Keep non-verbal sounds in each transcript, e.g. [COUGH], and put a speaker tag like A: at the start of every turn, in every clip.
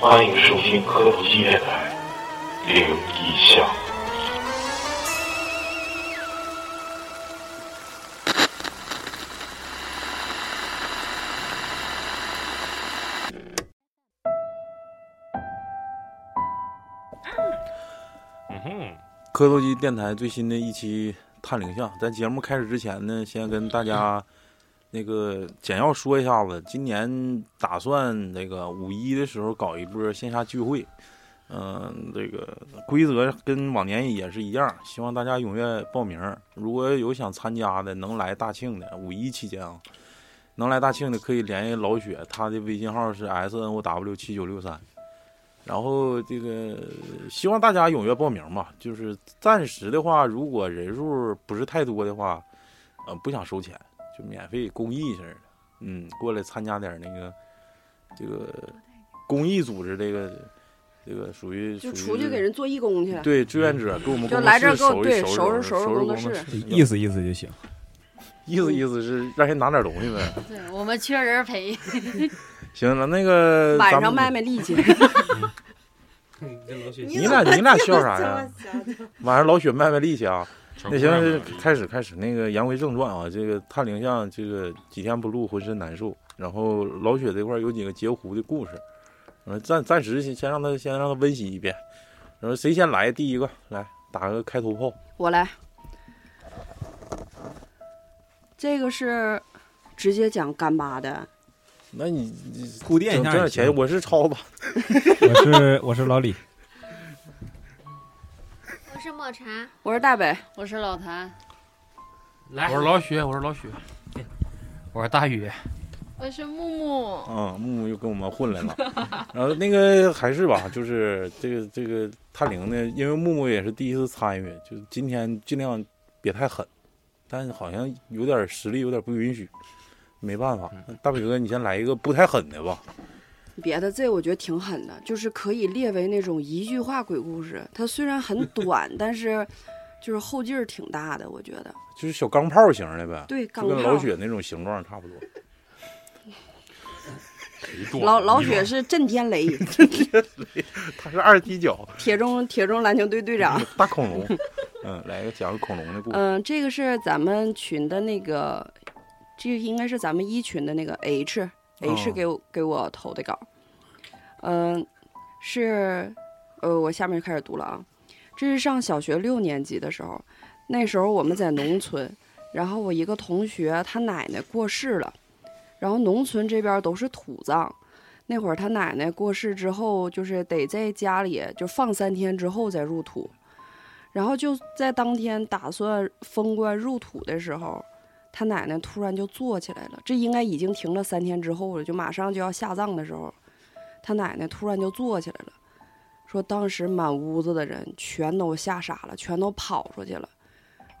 A: 欢迎收听科普纪电台《灵异巷》。
B: 科斗机电台最新的一期《探灵像》。在节目开始之前呢，先跟大家那个简要说一下子，今年打算那个五一的时候搞一波线下聚会。嗯、这个规则跟往年也是一样，希望大家踊跃报名。如果有想参加的，能来大庆的，五一期间啊，能来大庆的可以联系老雪，他的微信号是 s n o w 七九六三。然后这个希望大家踊跃报名吧。就是暂时的话，如果人数不是太多的话，呃，不想收钱，就免费公益似的。嗯，过来参加点那个这个公益组织，这个这个属于
C: 就
B: 属
C: 出
B: 于
C: 去给人做义工去。
B: 对志愿者给我们
C: 就
B: 工作
C: 来这儿
B: 室
C: 给我
B: 收
C: 对
B: 一
C: 收
B: 拾
C: 拾收拾
B: 工
C: 工作
B: 作
C: 室
D: 意思意思就行。
B: 意思意思是让人拿点东西呗。
E: 对我们缺人陪，
B: 行了，那个
C: 晚
B: 咱
C: 上
B: 们
C: 卖卖
B: [LAUGHS]
C: 力气，
B: 你俩你俩笑啥呀？ [LAUGHS] 晚上老雪卖卖力气啊！那行，开始开始。那个言归正传啊，这个探灵像这个几天不录浑身难受，然后老雪这块儿有几个截胡的故事，呃，暂暂时先先让他先让他温习一遍，然后谁先来第一个来打个开头炮，
C: 我来。这个是直接讲干巴的，
B: 那你你
D: 铺
B: 整
D: 垫一下
B: 整点
D: 也行
B: 钱，我是超子，
D: 我是我是老李，
F: 我是抹茶，
C: 我是大北，
E: 我是老谭，
G: 来，我是老许，我是老许，我是大宇，
F: 我是木木，
B: 啊，木木又跟我们混来
C: [LAUGHS]
B: 了。然后那个还是吧，就是这个这个探灵呢，因为木木也是第一次参与，就今天尽量别太狠，但是好像有点实力有点不允许，没办法。
C: 嗯
B: 大北哥，你先来一个不太狠的吧。
C: 别的这我觉得挺狠的，就是可以列为那种一句话鬼故事。它虽
B: [LAUGHS]
C: 然很短，但是就是后劲儿挺大的，我觉得。
B: 就是小钢炮型的呗，
C: 对，钢
B: 就跟老
C: 炮。
B: 雪那种形状差不多。
C: 老老雪是震天
B: [LAUGHS]
C: 雷，
B: 他是二踢脚
C: 铁中铁中篮球队队长。
B: 大恐龙， [LAUGHS] 嗯，来一个讲个恐龙的故事。
C: 嗯，这个是咱们群的那个，这个应该是咱们一群的那个 H H
B: 哦
C: 给我、给我投的稿。嗯，是，呃，我下面就开始读了啊。这是上小学六年级的时候，那时候我们在农村，然后我一个同学他奶奶过世了，然后农村这边都是土葬。那会儿他奶奶过世之后，就是得在家里就放三天之后再入土。然后就在当天打算封棺入土的时候，他奶奶突然就坐起来了。这应该已经停了三天之后了，就马上就要下葬的时候，他奶奶突然就坐起来了，说当时满屋子的人全都吓傻了，全都跑出去了。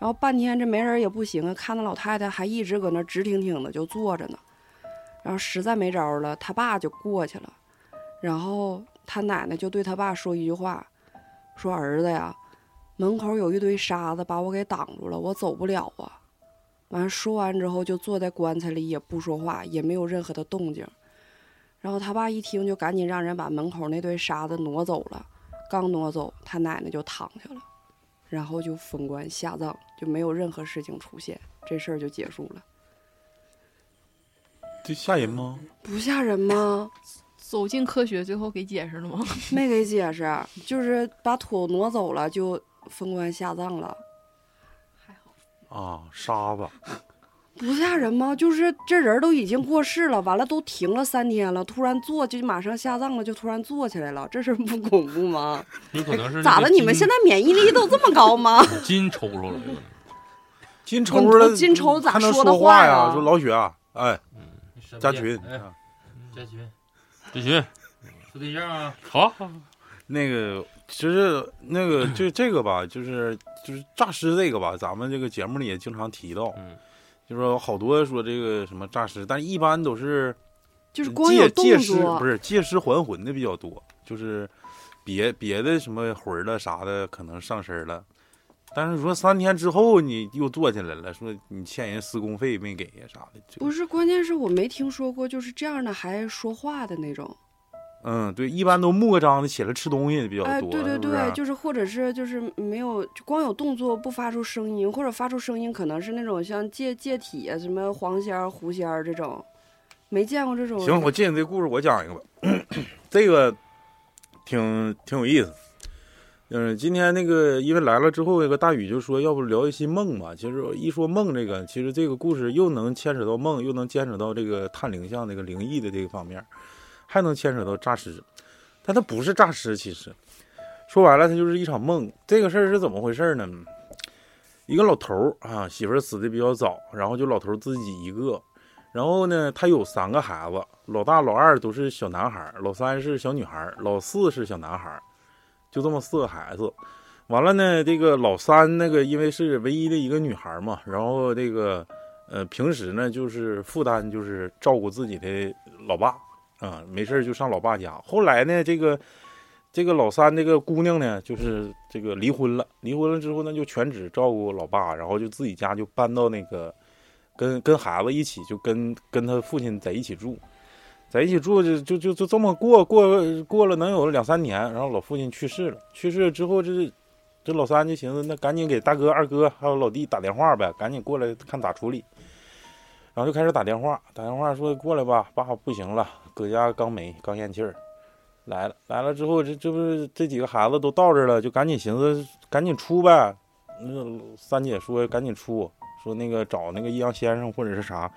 C: 然后半天这没人也不行啊，看那老太太还一直搁那直挺挺的就坐着呢。然后实在没招儿了，他爸就过去了，然后他奶奶就对他爸说一句话，说儿子呀，门口有一堆沙子把我给挡住了，我走不了啊。完，说完之后就坐在棺材里也不说话，也没有任何的动静。然后他爸一听就赶紧让人把门口那堆沙子挪走了，刚挪走，他奶奶就躺下了，然后就封棺下葬，就没有任何事情出现，这事儿就结束了。
B: 这吓人吗？
C: 不吓人吗？
F: 走进科学，最后给解释了吗？
C: 没给解释，就是把土挪走了就封棺下葬了，
B: 啊，沙子，
C: 不吓人吗？就是这人都已经过世了，完了都停了三天了，突然坐就马上下葬了，就突然坐起来了，这事儿不恐
B: [LAUGHS]
C: 怖吗？
G: 有可能是
C: 咋的？你们现在免疫力都这么高吗？ [LAUGHS]
G: 在筋抽着了，
B: 金抽了，
C: 金抽咋
B: 他能
C: 说
B: 说
C: 的
B: 话
C: 话
B: 呀？
C: 呀哎
B: 说老雪啊，哎，
G: 加
B: 加群，
G: 哎
C: 嗯
G: 加群，加群，处对象啊，好，
B: 那个，其实那个就这个吧，就是就是诈尸这个吧，咱们这个节目里也经常提到，
G: 嗯，
B: 就说好多说这个什么诈尸，但一般都是
C: 就是光有
B: 借
C: 动
B: 借尸，
C: 作
B: 不，是借尸还魂的比较多，就是别别的什么魂儿了啥的可能上身了，但是说三天之后你又坐起来了，说你欠人施工费没给呀啥的，这
C: 不是，关键是我没听说过就是这样的还说话的那种，
B: 嗯，对，一般都木个张的起来吃东西的比较
C: 哎，
B: 多，
C: 对对
B: 是不啊
C: 对，
B: 是
C: 就是或者是就是没有，就光有动作不发出声音，或者发出声音可能是那种像介介体啊，什么黄仙儿、狐仙儿这种，没见过这种。
B: 行，我借你这故事，我讲一个吧。这个挺挺有意思。嗯，今天那个因为来了之后，那个大宇就说，要不聊一期梦吧。其实一说梦这个，其实这个故事又能牵扯到梦，又能牵扯到这个探灵像这个灵异的这个方面，还能牵扯到诈尸。但它不是诈尸，其实说白了，它就是一场梦。这个事儿是怎么回事呢？一个老头儿啊，媳妇儿死的比较早，然后就老头儿自己一个，然后呢，他有三个孩子，老大、老二都是小男孩儿，老三是小女孩儿，老四是小男孩儿，就这么四个孩子。完了呢，这个老三那个因为是唯一的一个女孩儿嘛，然后这个呃平时呢就是负担就是照顾自己的老爸啊、没事儿就上老爸家。后来呢，这个这个老三这个姑娘呢，就是这个离婚了，离婚了之后呢就全职照顾老爸，然后就自己家就搬到那个跟跟孩子一起，就跟跟他父亲在一起住，在一起住就就就就这么过过过了能有两三年，然后老父亲去世了，去世了之后这这老三就寻思，那赶紧给大哥、二哥还有老弟打电话呗，赶紧过来看咋处理。然后就开始打电话，打电话说过来吧，爸不行了，搁家刚没刚咽气儿，来了来了之后，这这不是这几个孩子都到这儿了，就赶紧寻思赶紧出呗。那三姐说赶紧出，说那个找那个阴阳先生或者是啥，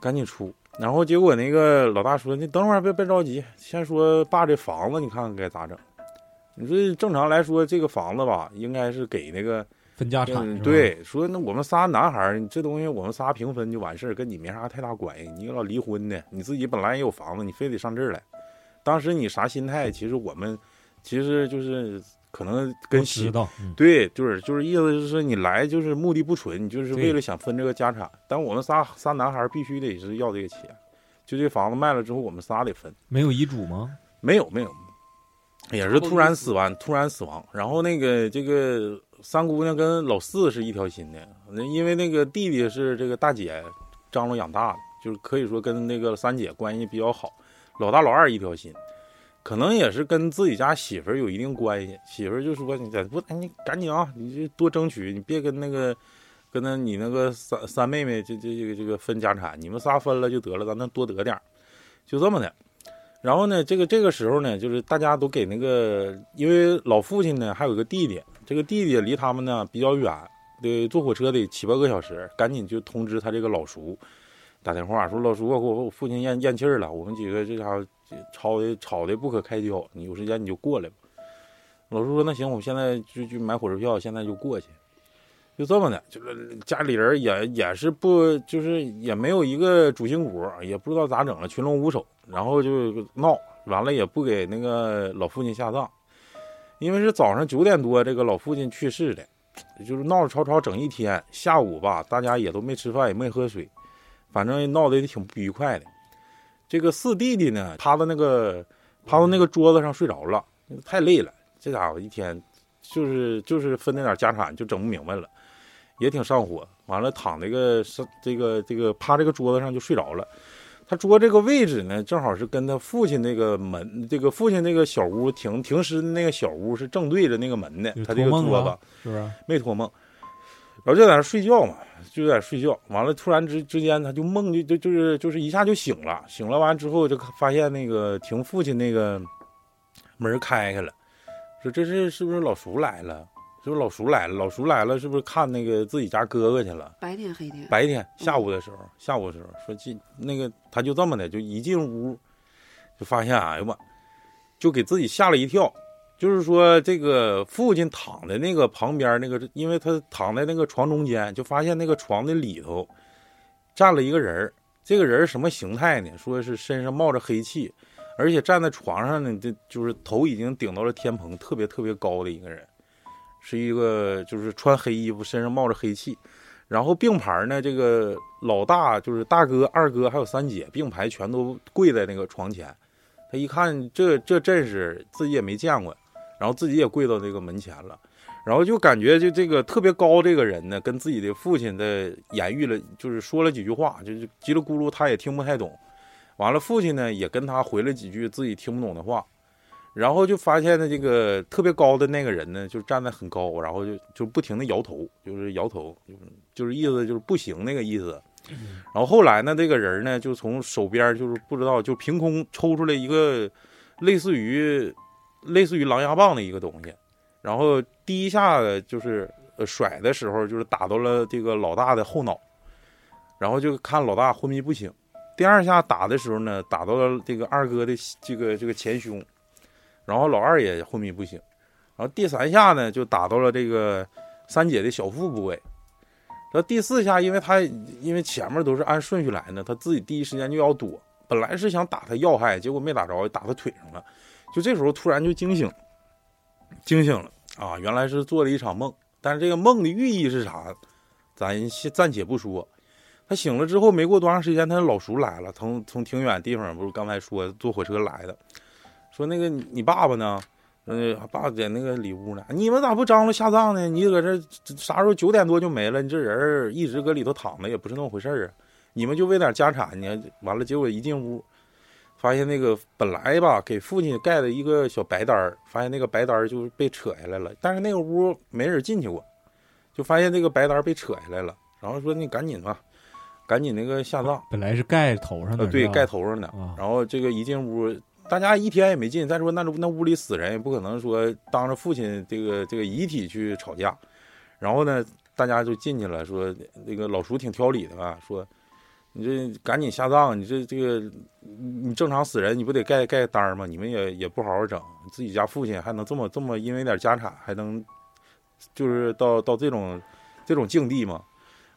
B: 赶紧出。然后结果那个老大说：“你等会儿别别着急，先说爸这房子，你看看该咋整。”你说正常来说，这个房子吧，应该是给那个
D: 分家产
B: 嗯，
D: 是吧，
B: 对，说那我们仨男孩儿，你这东西我们仨平分就完事儿，跟你没啥太大关系。你老离婚的，你自己本来也有房子，你非得上这儿来，当时你啥心态？其实我们其实就是可能
D: 我
B: 跟媳
D: 知道，嗯
B: 对，就是就是意思就是你来就是目的不纯，你就是
D: 对
B: 为了想分这个家产。但我们仨仨男孩儿必须得是要这个钱，就这房子卖了之后，我们仨得分。
D: 没有遗嘱吗？
B: 没有没有，也是突然死亡，突然死亡。然后那个这个三姑娘跟老四是一条心的，那因为那个弟弟是这个大姐张罗养大的，就是可以说跟那个三姐关系比较好，老大老二一条心。可能也是跟自己家媳妇儿有一定关系，媳妇儿就说你咋不你赶紧啊，你就多争取，你别跟那个跟那你那个三三妹妹这这这个这个分家产，你们仨分了就得了，咱能多得点儿，就这么的。然后呢，这个这个时候呢，就是大家都给那个，因为老父亲呢还有个弟弟，这个弟弟离他们呢比较远，得坐火车得七八个小时，赶紧就通知他这个老叔，打电话说老叔啊，我我父亲咽咽气儿了，我们几个这家伙吵的吵的不可开交，你有时间你就过来吧。老叔说那行，我现在就就买火车票，现在就过去。就这么的，就是家里人也也是不，就是也没有一个主心骨，也不知道咋整了，群龙无首，然后就闹，完了也不给那个老父亲下葬，因为是早上九点多这个老父亲去世的，就是闹闹吵吵整一天，下午吧大家也都没吃饭，也没喝水，反正闹得也挺不愉快的。这个四弟弟呢，趴到那个趴到那个桌子上睡着了，太累了，这家伙一天就是就是分那点家产就整不明白了。也挺上火，完了躺这个上这个这个趴这个桌子上就睡着了。他桌这个位置呢，正好是跟他父亲那个门，这个父亲那个小屋停停尸的那个小屋是正对着那个门的
D: 有。
B: 他这个
D: 托梦
B: 桌
D: 啊了
B: 子
D: 是不是？
B: 没托梦，然后就在那睡觉嘛，就在那睡觉。完了，突然之之间他就梦就就就是就是一下就醒了，醒了完之后就发现那个停父亲那个门开开了，说这是是不是老叔来了？是不是老叔来了？老叔来了，是不是看那个自己家哥哥去了？
C: 白天黑天，
B: 白天下午的时候，下午的时候说进那个，他就这么的，就一进屋就发现，哎呦妈，就给自己吓了一跳。就是说，这个父亲躺在那个旁边那个，因为他躺在那个床中间，就发现那个床的里头站了一个人儿。这个人儿什么形态呢？说是身上冒着黑气，而且站在床上呢，这就是头已经顶到了天棚，特别特别高的一个人，是一个就是穿黑衣服，身上冒着黑气。然后并排呢，这个老大就是大哥、二哥还有三姐并排全都跪在那个床前。他一看这这阵势，自己也没见过，然后自己也跪到这个门前了，然后就感觉就这个特别高这个人呢，跟自己的父亲的言语了，就是说了几句话，就是叽里咕噜，他也听不太懂。完了，父亲呢也跟他回了几句自己听不懂的话，然后就发现呢，这个特别高的那个人呢，就站得很高，然后就就不停的摇头，就是摇头，就是就是意思就是不行那个意思。然后后来呢，这个人呢就从手边就是不知道就凭空抽出来一个类似于类似于狼牙棒的一个东西，然后第一下子就是呃甩的时候就是打到了这个老大的后脑，然后就看老大昏迷不醒。第二下打的时候呢，打到了这个二哥的这个这个前胸，然后老二也昏迷不醒。然后第三下呢，就打到了这个三姐的小腹部位。然后第四下，因为他因为前面都是按顺序来呢，他自己第一时间就要躲，本来是想打他要害，结果没打着，打他腿上了。就这时候突然就惊醒，惊醒了啊，原来是做了一场梦。但是这个梦的寓意是啥，咱先暂且不说。他醒了之后，没过多长时间，他老叔来了，从从挺远地方，不是刚才说坐火车来的，说那个你你爸爸呢？嗯，爸在那个里屋呢。你们咋不张罗下葬呢？你搁这啥时候九点多就没了？你这人儿一直搁里头躺着，也不是那么回事儿啊。你们就为点家产呢？完了，结果一进屋，发现那个本来吧给父亲盖的一个小白单儿，发现那个白单儿就是被扯下来了，但是那个屋没人进去过，就发现那个白单儿被扯下来了，然后说你赶紧吧。赶紧那个下葬，
D: 本来是盖头上的，
B: 呃，对，
D: 是吧
B: 盖头上的
D: 啊。
B: 然后这个一进屋，大家一天也没进。再说那那屋里死人也不可能说当着父亲这个这个遗体去吵架。然后呢，大家就进去了，说那个老叔挺挑理的吧，说你这赶紧下葬，你这这个你你正常死人你不得盖盖单儿吗？你们也也不好好整，自己家父亲还能这么这么因为点家产还能就是到到这种这种境地吗？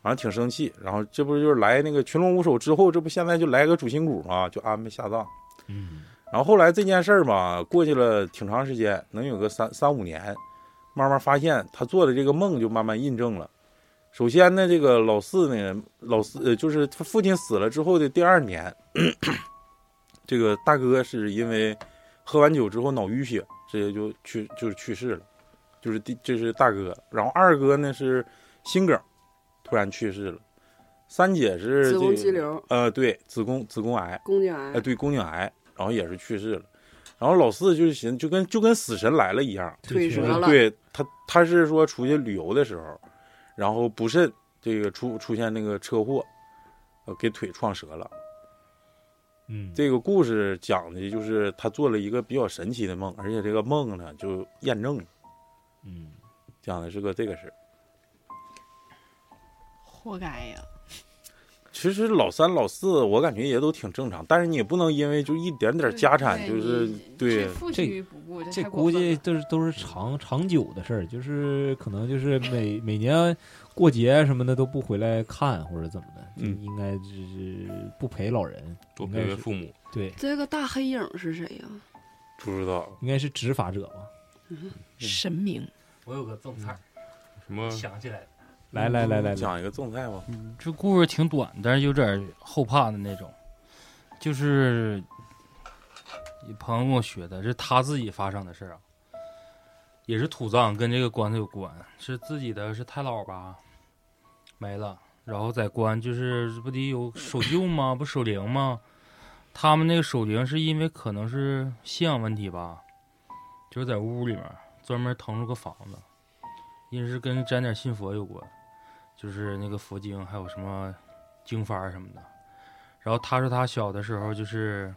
B: 反正挺生气，然后这不就是来那个群龙无首之后，这不现在就来个主心骨嘛，就安排下葬。
D: 嗯，
B: 然后后来这件事儿吧，过去了挺长时间，能有个三三五年，慢慢发现他做的这个梦就慢慢印证了。首先呢，这个老四呢，老四呃就是他父亲死了之后的第二年， [COUGHS] 这个大哥是因为喝完酒之后脑淤血，直接就去就是去世了，就是第这、是大哥。然后二哥呢是心梗，突然去世了。三姐是、这个、
C: 子宫肌瘤、
B: 呃对子宫子宫癌，
C: 宫颈
E: 嗯
B: 哎，
C: 癌，
B: 对，宫颈癌，然后也是去世了。然后老四就是寻，就跟就跟死神来了一样，
C: 腿
D: 这
C: 折
D: 确实
C: 了，
B: 对他他是说出去旅游的时候，然后不慎这个出出现那个车祸，呃，给腿撞折了。
D: 嗯，
B: 这个故事讲的就是他做了一个比较神奇的梦，而且这个梦呢就验证了，
D: 嗯，
B: 讲的是个这个事儿。
F: [LAUGHS] 活该呀！
B: 其实老三、老四，我感觉也都挺正常，但是你也不能因为就一点点家产
E: 对
B: 就是
E: 你
B: 对
E: 置父
D: 这
E: 亲于不顾，
D: 这
E: 太过
D: 估
E: 分
D: 计
E: 了
D: 都是都是长长久的事儿，就是可能就是每每年过节什么的都不回来看或者怎么的，
B: 嗯
D: 应该就是不陪老人，
G: 多
D: 应
G: 陪
D: 该
G: 陪
D: 是
G: 父母。
D: 对，
C: 这个大黑影是谁呀、
B: 不知道。
D: 应该是执法者吧？
F: 神明，
H: 我有个赠菜，
G: 什么？
H: 想起来了，
D: 来来来来来，
B: 讲一个赠菜吧。
H: 这故事挺短，但是有点后怕的那种，就是一朋友跟我学的，是他自己发生的事儿啊，也是土葬，跟这个棺材有关，是自己的是太姥吧，没了，然后在棺就是不得有守旧吗？ [LAUGHS] 不守灵吗？他们那个守灵是因为可能是信仰问题吧，就是在屋里面专门腾出个房子，因为是跟沾点信佛有关。就是那个佛经，还有什么经幡儿什么的。然后他说他小的时候就是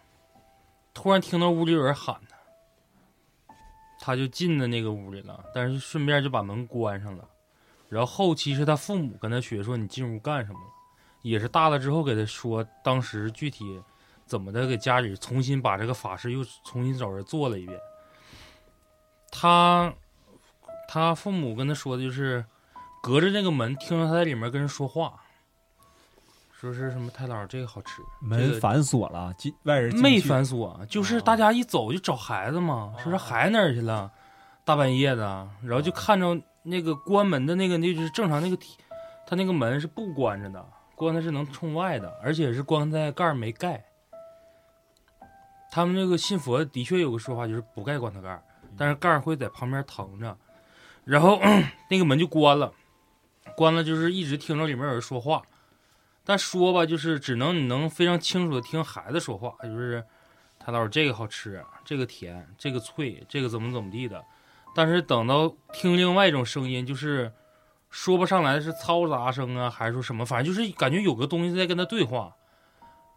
H: 突然听到屋里有人喊他，他就进的那个屋里了，但是顺便就把门关上了。然后后期是他父母跟他学说你进屋干什么了，也是大了之后给他说当时具体怎么的给家里重新把这个法事又重新找人做了一遍。他他父母跟他说的就是。隔着那个门听着他在里面跟人说话，说是什么太姥这个好吃，这
D: 门
H: 个
D: 反锁了，进外人进不
H: 没
D: 去
H: 反锁，就是大家一走就找孩子嘛，说是孩子哪儿去了，大半夜的，然后就看着那个关门的那个，那就是正常那个梯，他那个门是不关着的，棺材是能冲外的，而且是棺材盖儿没盖。他们这个信佛的确有个说法，就是不盖棺材盖儿，但是盖儿会在旁边腾着， [CLEARS THROAT] 然后那个门就关了，关了就是一直听着里面有人说话，但说吧，就是只能你能非常清楚的听孩子说话，就是他老师这个好吃，这个甜，这个脆，这个怎么怎么地的。但是等到听另外一种声音，就是说不上来是嘈杂声啊，还是说什么，反正就是感觉有个东西在跟他对话。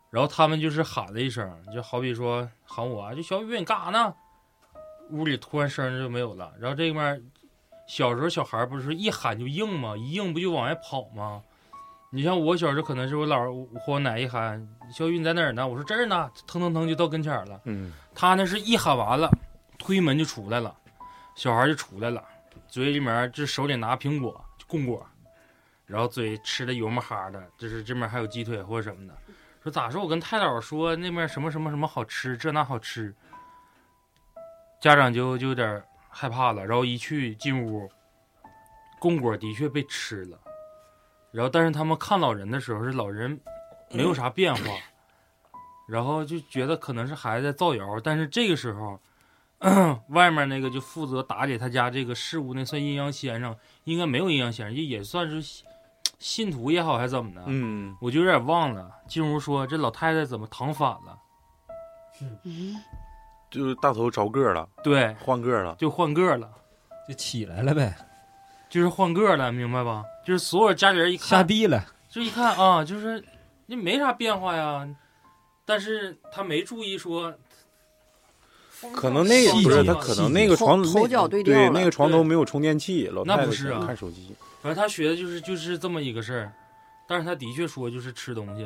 H: 然后他们就是喊了一声，就好比说喊我啊，就小雨你干啥呢？屋里突然声儿就没有了。然后这面小时候小孩儿不是一喊就硬吗？一硬不就往外跑吗？你像我小时候可能是我姥儿或我奶一喊小雨你在哪儿呢？我说这儿呢，腾腾腾就到跟前儿了。
B: 嗯，
H: 他呢是一喊完了，推门就出来了，小孩儿就出来了，嘴里面这手里拿苹果就供果，然后嘴吃的油么哈的，就是这面还有鸡腿或者什么的。说咋说？我跟太姥说那面什么什么什么好吃，这那好吃。家长就就有点害怕了，然后一去进屋，供果的确被吃了。然后，但是他们看老人的时候，是老人没有啥变化， [CLEARS THROAT] 然后就觉得可能是孩子在造谣。但是这个时候， [CLEARS THROAT] 外面那个就负责打理他家这个事务那算阴阳先生，应该没有阴阳先生，也也算是信信徒也好，还是怎么的？
B: 嗯，
H: 我就有点忘了。进屋说这老太太怎么躺反了？嗯
B: 就是大头着个了，
H: 对，
B: 换个了，
H: 就换个了，
D: 就起来了呗，
H: 就是换个了，明白吧？就是所有家里人一
D: 下
H: 看，
D: 地了，
H: 就一看啊，就是那没啥变化呀，但是他没注意说，
B: 嗯可能那个
H: 细
B: 不是
H: 节
B: 他，
H: 嘛
B: 可
H: 细
B: 能
H: 节
B: 那个
C: 头
B: 床
C: 头
B: 那
C: 脚
B: 对
C: 对调了
B: 那个床头
H: 对
B: 没有充电器，老
H: 那
B: 太太
H: 不是啊
B: 看手机，
H: 反正他学的就是就是这么一个事儿，但是他的确说就是吃东西，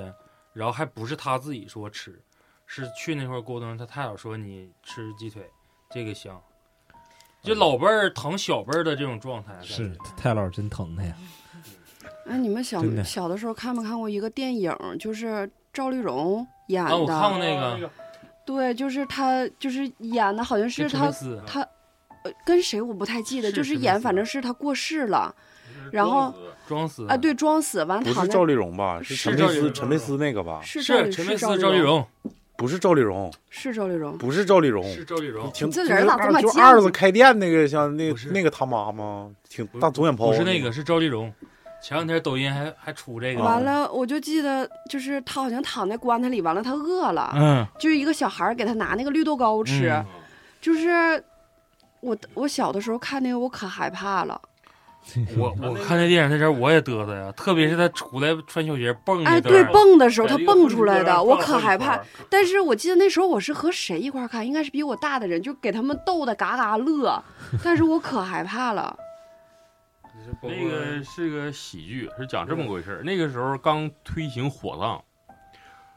H: 然后还不是他自己说吃，是去那块儿沟通，他太姥说你吃鸡腿，这个香，就老辈儿疼小辈儿的这种状态
D: 是太姥真疼他呀，
C: 哎，你们小
D: 真的
C: 小的时候看没看过一个电影，就是赵丽蓉演
H: 啊，我
C: 的？
H: 看过那个
C: 对，就是她，就是演的好像是
H: 跟陈
C: 她
H: 佩斯，
C: 她呃跟谁我不太记得，
H: 是
C: 就是是
H: 类
C: 演，
H: 似
C: 反
H: 的
C: 正是她过世了，然后
H: 装死
C: 啊，，对，装死完
B: 不
C: 躺
B: 是
C: 在
B: 赵丽蓉吧？
H: 是
B: 陈
H: 赵
B: 佩
H: 丽
B: 斯，
H: 蓉
B: 陈佩斯那个吧？
C: 是赵
H: 是
C: 丽
H: 陈佩
C: 是
H: 斯、
C: 赵
H: 赵丽
C: 蓉，
H: 蓉，
B: 不是赵丽蓉，
C: 是赵丽蓉，
B: 不是赵丽蓉，
H: 是赵丽蓉，
B: 挺
C: 你这
B: 就
C: 人
B: 是
C: 咋
B: 二
C: 这么
B: 就
C: 贱
B: 二
C: 呢
B: 子开店那个，像那
H: 不是
B: 那个他妈吗？挺
H: 不是
B: 大左眼泡，
H: 不是那个，是赵丽蓉。前两天抖音还还出这个，
C: 完了我就记得就是她好像躺在棺材里，完了她饿了，
H: 嗯，
C: 就是一个小孩儿给她拿那个绿豆糕吃，啊
H: 嗯
C: 就是我我小的时候看那个我可害怕了。
I: 嗯
H: 我我看那电影那阵儿我也嘚瑟呀，特别是他出来穿小鞋蹦那
C: 哎，
H: 段儿
C: 对，蹦的时候
H: 在
C: 他
H: 一个
C: 蹦
H: 混
C: 出
H: 混
C: 来
H: 圈
C: 的，
H: 儿
C: 我
H: 转
C: 可
H: 好几
C: 害
H: 圈
C: 怕
H: 儿。
C: 但是我记得那时候我是和谁一块儿看，应该是比我大的人，就给他们逗得嘎嘎乐。但是我可害怕了，
I: 那个是个喜剧，是讲这么个回事儿。那个时候刚推行火葬，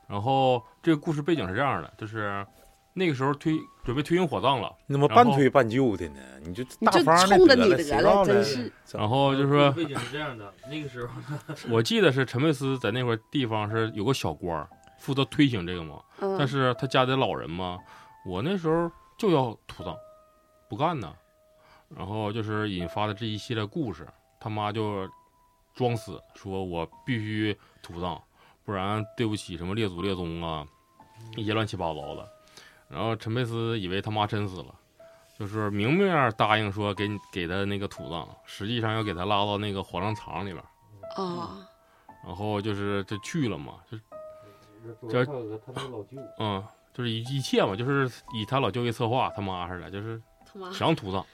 I: 然后这个故事背景是这样的，就是那个时候推准备推行火葬了，
B: 你怎么
I: 然
B: 半
I: 后
B: 推半就的呢？你就
C: 你
B: 大
C: 就
B: 方儿
C: 冲
B: 得
C: 着你
B: 了
C: 得
B: 谁
C: 了，
B: 让
C: 真
B: 的
C: 是
I: 然后就
G: [LAUGHS]
I: 是说
H: 背景哦是这样的，那个时候
I: 我记得是陈佩斯在那块地方是有个小官儿负责推行这个嘛，
C: 嗯。
I: 但是他家的老人嘛，我那时候就要土葬，不干呢，然后就是引发的这一系列故事，他妈就装死，说我必须土葬，不然对不起什么列祖列宗啊，一些乱七八糟的。然后陈佩斯以为他妈真死了，就是明面答应说给你给他那个土葬，实际上要给他拉到那个火葬场里边儿，
C: 啊，
I: 然后就是就去了嘛，就这
H: 他那老舅，
I: 嗯，就是一一切嘛，就是以他老舅为策划，他妈似的，就是
E: 他妈，
I: 想土葬，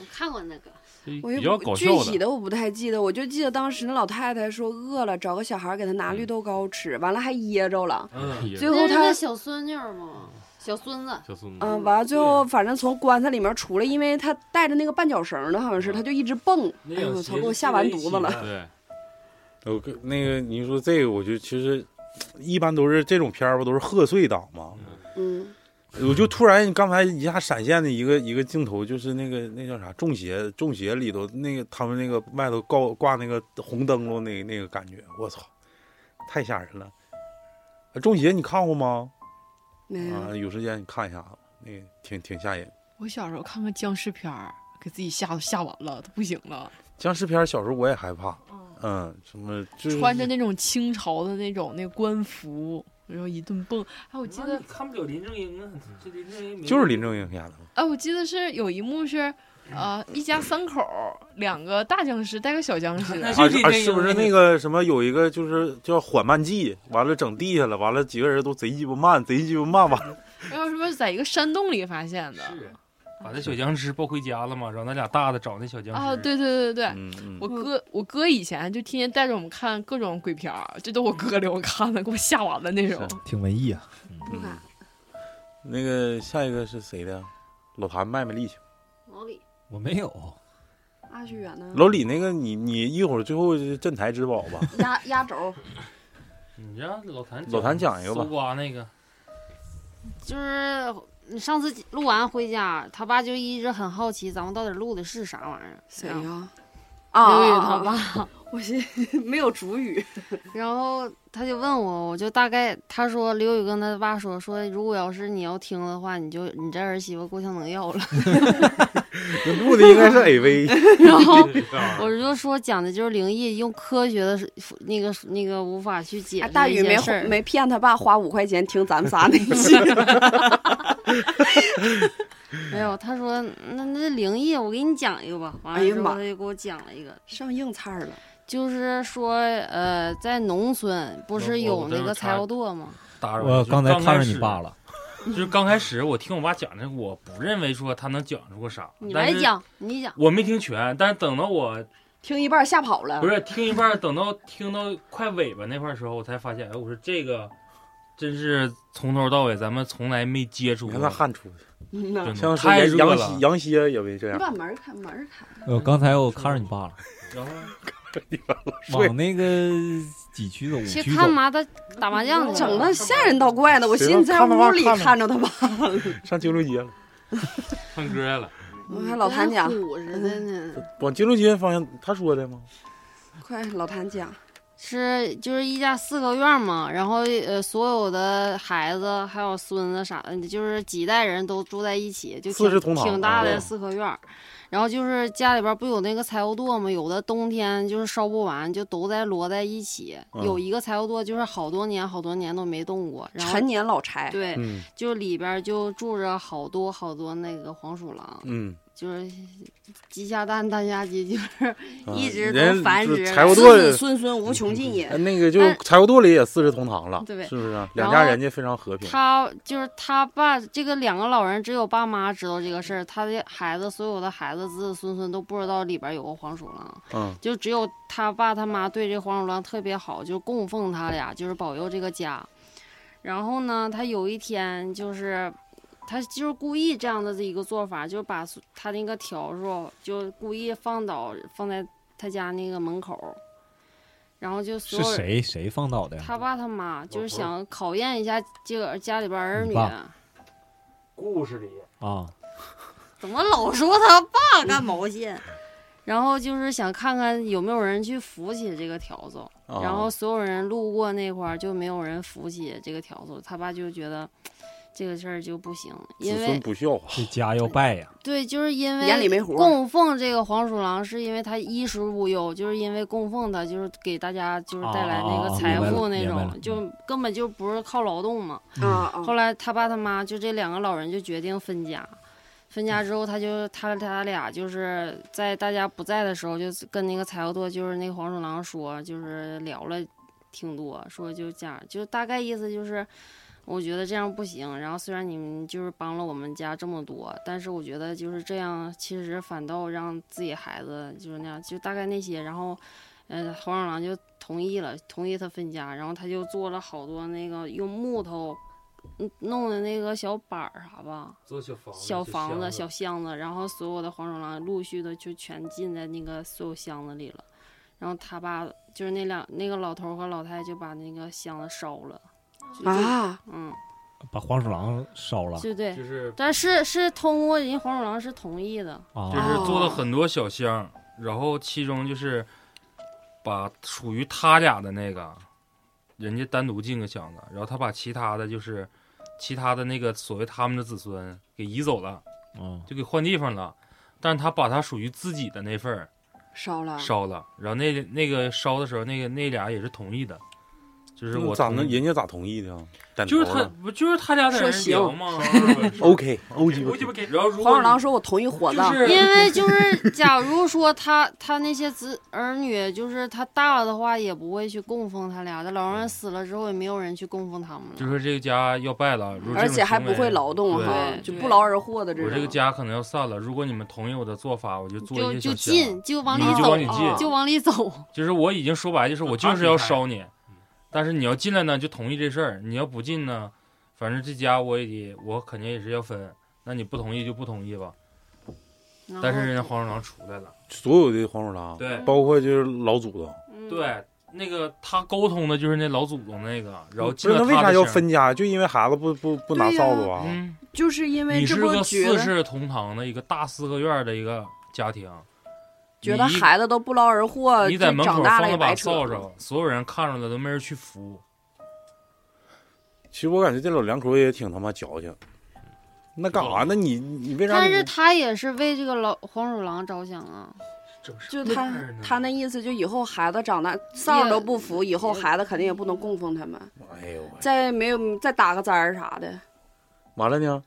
E: 我看过那个，
I: 就
C: 啊我
I: 比较
C: 又
I: 搞
C: 不
I: 笑
C: 具体
I: 的。
C: 的我不太记得，我就记得当时那老太太说饿了，找个小孩儿给她拿绿豆糕吃，完了还噎着了。
H: 嗯，
I: [LAUGHS] 也
C: 最
E: 那
C: 后
E: 是他
C: 她
E: 小孙女儿嘛，小孙子，
I: 小孙子，
C: 嗯，完了最后反正从棺材里面出来，因为她带着那个绊脚绳儿呢，好像是，她就一直蹦。哎呦我操，给我吓完犊子了。
I: 对，
B: 我跟那个你说这个，我就其实一般都是这种片儿吧，都是贺岁档嘛。
C: 嗯，
B: 我就突然刚才一下闪现的一个一个镜头，就是那个那叫啥《中邪》，《中邪》里头那个他们那个外头挂挂那个红灯笼那那个感觉，我操，太吓人了！呃《中邪》你看过吗？
F: 嗯
C: 没有。
B: 啊，有时间你看一下，啊那个挺挺吓人。
F: 我小时候看看僵尸片儿，给自己吓都吓完了，都不行了。
B: 僵尸片儿小时候我也害怕，嗯，什么就是
F: 穿着那种清朝的那种那个官服，然后一顿蹦。哎，我记得，
H: 看不了林正英啊，这林正英
B: 就是林正英演的嘛，
F: 哎，我记得是有一幕是啊、一家三口儿，两个大僵尸带个小僵尸，
B: 啊啊，是不是那个什么有一个就是叫缓慢剂？完了整地下了，完了几个人都贼鸡巴慢，贼鸡巴慢，完了
F: 然后什么在一个山洞里发现的
H: 啊把那小僵尸抱回家了嘛，然后那俩大的找那小僵尸
F: 啊，对对对对，
B: 嗯嗯
F: 我哥，我哥以前就天天带着我们看各种鬼片儿，这都我哥领我看的，给我吓完了那种。
D: 挺文艺啊。
B: 嗯。那个下一个是谁的？老谭卖卖力
E: 嗯
B: 气。
E: 老李，
D: 我没有，
C: 阿旭远呢？
B: 老李，那个你你一会儿最后镇台之宝吧，
E: 压压轴
H: 你让老谭
B: 老谭讲一个吧
H: 搜刮那个
E: 就是你上次录完回家，他爸就一直很好奇咱们到底录的是啥玩意儿。
C: 谁
E: 然后
C: 呀？
E: 刘宇他
C: 啊，
E: 爸，
C: 我寻没有主语，
E: 然后他就问我，我就大概他说刘宇跟他爸说说，如果要是你要听的话，你就你这儿媳妇够呛能要了。
B: 录的应
E: [LAUGHS]
B: 该是 AV。
E: 然后
C: 啊
E: 我就说讲的就是灵异，用科学的那个那个无法去解
C: 啊
E: 释
C: 大
E: 一
C: 宇
E: 些
C: 没
E: 事儿
C: 没骗他爸花五块钱听咱们仨那期，
E: 没有，他说那那灵异，我给你讲一个吧。完
C: 哎
E: 了
C: 呀
E: 之
C: 妈
E: 后他就给我讲了一个，
C: 上硬菜儿了。
E: 就是说呃，在农村不
H: 我
E: 是有
H: 我
E: 那
H: 这
E: 个
H: 儿
E: 采
H: 插
E: 药垛吗？
H: 打扰一下。
D: 我
H: 就
D: 刚才看着
H: 开
D: 你
H: 始
D: 爸，了，
H: 就是刚开始我听我爸讲的，我不认为说他能讲出个啥，
E: 你
H: 但
E: 来
H: 是
E: 讲，你讲。
H: 我没听全，但是等到我
C: 听一半吓跑了
H: 不，是听一半儿，等到听到快尾巴那块儿的时候，我才发现，哎，我说这个真是从头到尾咱们从来没接触
B: 你
H: 过
B: 看，那汗出去，
C: 嗯呐，
H: 真
B: 像
H: 的
B: 是
H: 太热
B: 羊蝎
H: 了。
B: 羊蝎也没这样。
C: 你把门儿开，门儿开。
D: 呃，刚才我看着你爸了，
H: 然后
B: 睡
D: 往那个几区
H: 嗯
D: 走，五
E: 去
D: 区走
E: 看，麻的打麻将去
C: 整
E: 了，
C: 的吓人倒怪的，我
B: 谁
C: 寻思在
B: 让看
C: 屋里
B: 着吧
C: 看着他吧。
B: 上金融街了，
I: 唱歌来了，
C: 我看老谭讲，
E: 虎似的呢。
B: 往金融街方向，他说的吗？
C: 快老谭讲，
E: 是就是一家四合院嘛，然后呃，所有的孩子还有孙子啥的，就是几代人都住在一起，就
B: 四世同
E: 挺
B: 堂
E: 挺大
B: 啊
E: 的四合院儿。然后就是家里边儿不有那个柴火垛嘛，有的冬天就是烧不完，就都在摞在一起。
B: 嗯
E: 有一个柴火垛就是好多年好多年都没动过，然后
C: 陈年老柴，
E: 对，
B: 嗯
E: 就里边儿就住着好多好多那个黄鼠狼，
B: 嗯，
E: 就是鸡下蛋蛋下鸡，就是
B: 啊
E: 嗯一直
B: 人
E: 都繁
B: 就是
E: 殖。
B: 柴火
C: 子
B: 垛
C: 子孙孙无穷尽也。
B: 呃那个就
E: 但
B: 柴火垛里也四世同堂了，
E: 对
B: 是不是啊？
E: 然
B: 两
E: 后
B: 家人家非常和平。
E: 他就是他爸，这个两个老人只有爸妈知道这个事儿，他的孩子，所有的孩子子子孙孙都不知道里边有个黄鼠狼，
B: 嗯，
E: 就只有他爸他妈对这黄鼠狼特别好，就供奉他俩，就是保佑这个家。然后呢，他有一天就是。他就是故意这样的一个做法，就是把所他那个笤帚就故意放倒放在他家那个门口，然后就是所有人
D: 谁谁放倒的呀？
E: 他爸他妈就是想考验一下这个家里边儿女
D: 你爸，
H: 故事里
D: 啊，
E: 怎么老说他爸干毛线？
D: 嗯
E: [LAUGHS] 然后就是想看看有没有人去扶起这个笤帚，
B: 啊
E: 然后所有人路过那块儿就没有人扶起这个笤帚，他爸就觉得这个事儿就不行，因
B: 子孙
E: 为
B: 不孝，啊
D: 这家要败呀，
E: 对，就是因为
C: 眼里没活儿
E: 供奉这个黄鼠狼，是因为他衣食无忧，就是因为供奉他，就是给大家就是带来那
D: 哦哦
E: 个
D: 哦
E: 财
D: 明白
E: 富
D: 了
E: 那
D: 明白了
E: 种，
D: 嗯
E: 就根本就不是靠劳动嘛。
C: 啊啊
E: 后！来他爸他妈就这两个老人就决定分家，分家之后他就他他俩就是在大家不在的时候，就跟那个柴火垛就是那个黄鼠狼说，就是聊了挺多，说就这样，就是大概意思就是。我觉得这样不行。然后虽然你们就是帮了我们家这么多，但是我觉得就是这样，其实反倒让自己孩子就是那样，就大概那些。然后，呃，黄鼠狼就同意了，同意他分家。然后他就做了好多那个用木头嗯弄的那个小板儿啥吧，
H: 做小房
E: 小房子、小箱子，然后所有的黄鼠狼陆续的就全进在那个所有箱子里了。然后他爸就是那两那个老头儿和老太就把那个箱子烧了，就就
C: 啊，
E: 嗯，
D: 把黄鼠狼烧了
E: 就对，
H: 啊就是
E: 但是是通过人家黄鼠狼是同意的，
D: 啊
H: 就！
C: 哦
H: 是做了很多小箱，然后其中就是把属于他俩的那个，人家单独进个箱子，然后他把其他的就是其他的那个所谓他们的子孙给移走了，
D: 嗯，
H: 就给换地方了。但是他把他属于自己的那份儿
C: 烧了，
H: 烧了，然后那那个烧的时候，那个那俩也是同意的，就是我
B: 咋
H: 同
B: 能
H: 意
B: 人家咋同意的啊？点
H: 就是
B: 头
H: 他
B: 了
H: 不就是他俩在那
C: 说
H: 儿
C: 行
H: 聊吗？
B: OK，欧鸡巴
H: 我鸡巴给，然后如
C: 黄
H: 果
C: 鼠狼
H: 你
C: 说：“我同意火
H: 就
C: 葬。
H: 是
E: 因为就是，假如说他他那些子儿女，就是他大了的话，也不会去供奉他俩的。老人死了之后，也没有人去供奉他们
H: 嗯就
E: 了。
H: 是这个家要败了，如果
C: 而
H: 这种
C: 且还
H: 行
C: 不会
H: 为
C: 劳动哈
E: 对，
C: 就
E: 对
C: 不劳而获的这
H: 我这个
C: 种。
H: 家可能要散了。如果你们同意我的做法，我就做
E: 就
H: 一些
E: 就
H: 小香
E: 进，就往里
H: 你就
E: 走
H: 往，里
C: 啊
H: 进，
E: 就往里走。
H: 就是我已经说白了，就是我
I: 就他
H: 就是要
I: 心态
H: 烧你，但是你要进来呢，就同意这事儿；你要不进呢，反正这家我也得，我肯定也是要分。那你不同意就不同意吧。
C: 嗯
E: 然
H: 但
E: 后
H: 是人家黄鼠狼出来了，
B: 所有的黄鼠狼，
H: 对
B: 包括就是老祖宗，
E: 嗯
H: 对，那个他沟通的就是那老祖宗那个，然
B: 不
H: 后进
B: 是
H: 了
B: 那
H: 他
B: 为啥
H: 的
B: 要
C: 嗯
H: 乡？
B: 分家？就因为孩子不不不拿
C: 对呀
B: 扫帚啊？
H: 嗯，
C: 就是因为
H: 你
C: 这
H: 是
C: 不
H: 个
C: 觉
H: 四
C: 得
H: 世同堂的一个大四合院的一个家庭，
C: 觉得
H: 你一
C: 孩子都不劳而获，
H: 你
C: 呃就
H: 在门
C: 长
H: 口
C: 大
H: 放
C: 了也
H: 了把
C: 白扯。
H: 扫帚，所有人看着了都没人去扶。
B: 其实我感觉这老两口也挺他妈矫情。那
H: 嗯
B: 干啥？那你你为啥
E: 但
B: 你
E: 是他也是为这个老黄鼠狼着想啊。
C: 就他他那意思，就以后孩子长大
E: 也
C: 丧儿都不服，以后孩子肯定也不能供奉他们，
B: 哎呦喂，
C: 再没有再打个灾儿啥的，
B: 完了呢？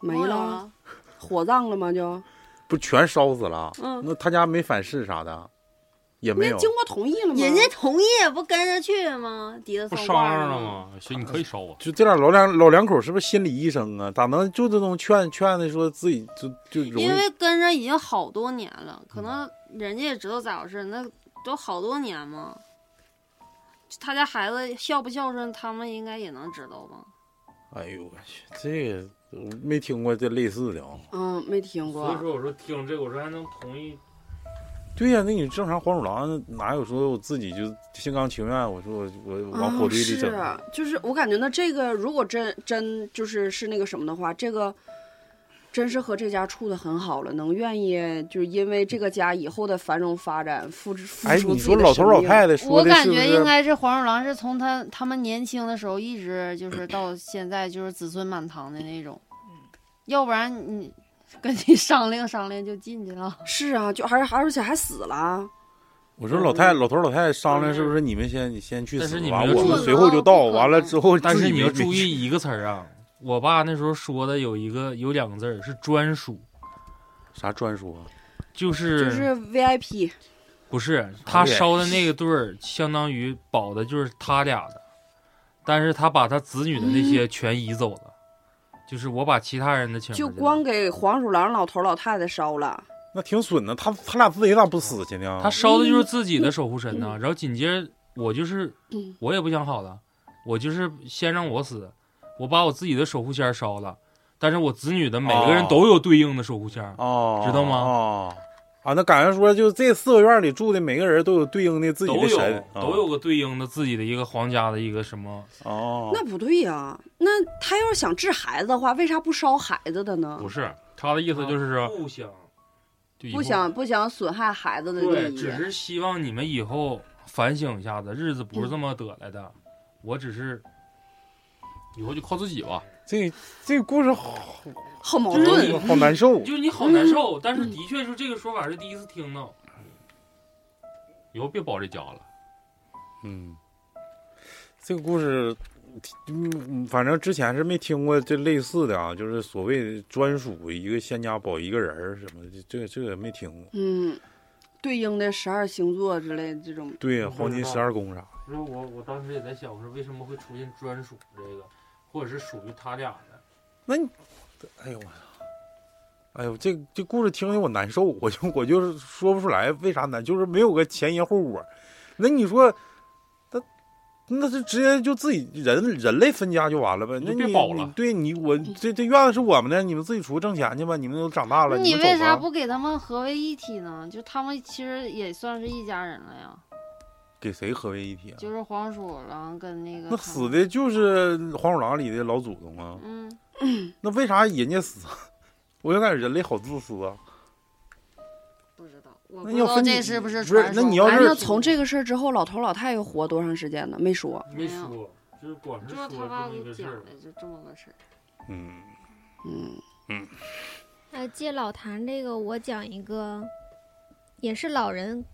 C: 没
E: 啊
C: 了，火葬了吗？就
B: 不全烧死了？
C: 嗯
B: 那他家没反噬啥的，也没有
C: 那。经过同意了吗？
J: 人家同意不跟着去吗？迪的
I: 不
J: 算
I: 商
J: 卦
I: 量了
J: 呢？
I: 吗？行，你可以啊烧
C: [LAUGHS]
I: 我。
B: 就这俩老两老两口是不是心理医生啊？咋能就这种劝劝的说自己就就容易嗯
E: 因为跟着已经好多年了，可能人家也知道咋回事，那都好多年嘛。就他家孩子孝不孝顺，他们应该也能知道吧？
B: 哎呦我去，这个我没听过这类似的啊。
C: 嗯，没听
H: 所
C: 过
H: 以。说，我说听了这个，我说还能同意
B: 对呀、那你正常黄鼠狼哪有说我自己就心甘情愿？我说我我
C: 啊，
B: 往火堆里整，
C: 是啊，就是我感觉那这个如果真真就是是那个什么的话，这个真是和这家处的很好了，能愿意就是因为这个家以后的繁荣发展付之啊付
B: 哎，
C: 出
B: 你
C: 自己
B: 说
C: 的
B: 老头
C: 生
B: 老
C: 命
B: 太太说
E: 我
B: 的
E: 感
B: 是不
E: 觉应
B: 是？
E: 该是黄鼠狼是从他他们年轻的时候一直就是到现在就是子孙满堂的那种，
B: 嗯
E: 要不然你跟你 [LAUGHS] 商量商量就进去了。
C: 是啊，就还还而且还死了，
B: 我说老太
C: 嗯
B: 老头老太太商量是不是你们先你先去
H: 但是
B: 死
H: 你
B: 吧，
H: 们要
B: 我
H: 注
B: 们
H: 意
B: 随后就到，
E: 不可能
B: 完了之后
H: 但
B: 自
H: 是
B: 己
H: 你要
B: 没
H: 注，意一个词儿啊，我爸那时候说的有一个有两个字儿是专属，
B: 啥专属啊？
H: 就是
C: 就是 VIP
H: 不是他烧的那个对儿，相当于保的就是他俩的，但是他把他子女的那
C: 嗯
H: 些全移走了，就是我把其他人的请
C: 就
H: 出去了
C: 光给黄鼠狼老头老太太烧了，
B: 那挺损的，他他俩自己咋不死去呢？
H: 他烧的就是自己的守护神呐、然后紧接着我就是我也不想好了，我就是先让我死，我把我自己的守护仙儿烧了，但是我子女的每个人
B: 哦
H: 都有对应的守护仙儿。
B: 哦，
H: 知道吗
B: 哦，啊，那感觉说就这四个院里住的每个人都有对应的自己
H: 都
B: 的
H: 有
B: 神，啊
H: 都有个对应的自己的一个皇家的一个什么？
B: 哦。
C: 那不对呀、那他要是想治孩子的话，为啥不烧孩子的呢
I: 不？是他的意思就是说，
H: 啊不想
I: 就以后
C: 不想不想损害孩子的
H: 对，
C: 利
H: 只
C: 益，
H: 是希望你们以后反省一下子，日子不是这么得来的。我只是
I: 以后就靠自己吧。
B: 这这故事好
C: 好矛
H: 就是
C: 盾
H: 你。
B: 好难受，啊
H: 就是你好难受，但是的确是这个说法是第一次听到。
I: 以后别包这家了。
B: 嗯，这个故事，嗯，反正之前是没听过这类似的啊，就是所谓专属一个仙家保一个人儿什么的，这这这个没听过。
C: 嗯，对应的十二星座之类的这种，
B: 对呀，
H: 嗯
B: 黄金十二宫啥的，
H: 因为我我当时也在想，我说为什么会出现专属这个，或者是属于他俩的？
B: 那你，哎呦我操，哎呦，这这故事听得我难受，我就我就是说不出来为啥难，就是没有个前因后果。那你说，那那是直接就自己人人类分家就完了呗？那
I: 就别
B: 你
I: 保了
B: 你对你我这这院子是我们的，你们自己出去挣钱去吧，你们都长大了，
E: 那
B: 你
E: 你
B: 们
E: 为
B: 走
E: 啥
B: 吧
E: 不给他们合为一体呢？就他们其实也算是一家人了呀，
B: 给谁合为一体啊？
E: 就是黄鼠狼跟那个
B: 那
E: 他
B: 死
E: 们
B: 的就是黄鼠狼里的老祖宗啊，
E: 嗯。
B: 那为啥人家死？啊 [LAUGHS] 我就感觉人类好自私啊！
E: 不知道，我
B: 那
E: 不知
B: 要
E: 道
B: 分
E: 这
B: 你
E: 是不是
B: 不是
E: 传
B: 那
E: 说。
B: 你要
E: 反
C: 哎，
B: 是
E: 正
C: 那从这个事儿之后，老头老太太活多长时间呢？没说。
H: 没
E: 没有
H: 说，就是光是
E: 就
H: 说
E: 是
H: 这
E: 他爸
H: 么
E: 给
H: 一个事
E: 讲
H: 儿
E: 的，。就这么个事儿。
B: 嗯，
C: 嗯，
J: 呃，借老谭这个，我讲一个，也是老人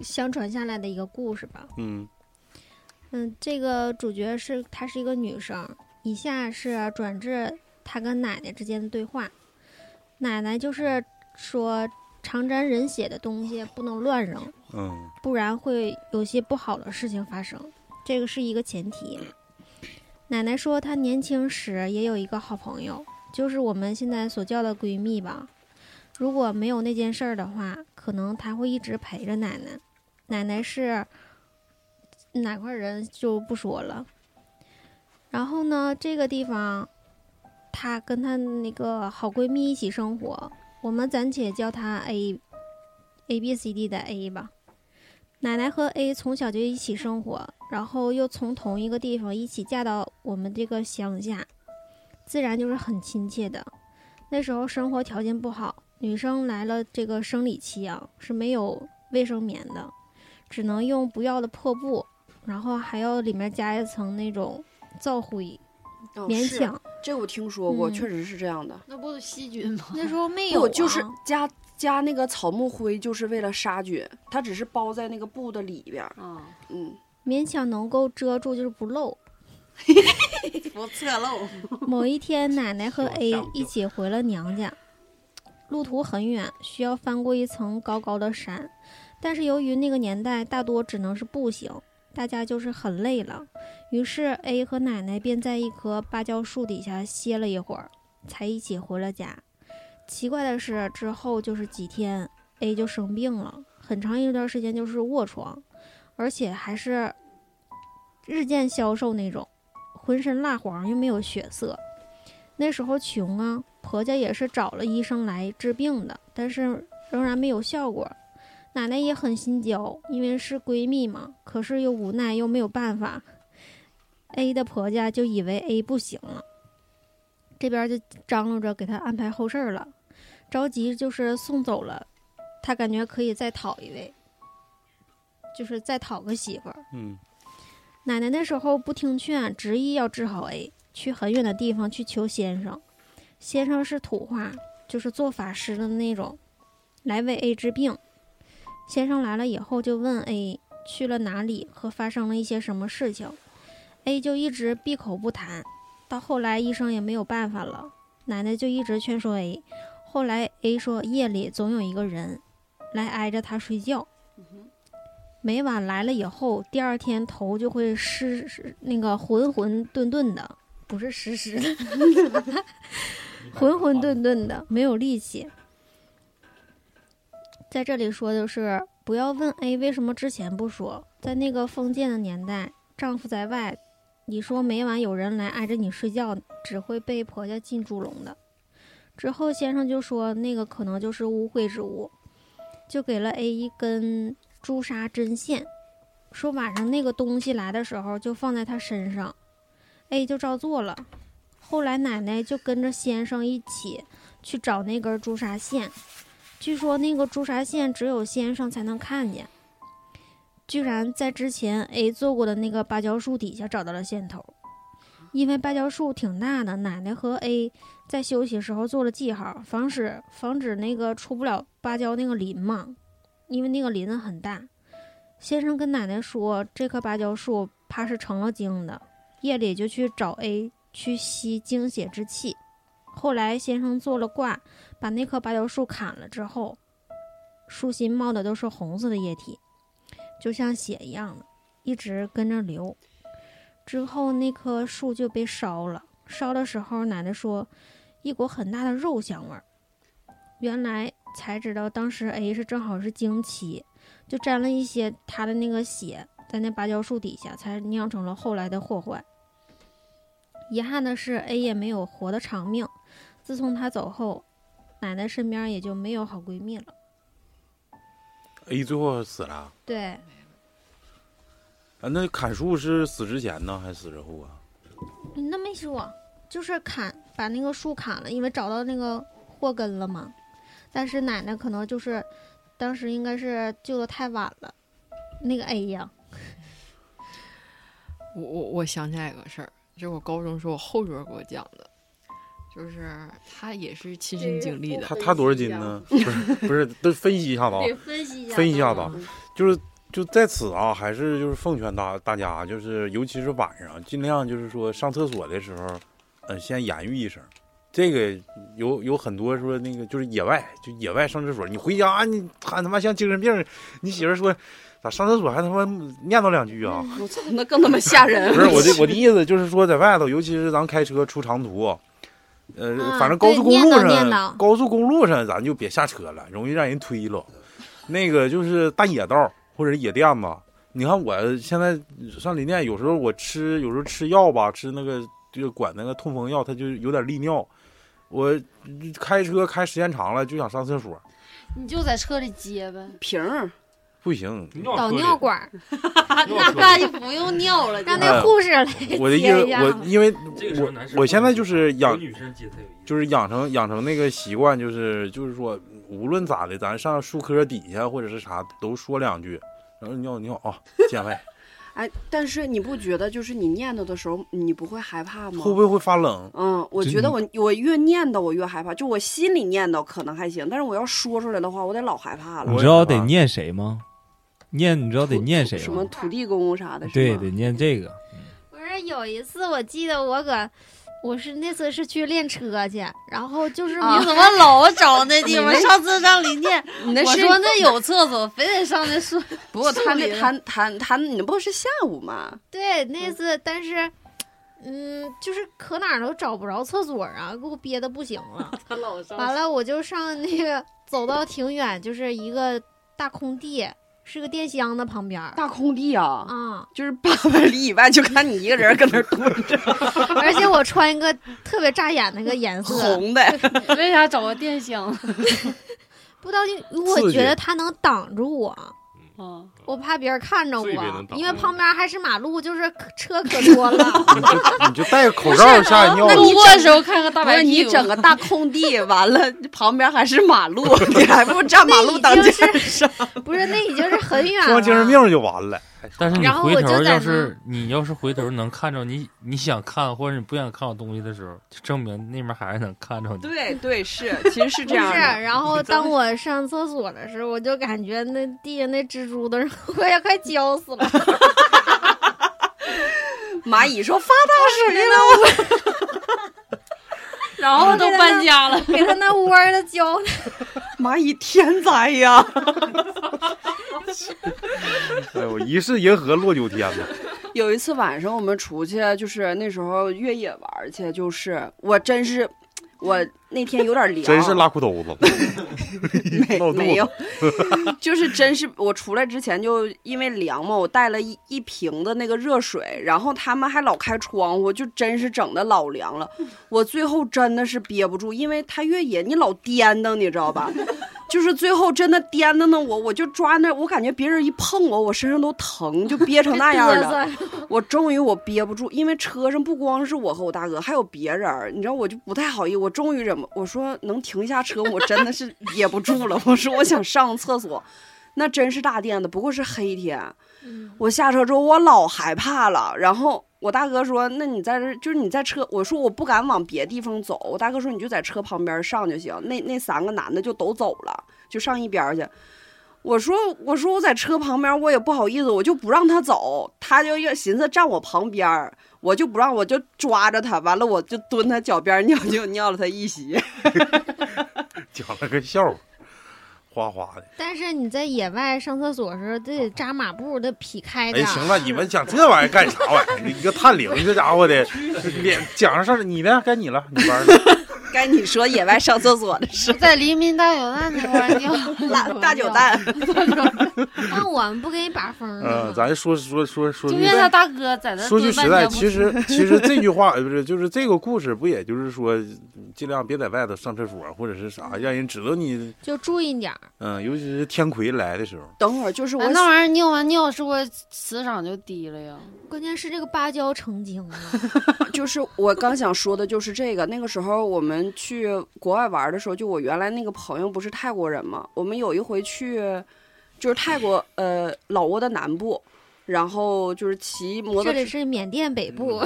J: 相传下来的一个故事吧。
B: 嗯，
H: 嗯，这个主角是她是一个女生，以下是转至她跟奶奶之间的对话。奶奶就是说，常沾人血的东西不能乱扔，
B: 嗯
H: 不然会有些不好的事情发生，这个是一个前提。奶奶说，她年轻时也有一个好朋友，就是我们现在所叫的闺蜜吧。如果没有那件事儿的话，可能她会一直陪着奶奶。奶奶是哪块儿人就不说了。然后呢，这个地方，她跟她那个好闺蜜一起生活，我们暂且叫她 A A B C D 的 A 吧。奶奶和 A 从小就一起生活，然后又从同一个地方一起嫁到我们这个乡下，自然就是很亲切的。那时候生活条件不好，女生来了这个生理期啊是没有卫生棉的，只能用不要的破布，然后还要里面加一层那种皂灰，
C: 哦
H: 勉
C: 是
H: 强。
C: 这我听说过，
H: 嗯
C: 确实是这样的。
E: 那不细菌吗？
H: 那时候没
C: 不
H: 有、啊，
C: 就是加加那个草木灰，就是为了杀菌，它只是包在那个布的里边。
E: 啊，
C: 嗯，
H: 勉强能够遮住，就是不漏。
E: 不侧漏。
H: 某一天，奶奶和 A
E: 吓我一跳
H: 一起回了娘家，路途很远，需要翻过一层高高的山。但是由于那个年代大多只能是步行，大家就是很累了，于是 A 和奶奶便在一棵芭蕉树底下歇了一会儿，才一起回了家。奇怪的是，之后就是几天，A 就生病了，很长一段时间就是卧床，而且还是日渐消瘦那种。浑身蜡黄又没有血色。那时候穷啊，婆家也是找了医生来治病的，但是仍然没有效果。奶奶也很心焦，因为是闺蜜嘛，可是又无奈又没有办法。A 的婆家就以为 A 不行了，这边就张罗着给她安排后事儿了，着急就是送走了，她感觉可以再讨一位，就是再讨个媳妇儿。
B: 嗯
H: 奶奶那时候不听劝，执意要治好 A，去很远的地方去求先生。先生是土话，就是做法师的那种，来为 A 治病。先生来了以后，就问 A 去了哪里和发生了一些什么事情。A 就一直闭口不谈，到后来医生也没有办法了，奶奶就一直劝说 A。后来 A 说夜里总有一个人来挨着他睡觉，每晚来了以后，第二天头就会湿湿那个浑浑沌沌的，不是湿湿的， [LAUGHS] 浑浑沌沌的，没有力气。在这里说就是不要问 A 为什么之前不说，在那个封建的年代，丈夫在外，你说每晚有人来挨着你睡觉，只会被婆家进猪笼的。之后先生就说那个可能就是污秽之物，就给了 A 一根朱砂针线，说晚上那个东西来的时候就放在他身上，A 哎就照做了。后来奶奶就跟着先生一起去找那根朱砂线，据说那个朱砂线只有先生才能看见，居然在之前 A 坐过的那个芭蕉树底下找到了线头。因为芭蕉树挺大的，奶奶和 A 在休息时候做了记号，防止防止那个出不了芭蕉那个林嘛，因为那个林子很大。先生跟奶奶说，这棵芭蕉树怕是成了精的，夜里就去找 A 去吸精血之气。后来先生做了卦，把那棵芭蕉树砍了之后，树心冒的都是红色的液体，就像血一样的，一直跟着流。之后那棵树就被烧了，烧的时候奶奶说，一股很大的肉香味儿。原来才知道，当时 A 是正好是经期，就沾了一些他的那个血，在那芭蕉树底下，才酿成了后来的祸患。遗憾的是，A 也没有活得长命。自从他走后，奶奶身边也就没有好闺蜜了。
B: ，A 最后死了。
H: 对，
B: 啊，那砍树是死之前呢，还是死之后啊？
H: 你那么一
J: 啊
H: 说，就是砍把那个树砍了，因为找到那个祸根了嘛。但是奶奶可能就是当时应该是救的太晚了，那个 A 呀，
F: 我我我想起来个事儿，这是我高中时候我后桌给我讲的，就是他也是亲身经历的。
B: 他他多少斤呢？不是不是，都分析一下子啊，
F: 分析
B: 分析一下子啊，就是就在此啊，还是就是奉劝大大家，啊就是尤其是晚上，尽量就是说上厕所的时候，嗯，先言语一声。这个有有很多说那个就是野外，就野外上厕所，你回家你喊他妈像精神病儿，你媳妇儿说咋上厕所还他妈念叨两句啊？
C: 我操，那更他妈吓人。
B: 不是
C: [LAUGHS]
B: 我的我的意
H: [LAUGHS]
B: 思就是说，在外头，尤其是咱开车出长途，呃，
J: 啊
B: 反正高速公路
J: 对念叨念
B: 上，
J: 叨
B: 高速公路上咱就别下车了，容易让人推了。那个就是大野道或者野店子，你看我现在上林甸，有时候我吃，有时候吃药吧，吃那个就是管那个痛风药，它就有点利尿。我开车开时间长了就想上厕所，
E: 你就在车里接呗，
C: 瓶儿
B: 不行，
J: 导尿管儿，
H: 啊
E: 那那就不用尿了，
J: 让
B: 嗯
E: 就
J: 那护士来
B: 我的意
J: 接
B: 思
J: 一，下
B: 我因为
H: 这个时候
B: 我
H: 男生
B: 我现在就是养
H: 女生接他有意
B: 就是养成养成那个习惯，就是就是说，无论咋的，咱上树棵底下或者是啥，都说两句，然后尿尿啊，健胃，
C: 哎，但是你不觉得就是你念叨的时候，你不会害怕吗？
B: 会不会会发冷？
C: 嗯，我
B: 真
C: 觉得
B: 的
C: 我我越念叨我越害怕，就我心里念叨可能还行，但是我要说出来的话，我得老害怕了。
D: 你知道得念谁吗？念你知道得念谁
C: 什
D: 吗
C: 么？土地公啥的，是
D: 对，
C: 吗
D: 得念这个。
J: 不是有一次，我记得我搁，我是那次是去练车去，然后就是
E: 啊
J: 你怎么老找那地
E: [LAUGHS] 你
J: 方？
E: 那
J: 上次上林甸，
E: 你那
J: 我
E: 是
J: 说那有厕所，非得上那树。
C: 啊不过他那
J: 树林
C: 他他他你不是下午吗？
J: 对那次，但是。嗯，就是可哪儿都找不着厕所啊，给我憋的不行
H: [LAUGHS]
J: 了。
E: 他老上
J: 完了，我就上那个走到挺远，就是一个大空地，是个电箱子旁边儿。
C: 大空地啊，
J: 啊，
C: 就是八百里以外就看你一个人搁 [LAUGHS] 那儿蹲着，
J: [LAUGHS] 而且我穿一个特别扎眼那个颜色，
C: 红的。
E: [LAUGHS] 为啥找个电 [LAUGHS] 箱？
J: 不知道因为我
E: 刺激
J: 觉得它能挡住我，
E: 啊，
J: 我怕别人看着我
E: 最别能，挡
J: 因为旁边还是马路，就是可车可多了。
E: [LAUGHS]
B: 你就戴个口罩吓
E: 哦
B: 人尿了。
E: 看个大
C: 白你整个大空地，完了旁边还是马 [LAUGHS] 路，你还不站马路当
J: 那已经
C: 尖儿上？
J: 不是，那已经是很远
B: 装精神
J: 了。
B: 病就完了。
H: 但是你
J: 然后
H: 回
J: 我
H: 头
J: 就在
H: 要是你要是回头能看着你你想看或者你不想看我东西的时候，就证明那边还是能看着你。
C: 对对是，其实是
J: 不
C: 这
J: 是，
C: [LAUGHS] 样的。
J: 然后当我上厕所的时候，我就感觉那地上那蜘蛛都让 [LAUGHS] 我也快浇死了。
C: 蚂蚁说发大水了，
E: [LAUGHS] 然后都搬家了，
J: 给它那窝儿的浇的。
C: 蚂蚁天灾呀！
B: 哎我一世银河落九天呐。
C: 有一次晚上我们出去，就是那时候越野玩儿去，就是我真是，我那天有点凉，
B: 真是拉裤兜子，
C: 没
B: 闹肚
C: 没有
B: [LAUGHS]
C: [LAUGHS]
B: 子，
C: 就是真是我出来之前就因为凉嘛，我带了一一瓶的那个热水，然后他们还老开窗户，就真是整的老凉了。我最后真的是憋不住，因为他越野你老颠蹬，你知道吧？ [LAUGHS] 就是最后真的颠蹬的我，我就抓那，我感觉别人一碰我，我身上都疼，就憋成那样
E: [LAUGHS]
C: 了。我终于我憋不住，因为车上不光是我和我大哥，还有别人儿，你知道我就不太好意思。我终于忍不，我说能停下车吗，我真的是憋不住了。我说我想上厕所，那真是大垫子，不过是黑天。我下车之后我老害怕了，然后我大哥说：“那你在这儿，就是你在车。”我说：“我不敢往别地方走。”我大哥说：“你就在车旁边上就行。那”那三个男的就都走了，就上一边儿去。我说我说我在车旁边，我也不好意思，我就不让他走，他就要寻思站我旁边儿，我就不让，我就抓着他，完了我就蹲他脚边儿尿，就尿了他一席。
B: [LAUGHS] 讲了个笑话，哗哗的。
J: 但是你在野外上厕所的时候，得得扎马步，得劈开
B: 哎，
J: 点儿。
H: 啊
B: 行了，你们讲这玩意儿干啥玩意儿？你一个探灵，这家伙的，脸讲上事儿你的该你了，你玩儿了。
C: [LAUGHS] 该你说野外上厕所的事，
E: 在黎明大酒蛋那块 [LAUGHS] 儿尿
C: 大大酒蛋， [LAUGHS]
J: 那我们不给你把风儿
B: 嗯，
J: 吗？
B: 咱说说说说
E: 就
B: 句
E: 怨他大哥在那
B: 说句
E: 蹲
B: 实在，
E: 半天不
B: 其实
E: 出
B: 其实这
J: [LAUGHS]
B: 句话呃不是就是这个故事，不也就是说，尽量别在外头上厕所或者是啥，让人知道你，
J: 就注意点儿。
B: 嗯，尤其是天魁来的时候，
C: 等会儿就是
E: 哎那玩意儿尿完尿是不是磁场就低了呀？
J: 关键是这个芭蕉成精了，
C: 就是我刚想说的就是这个。那个时候我们去国外玩的时候，就我原来那个朋友不是泰国人嘛，我们有一回去就是泰国呃老挝的南部，然后就是骑摩
J: 这
C: 托
J: 里
C: 车。
J: 是缅甸北部。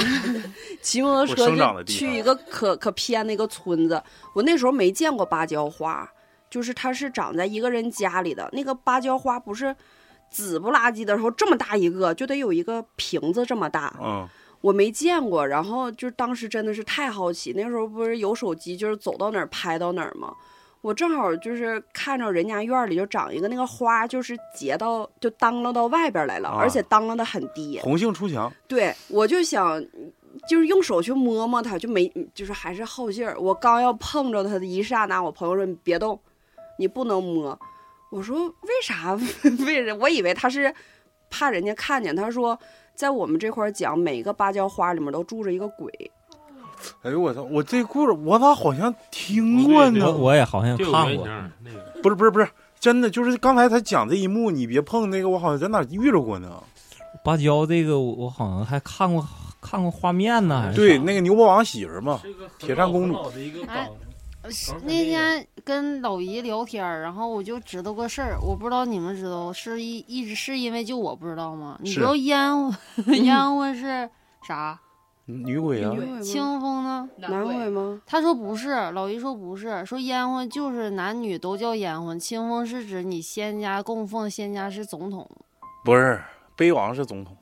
C: 骑摩托车
B: 我生长的
C: 就
B: 地
C: 去
B: 方
C: 一个可可偏的一个村子，我那时候没见过芭蕉花，就是它是长在一个人家里的那个芭蕉花，不是紫不拉几的，然后这么大一个，就得有一个瓶子这么大。
J: [LAUGHS]
B: 嗯，
C: 我没见过，然后就是当时真的是太好奇，那时候不是有手机，就是走到哪儿拍到哪儿吗？我正好就是看着人家院儿里就长一个那个花，就是结到就当啷到外边来了，
B: 啊
C: 而且当啷的很低。
B: 红杏出墙，
C: 对，我就想就是用手去摸摸它，就没就是还是好劲儿。我刚要碰着它的一刹那，我朋友说你别动，你不能摸。我说为啥？ [LAUGHS] 为啥？我以为他是怕人家看见。他说在我们这块儿讲，每个芭蕉花里面都住着一个鬼。
B: 哎呦我操！我这故事我咋好像听过呢？
D: 我我也好像看过这有原型
I: 那个
B: 不是不是不是，真的就是刚才他讲这一幕，你别碰那个，我好像在哪儿遇着过呢。
D: 芭蕉这个我我好像还看过看过画面呢，还是
B: 对，
D: 啥
B: 那个牛魔王媳妇儿
G: 啊
B: 嘛，铁扇公
I: 很
B: 主
I: 老的一个
E: 哎
I: 港，
H: 呃
E: 是那天跟老姨聊天儿，然后我就知道个事儿，我不知道你们知道，是一一直是因为就我不知道吗？你
B: 是
E: 知道烟雾 [LAUGHS] 烟雾是啥？
B: 女鬼啊，
E: 清风呢？
C: 男鬼吗？
E: 他说不是，老姨说不是，说烟魂就是男女都叫烟魂，清风是指你仙家供奉仙家是总统，
B: 不是碑王是总统，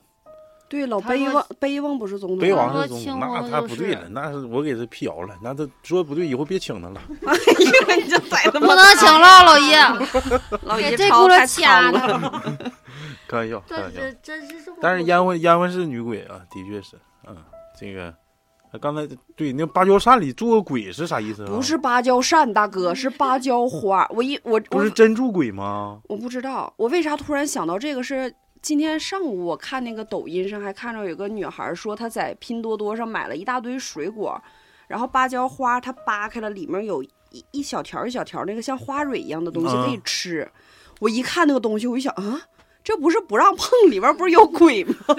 C: 对，老
E: 他
C: 碑
E: 说
C: 王碑王不是总统吗，
B: 碑王是总
E: 清
B: 统，那
E: 风
B: 他
E: 就
B: 不对
E: 是
B: 了，那是我给他辟谣了，那他说不对，以后别请他了。
E: 不能请了，老姨，
C: 老
E: 给
C: 姨
E: 这
C: 抄
E: 轱辘
C: 太
E: 掐
C: 糙
E: 的，
B: 开玩笑，开
E: 这
B: 玩笑。
E: 这真是这么
B: 但是烟魂烟魂是女鬼啊，的确是，嗯，这个，啊刚才对那芭蕉扇里住个鬼是啥意思啊？
C: [LAUGHS] 不是芭蕉扇，大哥是芭蕉花。我一我
B: 不
C: 我
B: 是真住鬼吗？
C: 我不知道，我为啥突然想到这个是？今天上午我看那个抖音上还看着有个女孩说她在拼多多上买了一大堆水果，然后芭蕉花她扒开了，里面有一一小条一小条那个像花蕊一样的东西
K: 嗯
C: 可以吃。我一看那个东西，我一想啊，这不是不让碰，里边不是有鬼吗？ [LAUGHS]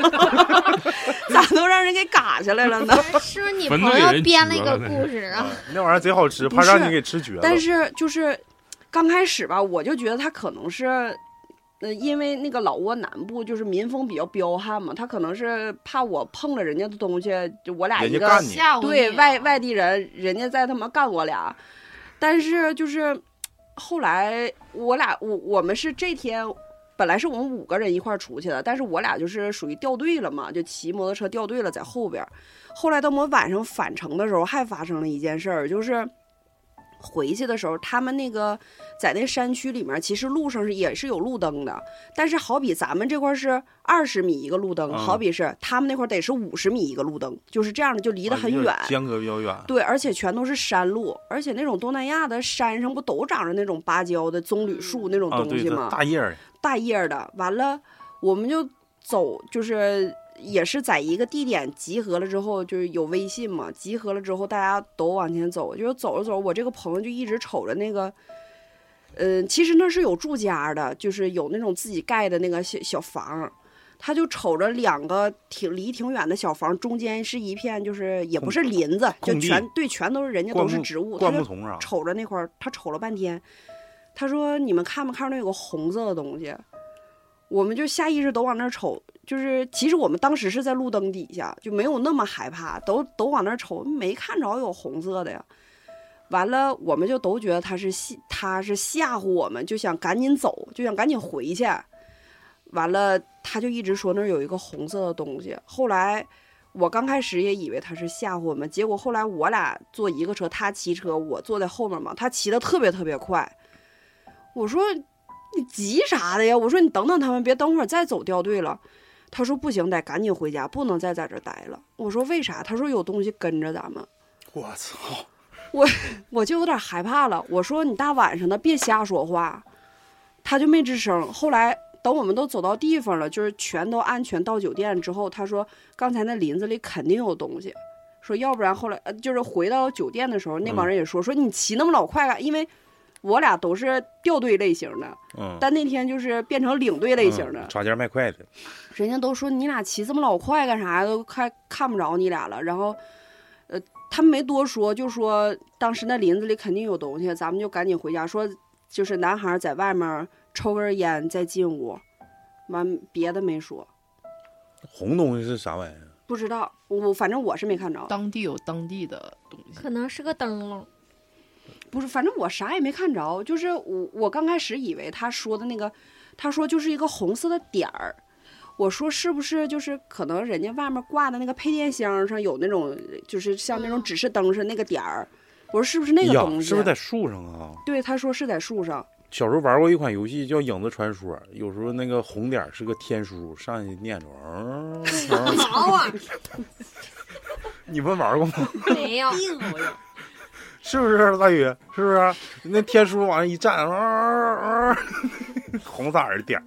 C: 咋都让人给嘎下来了呢？
J: 是不是你
B: 坟都给人掘了那是
J: 事啊？
B: 那玩意儿贼好吃，
C: 不
B: 怕让
C: 是
B: 你给吃绝了。
C: 但是就是刚开始吧，我就觉得他可能是，呃，因为那个老挝南部就是民风比较彪悍嘛，他可能是怕我碰了人家的东西，就我俩
B: 人
C: 一
B: 家
C: 个
B: 干你吓
E: 啊
B: 唬
C: 对
B: 你啊
C: 外外地人，人家再他妈干我俩。但是就是后来我俩我我们是这天。本来是我们五个人一块儿出去的，但是我俩就是属于掉队了嘛，就骑摩托车掉队了，在后边儿。后来等我晚上返程的时候，还发生了一件事儿，就是回去的时候，他们那个在那山区里面，其实路上是也是有路灯的，但是好比咱们这块儿是二十米一个路灯，
B: 嗯
C: 好比是他们那块儿得是五十米一个路灯，就是这样的，就
B: 啊
C: 离
B: 离
C: 得很远。
B: 间隔比较远。
C: 对，而且全都是山路，而且那种东南亚的山上不都长着那种芭蕉的棕榈树那种
B: 啊，
C: 东
B: 对，
C: 西
B: 这
C: 吗？
B: 大叶儿，
C: 大叶儿的。完了，我们就走，就是也是在一个地点集合了之后，就是有微信嘛，集合了之后大家都往前走，就是走着走着，我这个朋友就一直瞅着那个。嗯，其实那是有住家的，就是有那种自己盖的那个小小房儿，他就瞅着两个挺离挺远的小房，中间是一片就是也不
B: 空
C: 是林子，就
B: 空地
C: 全对全都是人家
B: 灌
C: 都是
B: 木
C: 植物，
B: 灌
C: 他就
B: 木丛啊啥
C: 瞅着那块儿，他瞅了半天，他说：“你们看没看着那有个红色的东西？”我们就下意识都往那儿瞅，就是其实我们当时是在路灯底下，就没有那么害怕，都都往那儿瞅，没看着有红色的呀。完了，我们就都觉得他是吓，他是吓唬我们，就想赶紧走，就想赶紧回去。完了，他就一直说那儿有一个红色的东西。后来我刚开始也以为他是吓唬我们，结果后来我俩坐一个车，他骑车，我坐在后面嘛，他骑的特别特别快。我说你急啥的呀？我说你等等他们，别等会儿再走掉队了。他说不行，得赶紧回家，不能再在这儿待了。我说为啥？他说有东西跟着咱们。
B: 我操！
C: 我 [LAUGHS] 我就有点害怕了。我说你大晚上的别瞎说话，他就没吱声。后来等我们都走到地方了，就是全都安全到酒店之后，他说刚才那林子里肯定有东西，说要不然后来呃就是回到酒店的时候，那
B: 嗯
C: 帮人也说、说你骑那么老快干，因为我俩都是掉队类型的，
B: 嗯
C: 但那天就是变成领队类型的，
B: 耍尖卖筷子，
C: 人家都说你俩骑这么老快干啥呀？都快看不着你俩了。然后，呃，他们没多说，就说当时那林子里肯定有东西，咱们就赶紧回家。说就是男孩在外面抽根烟再进屋，完别的没说，
B: 红东西是啥玩意儿？
C: 不知道我反正我是没看着。
F: 当地有当地的东西，
J: 可能是个灯笼。
C: 不是，反正我啥也没看着，就是我我刚开始以为他说的那个他说就是一个红色的点儿。我说是不是就是可能人家外面挂的那个配电箱上有那种就是像那种指示灯似的那个点儿？我说是不是那个
B: 哎呀
C: 东西？
B: 是不是在树上啊？
C: 对，他说是在树上。
B: 小时候玩过一款游戏叫《影子传说》，有时候那个红点儿是个天书，上去念着。
C: [LAUGHS]
B: 嗯嗯
C: 啊！
B: 你们玩过吗？
J: [LAUGHS] 没有，
B: 是不是大宇？是不是那天书往上一站，啊啊啊红色儿的点儿。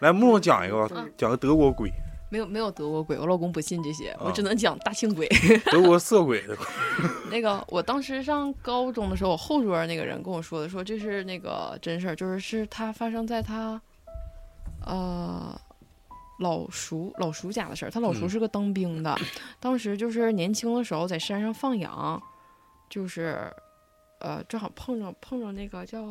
B: 来，木木讲一个吧，
C: 嗯
B: 讲个德国鬼，
F: 没有没有德国鬼，我老公不信这些，我
B: 啊
F: 只能讲大庆鬼。
B: 德国色鬼的。
F: [LAUGHS] 那个，我当时上高中的时候，我后桌那个人跟我说的，说这是那个真事儿，就是是他发生在他，呃，老叔老叔家的事儿。他老叔
K: 嗯
F: 是个当兵的，当时就是年轻的时候在山上放羊，就是，呃，正好碰上碰上那个叫，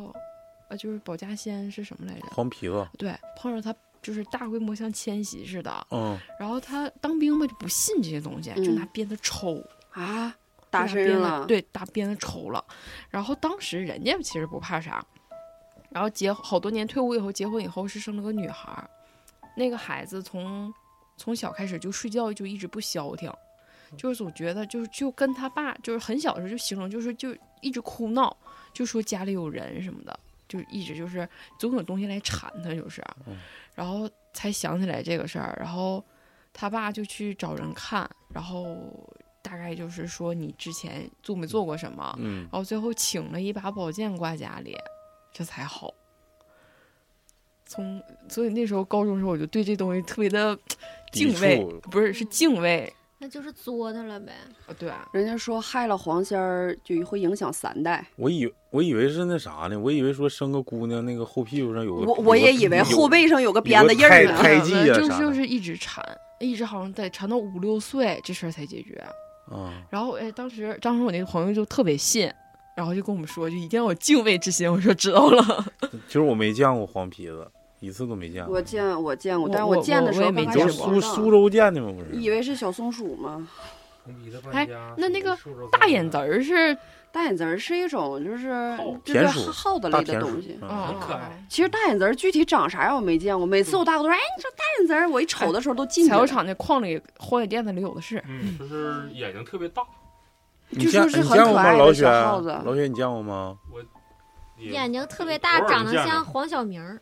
F: 呃，就是保家仙是什么来着？
B: 黄皮子。
F: 对，碰上他就是大规模像迁徙似的，
B: 嗯，
F: 然后他当兵吧就不信这些东西，就
C: 嗯
F: 拿鞭子抽
C: 啊，打
F: 就拿
C: 身
F: 鞭
C: 上
F: 子
C: 了
F: 对，打鞭子抽了。然后当时人家其实不怕啥，然后结好多年退伍以后，结婚以后是生了个女孩儿，那个孩子从从小开始就睡觉就一直不消停，就是总觉得就是就跟他爸就是很小的时候就形容就是就一直哭闹，就说家里有人什么的，就一直就是总有东西来缠他，就是。然后才想起来这个事儿，然后他爸就去找人看，然后大概就是说你之前做没做过什么，
K: 嗯
C: 哦
F: 然后最后请了一把宝剑挂家里，这才好。从所以那时候高中时候我就对这东西特别的
J: 抵
F: 敬畏
J: 触，
F: 不是是敬畏，
J: 那就是作他了呗。
F: 对、啊
C: 人家说害了黄仙儿就会影响三代。
B: 我以我以为是那啥呢，我以为说生个姑娘那个后屁股上有个，
C: 我我也以为后背上有个鞭子印儿呢
B: 胎胎记
F: 就
B: 啊
F: 是
B: 啥
F: 就
B: 的。
F: 是一直缠，一直好像得缠到五六岁这事儿才解决。
B: 啊，
F: 然后哎，当时当时我那个朋友就特别信，然后就跟我们说，就一定要有敬畏之心。我说知道了。
B: 其实我没见过黄皮子，一次都没见过。
C: 我见我见过，
F: 我
C: 但是
F: 我
C: 见的时
F: 我
C: 候
F: 也没
C: 刚开
B: 都
C: 始
B: 是
C: 不
B: 苏
C: 知道
B: 苏州见的吗？不是，
C: 以为是小松鼠吗？
F: 哎，那那个大眼子儿是
C: 大眼子儿是一种就是就是
B: 田鼠
C: 耗子
B: 大
C: 类的
B: 田鼠
C: 东西，
B: 嗯很
F: 可
C: 爱。其实大眼子儿具体长啥样我没见过，每
B: 嗯
C: 次我大哥都说：“哎，你说大眼子儿。”我一瞅的时候都进去
F: 采
C: 了。
F: 油厂那矿里、荒野垫子里有的是。
I: 嗯，就是眼睛特别大，
B: 你见
F: 就是
B: 你
F: 很
B: 见过
F: 可
B: 吗？
F: 爱的
B: 老
F: 小
B: 雪，啊
F: 耗子
B: 老雪你见过吗？
J: 眼睛特别大，
I: 偶尔
J: 长得
I: 见着
J: 像黄晓明儿。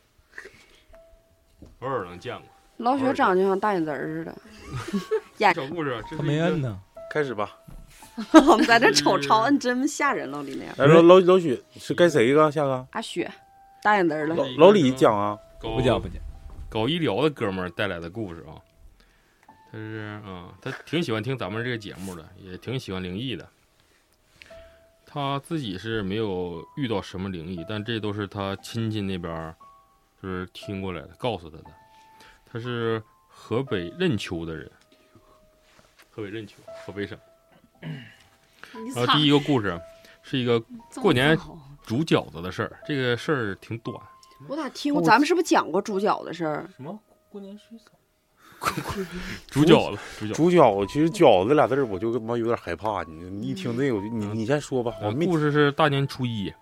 I: 偶尔能见过。
C: 老雪长得就像大眼子儿似的， [LAUGHS] 眼
I: 小故事，这是一个
B: 呢。开始吧，嗯
C: 我们在这瞅超摁，真吓人了，李亮。
B: 来哎老老老许是该谁一个下个？
C: 阿雪，大眼子儿了。
B: 老李讲啊，
I: 搞
D: 不讲不讲，
I: 搞医疗的哥们儿带来的故事啊。他是嗯，他挺喜欢听咱们这个节目的，也挺喜欢灵异的。他自己是没有遇到什么灵异，但这都是他亲戚那边儿就是听过来的，告诉他的。他是河北任丘的人，河北任丘，河北省。然后第一个故事啊是一个过年煮饺子的事儿，这个事儿挺短，
C: 我咋听过？咱们是不是讲过猪脚的事儿？
I: 什么
G: 过年睡早。
I: 煮饺子，煮饺子。
B: 煮饺子，其实饺子俩字儿我就他妈有点害怕。你你一
F: 嗯
B: 听这个，我就你你先说吧，我
I: 我
B: 没
I: 呃嗯故事是大年初一，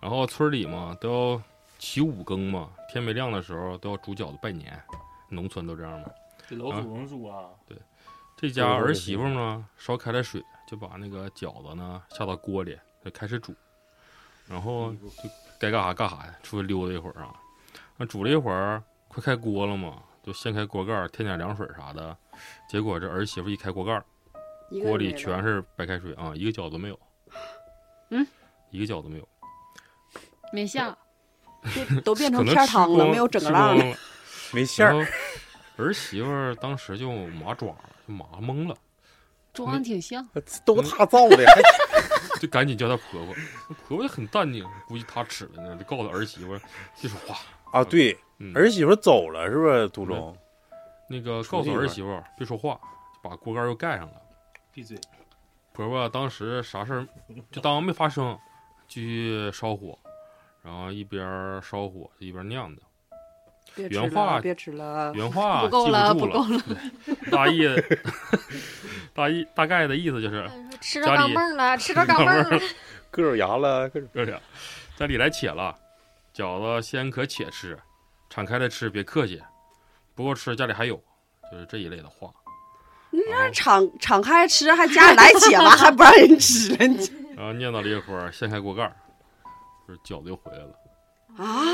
I: 然后村里嘛都要起五更嘛，天没亮的时候都要煮饺子拜年，农村都这样嘛。
G: 这老
I: 啊
G: 祖宗煮啊，
I: 对，这家儿媳妇儿呢烧开了水，就把那个饺子呢下到锅里，就开始煮，然后就该干啥干啥呀，出去溜达一会儿啊。那煮了一会儿，快开锅了嘛，就掀开锅盖儿，添点凉水啥的。结果这儿媳妇一开锅盖儿，
K: 一个
I: 锅里
K: 没了
I: 全是白开水啊，一个饺子没有。
E: 嗯，
I: 一个饺子没有。
E: 没下，
C: 都变成
I: 可能
C: 片儿
I: 吃
C: 汤了，
I: 光
C: 没有整
I: 吃
C: 个浪
I: 光
C: 了
I: 了。，
B: 没馅儿
I: 然后儿媳妇儿当时就麻爪了，就麻懵了，
E: 装挺像。
B: [LAUGHS] 都他造的，还
I: 就赶紧叫她婆婆。婆婆也很淡定，估计她吃了呢，就告诉儿媳妇儿，就是哇，
B: 啊，对
I: 嗯，
B: 儿媳妇走了是不是？途中
I: 那个
B: 出
I: 告
B: 去
I: 诉
B: 一
I: 儿
B: 会儿
I: 媳妇儿别说话，就把锅盖又盖上了。
G: 闭嘴。
I: 婆婆当时啥事儿就当没发生，继续烧火，然后一边儿烧火一边儿
C: [LAUGHS]
I: 酿的。
C: 别吃
I: 原
C: 了，
I: 话
C: 别吃了，
I: 原话
C: 不够
I: 记
C: 了，
I: 不
C: 不
I: 住
C: 够了。
I: 对 [LAUGHS] 大意 [LAUGHS] 大意大概的意思就是
J: 吃着钢镚儿了吃着钢镚
I: 蹦
J: 儿
I: 了
J: 了，
B: 硌着牙了，硌
I: 着牙，家里来且了，饺子先可且吃，敞开了吃，别客气，不够吃家里还有，就是这一类的话。
C: 你让敞敞开吃，还家里来且吧，还不让人
F: [LAUGHS]
C: 吃
I: 然后念叨了一会儿，掀开锅盖儿，就是饺子又回来了，
C: 啊？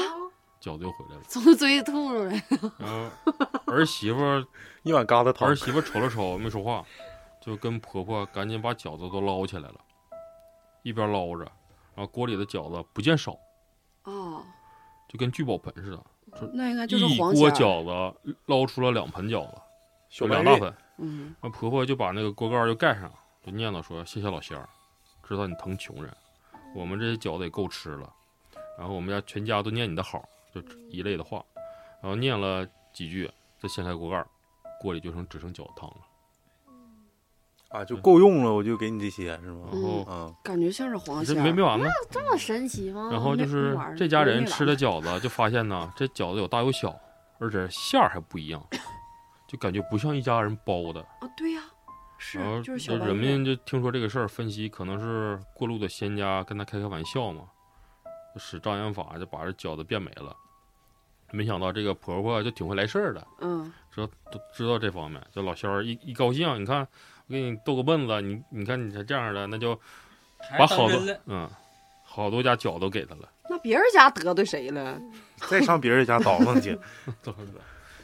I: 饺子又回来了。
E: 从嘴吐出来。
I: 然后儿媳妇
B: 一碗疙瘩
I: 汤，儿媳妇瞅了瞅，没说话，就跟婆婆赶紧把饺子都捞起来了，一边捞着，然后锅里的饺子不见少，
C: 哦，
I: 就跟聚宝盆似的。就
C: 那应该就是
I: 一
C: 黄馅
I: 锅
C: 儿
I: 饺子捞出了两盆饺子，
B: 小
I: 就
B: 白
I: 两大
B: 玉
I: 盆。
C: 嗯，
I: 那婆婆就把那个锅盖儿就盖上，就念叨说：“谢谢老仙儿，知道你疼穷人，我们这些饺子也够吃了，然后我们家全家都念你的好，就一类的话。”然后念了几句，再掀开锅盖儿，锅里就剩只剩饺子汤了。
B: 啊，就够用了，我就给你这些是吗？
I: 然后
B: 嗯，
C: 感觉像是黄
I: 这
C: 馅儿。
I: 没没完呢。
E: 这么神奇吗？
I: 然后就是这家人吃的饺子，就发现呢，这饺子有大有小，而且馅儿还不一样，就感觉不像一家人包的。
C: 啊，对呀、是
I: 然后
C: 就是小
I: 就
C: 白
I: 人
C: 面
I: 们就听说这个事儿，分析可能是过路的仙家跟他开开玩笑嘛，就使障眼法就把这饺子变没了。没想到这个婆婆就挺会来事儿的，
C: 嗯，
I: 知道都知道这方面。就老仙儿一一高兴，你看我给你逗个笨子，你你看你才这样的，那就把好
G: 还当真
I: 多
G: 了
I: 嗯好多家饺子都给他了。
C: 那别人家得罪谁了？
B: 再上别人家倒腾
C: [LAUGHS]
B: 去。
I: 倒腾，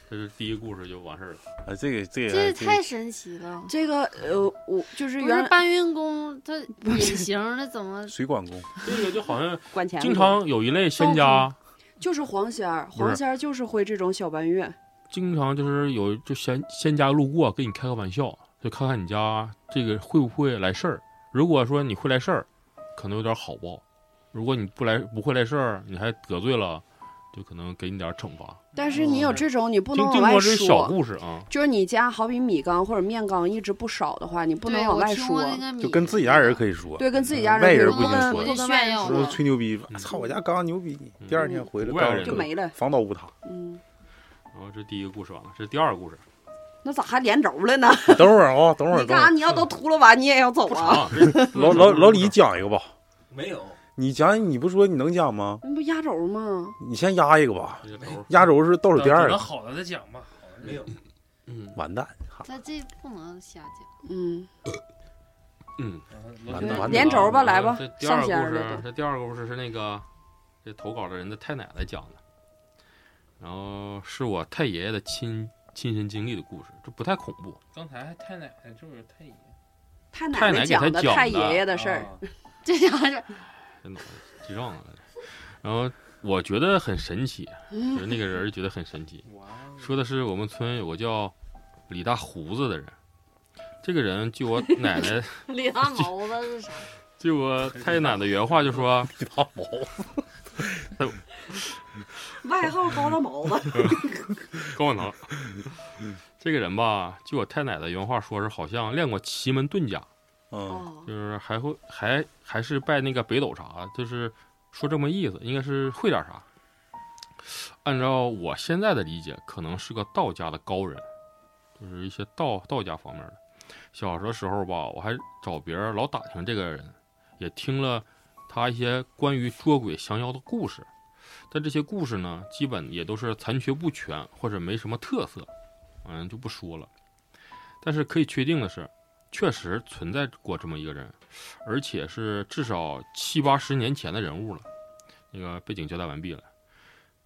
I: 这是第一故事就完事儿了。
B: 啊，这个这个
E: 这太神奇了。
C: 这个呃，我就是
E: 不
C: 原
E: 是
C: 来
E: 搬运工，他隐形儿的怎么？
B: 水管工，
I: 这个就好
C: [LAUGHS]
I: 像
C: 管钱
I: 经常有一类仙家，
C: 就是黄仙儿，
I: 不是哦
C: 黄仙儿就是会这种小搬运。
I: 经常就是有就仙仙家路过跟你开个玩笑，就看看你家这个会不会来事儿。如果说你会来事儿，可能有点好报；如果你不来不会来事儿，你还得罪了，就可能给你点儿惩罚。
C: 但是你有这种，你不能往
I: 经经
C: 外
I: 过这是小
C: 说。
I: 故事啊，
C: 就是你家好比米缸或者面缸一直不少的话，你不能
E: 对
C: 往
E: 我
C: 外
E: 听过
C: 说。
E: 那个
B: 就
E: 米
B: 跟自己家人可以说，
C: 对，跟自己
I: 嗯
C: 家
B: 外
C: 人
B: 人
C: 不
B: 不行
C: 跟
B: 说
C: 不跟外
E: 炫
C: 人
E: 耀
B: 说
E: 嘛
C: 说。
B: 吹牛逼，操，我家刚牛逼，
I: 嗯
B: 第二天回来
I: 外人
B: 刚
C: 就没
I: [LAUGHS]
C: 了
B: 房倒屋塌。
C: 嗯，
I: 然后这第一个故事完了，这是第二个故事，
C: 那咋还连轴了呢？
B: 等会儿啊，等会儿，等
C: 你干
B: 会
C: 啥？
B: 儿，
C: 你要都秃噜完，你也要走啊？
I: 啊，这是
B: 老老老李讲一个吧，
G: 没有，
B: 你讲，你不说你能讲吗？
C: 那不压轴吗？
B: 你先压一个吧，
I: 这个头儿
B: 压轴是倒数第
I: 呃
B: 二
G: 等
B: 个，
G: 好了再讲吧。好了没有，
I: 嗯
B: 完蛋，
E: 他这不能瞎讲。 [LAUGHS]
C: 嗯，
I: 嗯。
G: 啊
B: 完蛋，完
C: 连
B: 蛋，
C: 轴吧来吧
I: 这第二
C: 上线
I: 个
C: 儿
I: 故
C: 了
I: 事，这第二个故事是那个这投稿的人的太奶奶讲的，然后是我太爷爷的亲亲身经历的故事，这不太恐怖。
G: 刚才还太奶奶，这不是太爷
C: 太
I: 太
C: 奶
I: 奶
C: 奶
I: 给
C: 讲
I: 他
C: 的
I: 讲
C: 太
I: 的
C: 爷爷的事儿，
G: 啊
E: 这家是
I: 真的我记上了。然后我觉得很神奇，啊
C: 嗯
I: 就是那个人儿觉得很神奇。
G: 哇哦
I: 说的是我们村有个叫李大胡子的人，这个人据我奶奶 [LAUGHS]
E: 李大毛子是啥？
I: 据我太奶奶原话就说，
B: 一大毛，
C: [LAUGHS] 外号高大毛子。
I: [LAUGHS] 高万能。这个人吧，据我太奶奶原话说是，好像练过奇门遁甲，
B: 嗯，
C: 哦
I: 就是还会还还是拜那个北斗啥，就是说这么意思，应该是会点啥。按照我现在的理解，可能是个道家的高人，就是一些道道家方面的。小的时候吧，我还找别人老打听这个人，也听了他一些关于捉鬼降妖的故事，但这些故事呢，基本也都是残缺不全或者没什么特色，嗯，就不说了。但是可以确定的是，确实存在过这么一个人，而且是至少七八十年前的人物了。那个背景交代完毕了。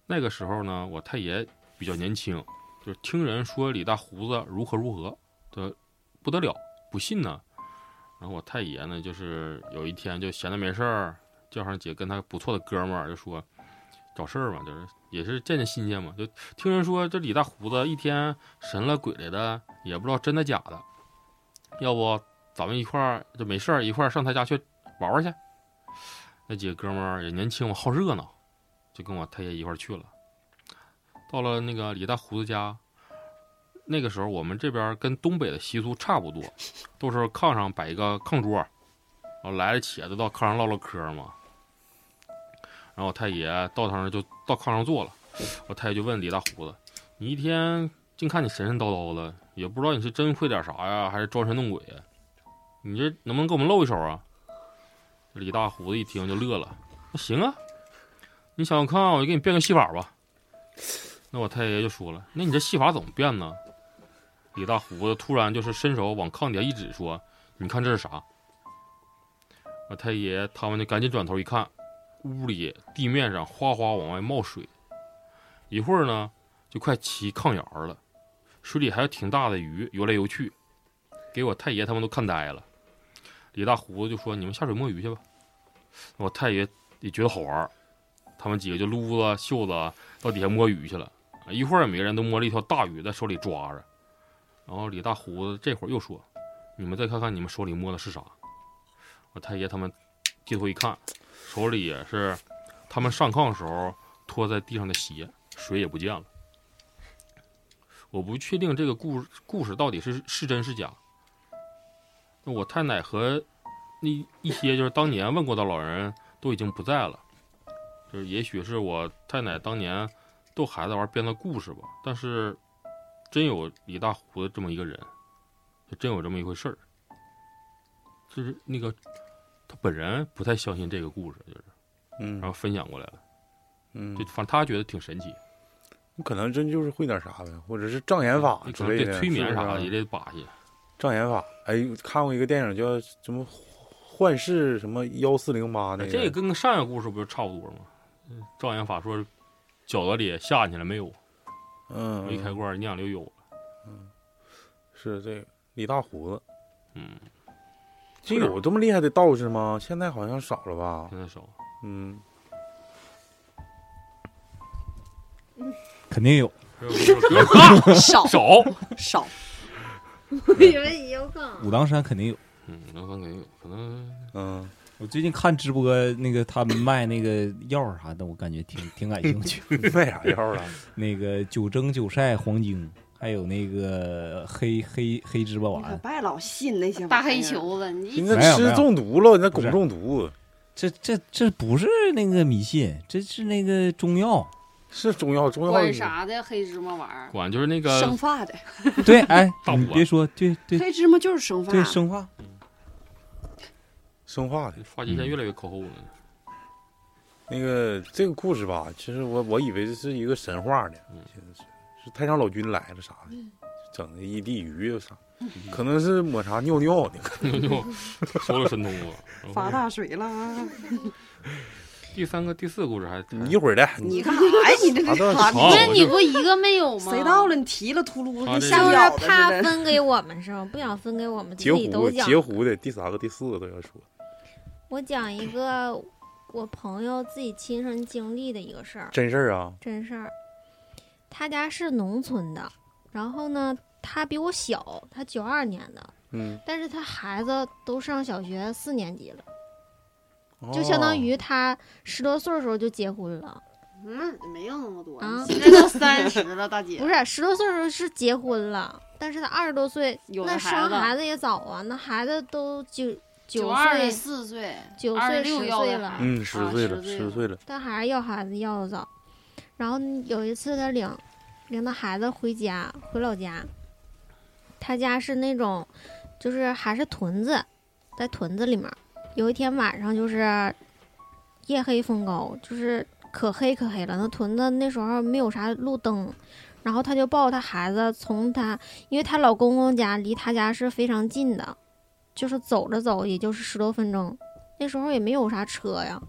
I: 那个时候呢，我太爷比较年轻，就是听人说李大胡子如何如何的不得了，不信呢。然后我太爷呢，就是有一天就闲的没事儿，叫上几个跟他不错的哥们儿，就说找事儿嘛，就是也是见见新鲜嘛，就听人说这李大胡子一天神了鬼来的，也不知道真的假的。要不咱们一块儿就没事儿一块儿上他家去玩玩去。那几个哥们儿也年轻嘛，好热闹，就跟我太爷一块儿去了。到了那个李大胡子家，那个时候我们这边儿跟东北的习俗差不多，都是炕上摆一个炕桌，然后来了且就到炕上唠唠嗑嘛。然后我太爷到他那儿就到炕上坐了，我太爷就问李大胡子：“你一天净看你神神叨叨的，也不知道你是真会点啥呀，还是装神弄鬼呀？你这能不能给我们露一手啊？”李大胡子一啊听就乐了：“那行啊，你想想看，我就给你变个戏法吧。”那我太爷就说了：“那你这戏法怎么变呢？”李大胡子突然就是伸手往炕底下一指，说：“你看这是啥？”我太爷他们就赶紧转头一看，屋里地面上哗哗往外冒水，一会儿呢就快齐炕沿儿了，水里还有挺大的鱼游来游去，给我太爷他们都看呆了。李大胡子就说：“你们下水摸鱼去吧。”我太爷也觉得好玩儿，他们几个就撸子袖子啊到底下摸鱼去了。一会儿每个人都摸了一条大鱼，在手里抓着。然后李大胡子这会儿又说：“你们再看看你们手里摸的是啥？”我太爷他们低头一看，手里也是他们上炕时候拖在地上的鞋，水也不见了。我不确定这个故故事到底是是真是假。那我太奶和那一些就是当年问过的老人都已经不在了，就是也许是我太奶当年逗孩子玩编的故事吧。但是真有李大胡子这么一个人，就真有这么一回事儿。就是那个他本人不太相信这个故事，就是，
B: 嗯，
I: 然后分享过来了，
B: 嗯，
I: 就反正他觉得挺神奇，
B: 可能真就是会点啥呗，或者是障眼法之
I: 可能
B: 类
I: 被
B: 的，
I: 催眠
B: 是不啊是
I: 啥的也得把戏。
B: 障眼法，哎，看过一个电影叫什么《幻视》什么幺四零八那个，
I: 啊这个跟上一个故事不是差不多吗？
C: 嗯
I: 障眼法说饺子里下去了没有？
B: 嗯，
I: 没开罐酿就有了。
B: 是这个李大胡子，
I: 嗯，
B: 这有这么厉害的道士吗？现在好像少了吧？
I: 现在少，
B: 嗯，
D: 肯定有
C: [LAUGHS]
I: 嗯
C: 少
I: 少
B: [LAUGHS]
C: 少，
H: 我以为你要杠。
D: 武当山肯定有。
I: 嗯，能分给有可能。
B: 嗯，。
D: 我最近看直播，那个他们卖那个药啥的，我感觉挺挺感兴趣
B: 卖啥药啊？
D: [LAUGHS] 那个九蒸九晒黄精，还有那个黑黑黑芝麻
C: 你可
D: 丸。
C: 别老信那些
E: 大
C: 玩意
E: 黑
C: 儿
E: 球子，你
B: 你
E: 一
B: 那
D: 没有没
B: 吃
D: 有
B: 中毒了，那
D: 不
B: 汞
D: 是
B: 中毒
D: 这这这不是那个迷信，这是那个中
B: [LAUGHS]
D: 药。
B: 是中药，中药
E: 管啥的黑芝麻丸儿，
I: 管就是那个
C: 生发的
D: 对，哎，
I: 大
D: 你
I: 补丸
D: 别说，对对
C: 黑芝麻就是生发，
D: 对，生化。
B: 生化的。
I: 发际线越来越靠后了。
B: 那个这个故事吧，其实我我以为这是一个神话呢，其实是是太上老君来了啥的，整的一地鱼又啥，可能是抹啥尿尿 [LAUGHS] 的，
I: [LAUGHS] 就收了神通了。然
C: 发
I: 后
C: 大水了。
I: 第三个、第四个故事还
B: 你一会儿的，
C: 你干啥呀？你这
B: 啥都
C: 个啥？
I: 啊
E: 那你不一个没有吗？
C: 哦谁到了？你提了秃噜，
I: 他
C: 跟
I: 这
C: 下
I: 个
H: 就是
C: 饺子
H: 怕
C: 似的。
H: 分给我们是吧？不想分给我们，自
B: 截
H: 己
B: 胡
H: 都讲。
B: 截胡的第三个、第四个都要说，
H: 我讲一个我朋友自己亲身经历的一个事儿，
B: 真事儿啊，
H: 真事儿。他家是农村的，然后呢，他比我小，他九二年的，
B: 嗯，
H: 但是他孩子都上小学四年级了，就相当于他十多岁儿的时候就结婚了。
E: 嗯，没有那么多，
H: 啊
E: 你现在都三十了，大姐
H: 不。是十多岁的时候是结婚了，但是他二十多岁，
E: 有
H: 那
E: 了
H: 生
E: 孩子
H: 孩子也早啊，那孩子都九
E: 九
H: 九
E: 二
H: 岁
E: 十四岁，
H: 九
E: 二
H: 岁
E: 十六
H: 十
E: 要
H: 岁
E: 的
H: 了
E: 孩子
B: 嗯，十岁了，
E: 啊
B: 十
E: 十
B: 岁了，
H: 但还是要孩子要的早。然后嗯有一次他领领他孩子回家，回老家，他家是那种就是还是屯子，在屯子里面儿。有一天晚上就是夜黑风高，就是可黑可黑了。那屯子那时候没有啥路灯，然后他就抱他孩子从他，因为她老公公家离他家是非常近的，就是走着走也就是十多分钟。那时候也没有啥车呀，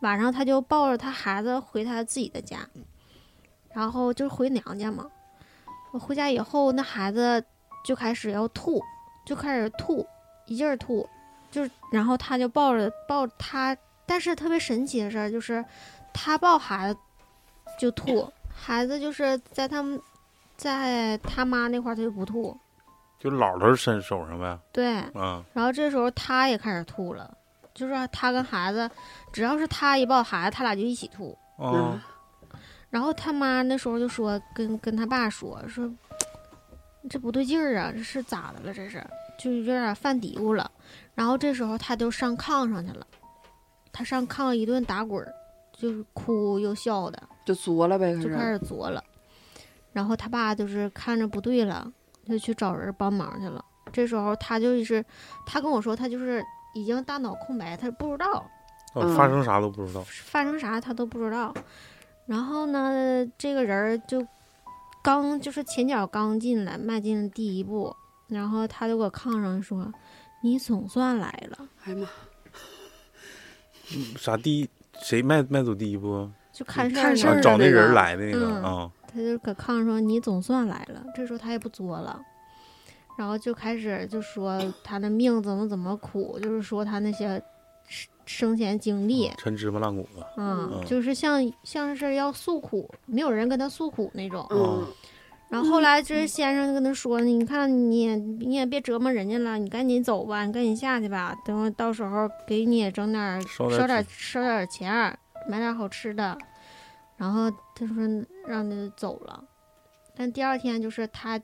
H: 晚上他就抱着他孩子回他自己的家，然后就是回娘家嘛。我回家以后，那孩子就开始要吐，就开始吐，一劲儿吐，就是然后他就抱着抱着他，但是特别神奇的事儿就是，他抱孩子就吐，孩子就是在他们在他妈那块儿他就不吐，
B: 就老头伸手上呗，
H: 对，
B: 啊，
H: 然后这时候他也开始吐了，就是他跟孩子，只要是他一抱孩子，他俩就一起吐。
C: 嗯
B: 啊，
H: 然后他妈那时候就说跟跟他爸说说，这不对劲儿啊，这是咋的了？这是就有点犯嘀咕了。然后这时候他就上炕上去了，他上炕一顿打滚儿，就是哭又笑的，
C: 就作了呗，
H: 就
C: 开
H: 开
C: 始
H: 始作了。然后他爸就是看着不对了，就去找人帮忙去了。这时候他就是他跟我说他就是已经大脑空白，他不知道
B: 哦
C: 嗯
B: 发生啥都不知道，
H: 发生啥他都不知道。然后呢，这个人儿就刚就是前脚刚进来，迈进了第一步，然后他就搁炕上说：“你总算来了。”
C: 哎呀妈！
B: 嗯啥第一谁迈迈走第一步？
H: 就看事儿
B: 啊
C: 儿
H: 呢
B: 找
C: 的
B: 那
C: 那
B: 人
C: 个
B: 来的那个
H: 嗯
B: 啊，
H: 他就搁炕上说：“你总算来了。”这时候他也不作了，然后就开始就说他的命怎么怎么苦，就是说他那些生生前经历，
B: 抻芝麻烂谷子。
H: 嗯
B: 哦嗯，
H: 就是像像是要诉苦，没有人跟他诉苦那种。
B: 嗯
H: 然后后来这先生就跟他说：“你看你也你也别折磨人家了，你赶紧走吧，你赶紧下去吧，等我到时候给你也整点儿
B: 烧
H: 烧
B: 点
H: 点
B: 儿
H: 儿烧点儿钱儿，买点儿好吃的。”然后他说让他就走了，但第二天就是他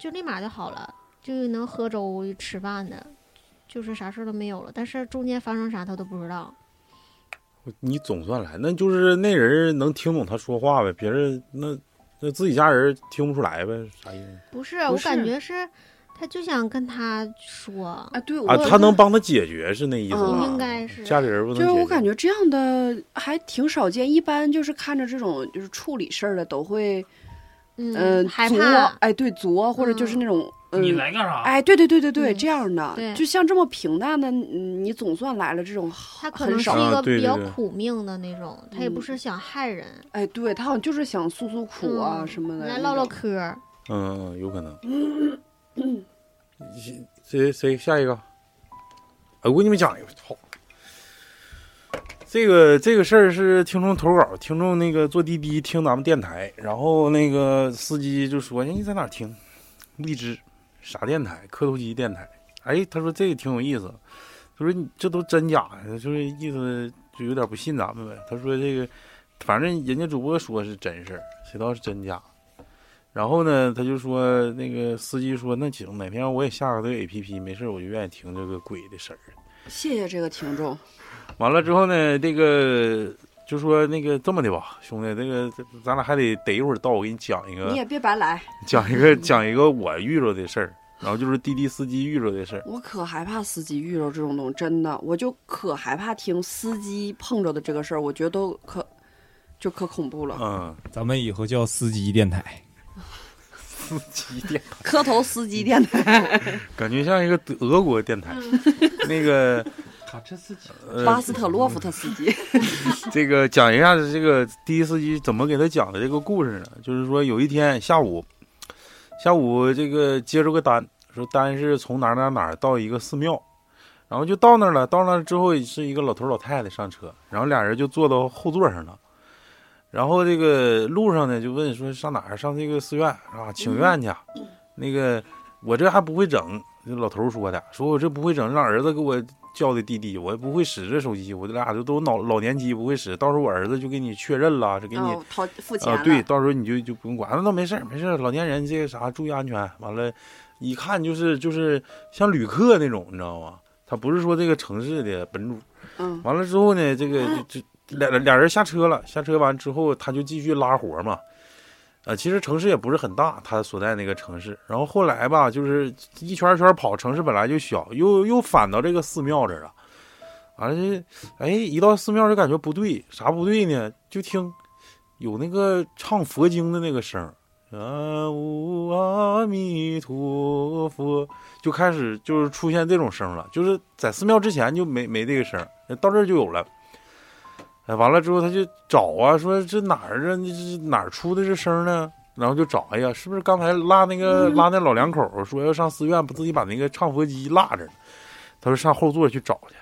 H: 就立马就好了，就能喝粥吃饭的，就是啥事儿都没有了。但是中间发生啥他都不知道。
B: 你总算来，那就是那人能听懂他说话呗，别人那那自己家人听不出来呗，啥意思
H: 不是，
C: 不
H: 我感
C: 是
H: 觉是，他就想跟他说，
C: 啊，对，我
B: 啊？他能帮他解决是那意思吧？
H: 应该是
B: 家里人不
C: 就
B: 能
C: 是
B: 解决。
C: 我感觉这样的还挺少见，一般就是看着这种就是处理事儿的都会，呃，
H: 嗯，害
C: 作
H: 怕，
C: 哎，对，作或者就是那种，呃
L: 你来干啥？
C: 哎，对对对对对，
H: 嗯
C: 这样的
H: 对，
C: 就像这么平淡的，嗯你总算来了这种，
H: 他可
C: 很
H: 能是
C: 少
H: 一
B: 啊
H: 个
B: 对
H: 比
B: 对
H: 较
B: 对
H: 苦命的那种，他也不
C: 嗯
H: 是想害人，
C: 哎，对他好像就是想诉诉苦啊
H: 嗯
C: 什么的，
H: 来
C: 那
H: 唠唠
C: 种
H: 嗑儿。
B: 嗯，嗯有可能。 [COUGHS] 谁谁下一个？哎，我给你们讲一个，操！这个这个事儿是听众投稿，听众那个坐滴滴听咱们电台，然后那个司机就说：“哎你在哪儿听？荔枝啥电台？磕头机电台。”哎，他说这个挺有意思，他说你这都真假呀，就是意思就有点不信咱们呗。他说这个，反正人家主播说是真事儿，谁知道是真假？然后呢，他就说那个司机说那行，哪天我也下个这个 A P P，没事儿我就愿意听这个鬼的声儿。啊
C: 谢谢这个听众，
B: 完了之后呢，这个就说那个这么的吧，兄弟，这个咱俩还得得一会儿到，我给你讲一个
C: 你，也嗯别白来，
B: [LAUGHS] 讲一个讲一个我遇着的事儿，然后就是滴滴司机遇着的事儿。
C: 我可害怕司机遇着这种东西，真的，我就可害怕听司机碰着的这个事儿，我觉得都可就可恐怖了，
B: 嗯，
D: 咱们以后叫司机电台，
B: 司机电台，
C: 磕头司机电台，
B: 感觉像一个德国电台。 [LAUGHS] 那
L: [LAUGHS]
B: 个
L: 卡车司机，
B: 呃
C: 嗯巴斯特洛夫特司机，
B: 这个讲一下子这个滴滴司机怎么给他讲的这个故事呢？就是说有一天下午，下午这个接着个单，说单是从哪儿哪儿哪儿到一个寺庙，然后就到那儿了。到那儿之后是一个老头儿老太太上车，然后俩人就坐到后座上了。然后这个路上呢，就问说上哪儿？上这个寺院啊，请愿去啊。那个我这还不会整，这老头儿说的，说我这不会整，让儿子给我叫的滴滴，我也不会使这手机，我这俩就都老老年机不会使，到时候我儿子就给你确认了，是给你
C: 哦，掏付钱
B: 啊
C: 了，，
B: 对，到时候你就就不用管，那倒没事儿，没事儿，老年人这个啥注意安全。完了，一看就是就是像旅客那种，你知道吗？他不是说这个城市的本主。
C: 嗯，
B: 完了之后呢，这个就就俩俩人下车了，下车完之后他就继续拉活嘛。呃，其实城市也不是很大，他所在那个城市。然后后来吧，就是一圈儿一圈儿跑，城市本来就小，又又返到这个寺庙这儿了。完了这，哎，一到寺庙就感觉不对，啥不对呢？就听有那个唱佛经的那个声儿，南无阿弥陀佛，就开始就是出现这种声了，就是在寺庙之前就没没这个声儿，到这儿就有了。哎，完了之后他就找啊，说这哪儿啊？这是哪儿出的这声儿呢？然后就找，哎呀，是不是刚才拉那个拉那老两口儿说要上寺院，不自己把那个唱佛机落着了？他说上后座去找去，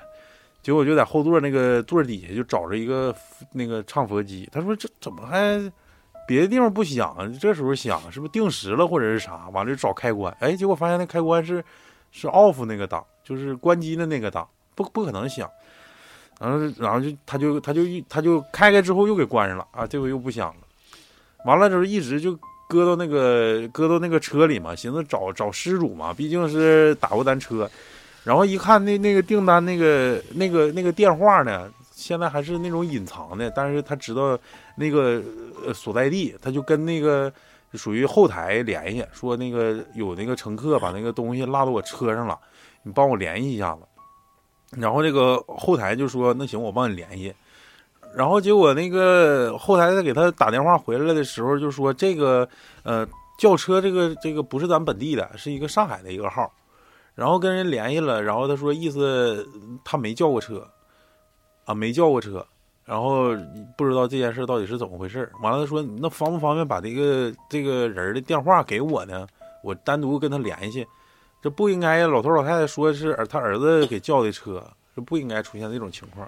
B: 结果就在后座那个座底下就找着一个那个唱佛机。他说这怎么还别的地方不响啊？这时候响，是不是定时了或者是啥？完了就找开关，哎，结果发现那开关是是 off 那个档，就是关机的那个档，不不可能响。然后然后就他就他就他就开开之后又给关上了啊，这回又不响了。完了之后一直就搁到那个搁到那个车里嘛，寻思找找失主嘛，毕竟是打过咱车。然后一看那那个订单那个那个那个电话呢，现在还是那种隐藏的，但是他知道那个呃所在地，他就跟那个属于后台联系，说那个有那个乘客把那个东西落到我车上了，你帮我联系一下子。然后那个后台就说那行，我帮你联系。然后结果那个后台他给他打电话回来的时候就说这个呃轿车这个这个不是咱本地的，是一个上海的一个号，然后跟人联系了，然后他说意思他没叫过车，啊没叫过车，然后不知道这件事到底是怎么回事儿。完了他说那方不方便把这个这个人的电话给我呢？我单独跟他联系，这不应该呀。老头老太太说是儿他儿子给叫的车，这不应该出现这种情况。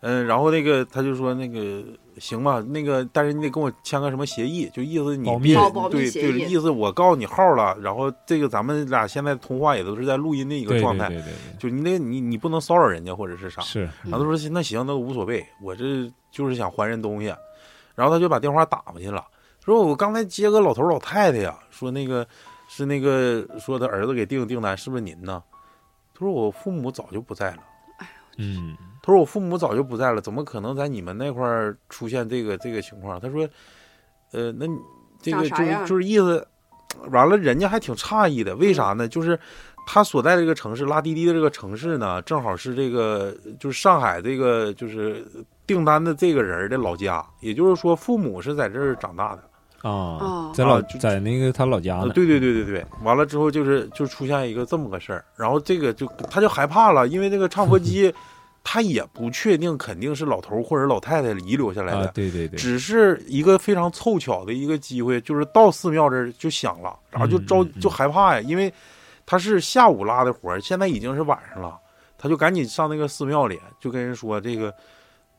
B: 嗯，然后那个他就说那个行吧，那个但是你得跟我签个什么协议，就意思你
D: 保密
B: 别
D: 哦保密
B: 对
D: 协
B: 对，
D: 议
B: 意思我告诉你号了，然后这个咱们俩现在通话也都是在录音的一个
D: 对对
B: 状态，
D: 对对对
B: 就你得你你不能骚扰人家或者是啥，
D: 是
B: 然后他说那行，那无所谓，我这就是想还人东西，然后他就把电话打过去了，说我刚才接个老头老太太呀，说那个是那个说他儿子给订订单是不是您呢？他说我父母早就不在了。
D: 嗯，
B: 他说我父母早就不在了，怎么可能在你们那块儿出现这个这个情况？他说，呃，那你这个
K: 长啥
B: 就是
K: 样
B: 就是意思，完了人家还挺诧异的，为啥
K: 嗯
B: 呢？就是他所在的这个城市拉滴滴的这个城市呢，正好是这个就是上海这个就是订单的这个人儿的老家，也就是说父母是在这儿长大的。
D: 啊
B: 哦，
D: 在老
B: 啊
D: 在那嗯个他老家
B: 呃
D: 呢，
B: 对对对对对，完了之后就是就出现一个这么个事儿，然后这个就他就害怕了，因为那个唱佛
D: [LAUGHS]
B: 机，他也不确定肯定是老头儿或者老太太遗留下来的，
D: 啊对对对
B: 只是一个非常凑巧的一个机会，就是到寺庙这儿就响了，然后
D: 嗯
B: 就着就害怕呀，因为他是下午拉的活儿，现在已经是晚上了，他就赶紧上那个寺庙里就跟人说这个。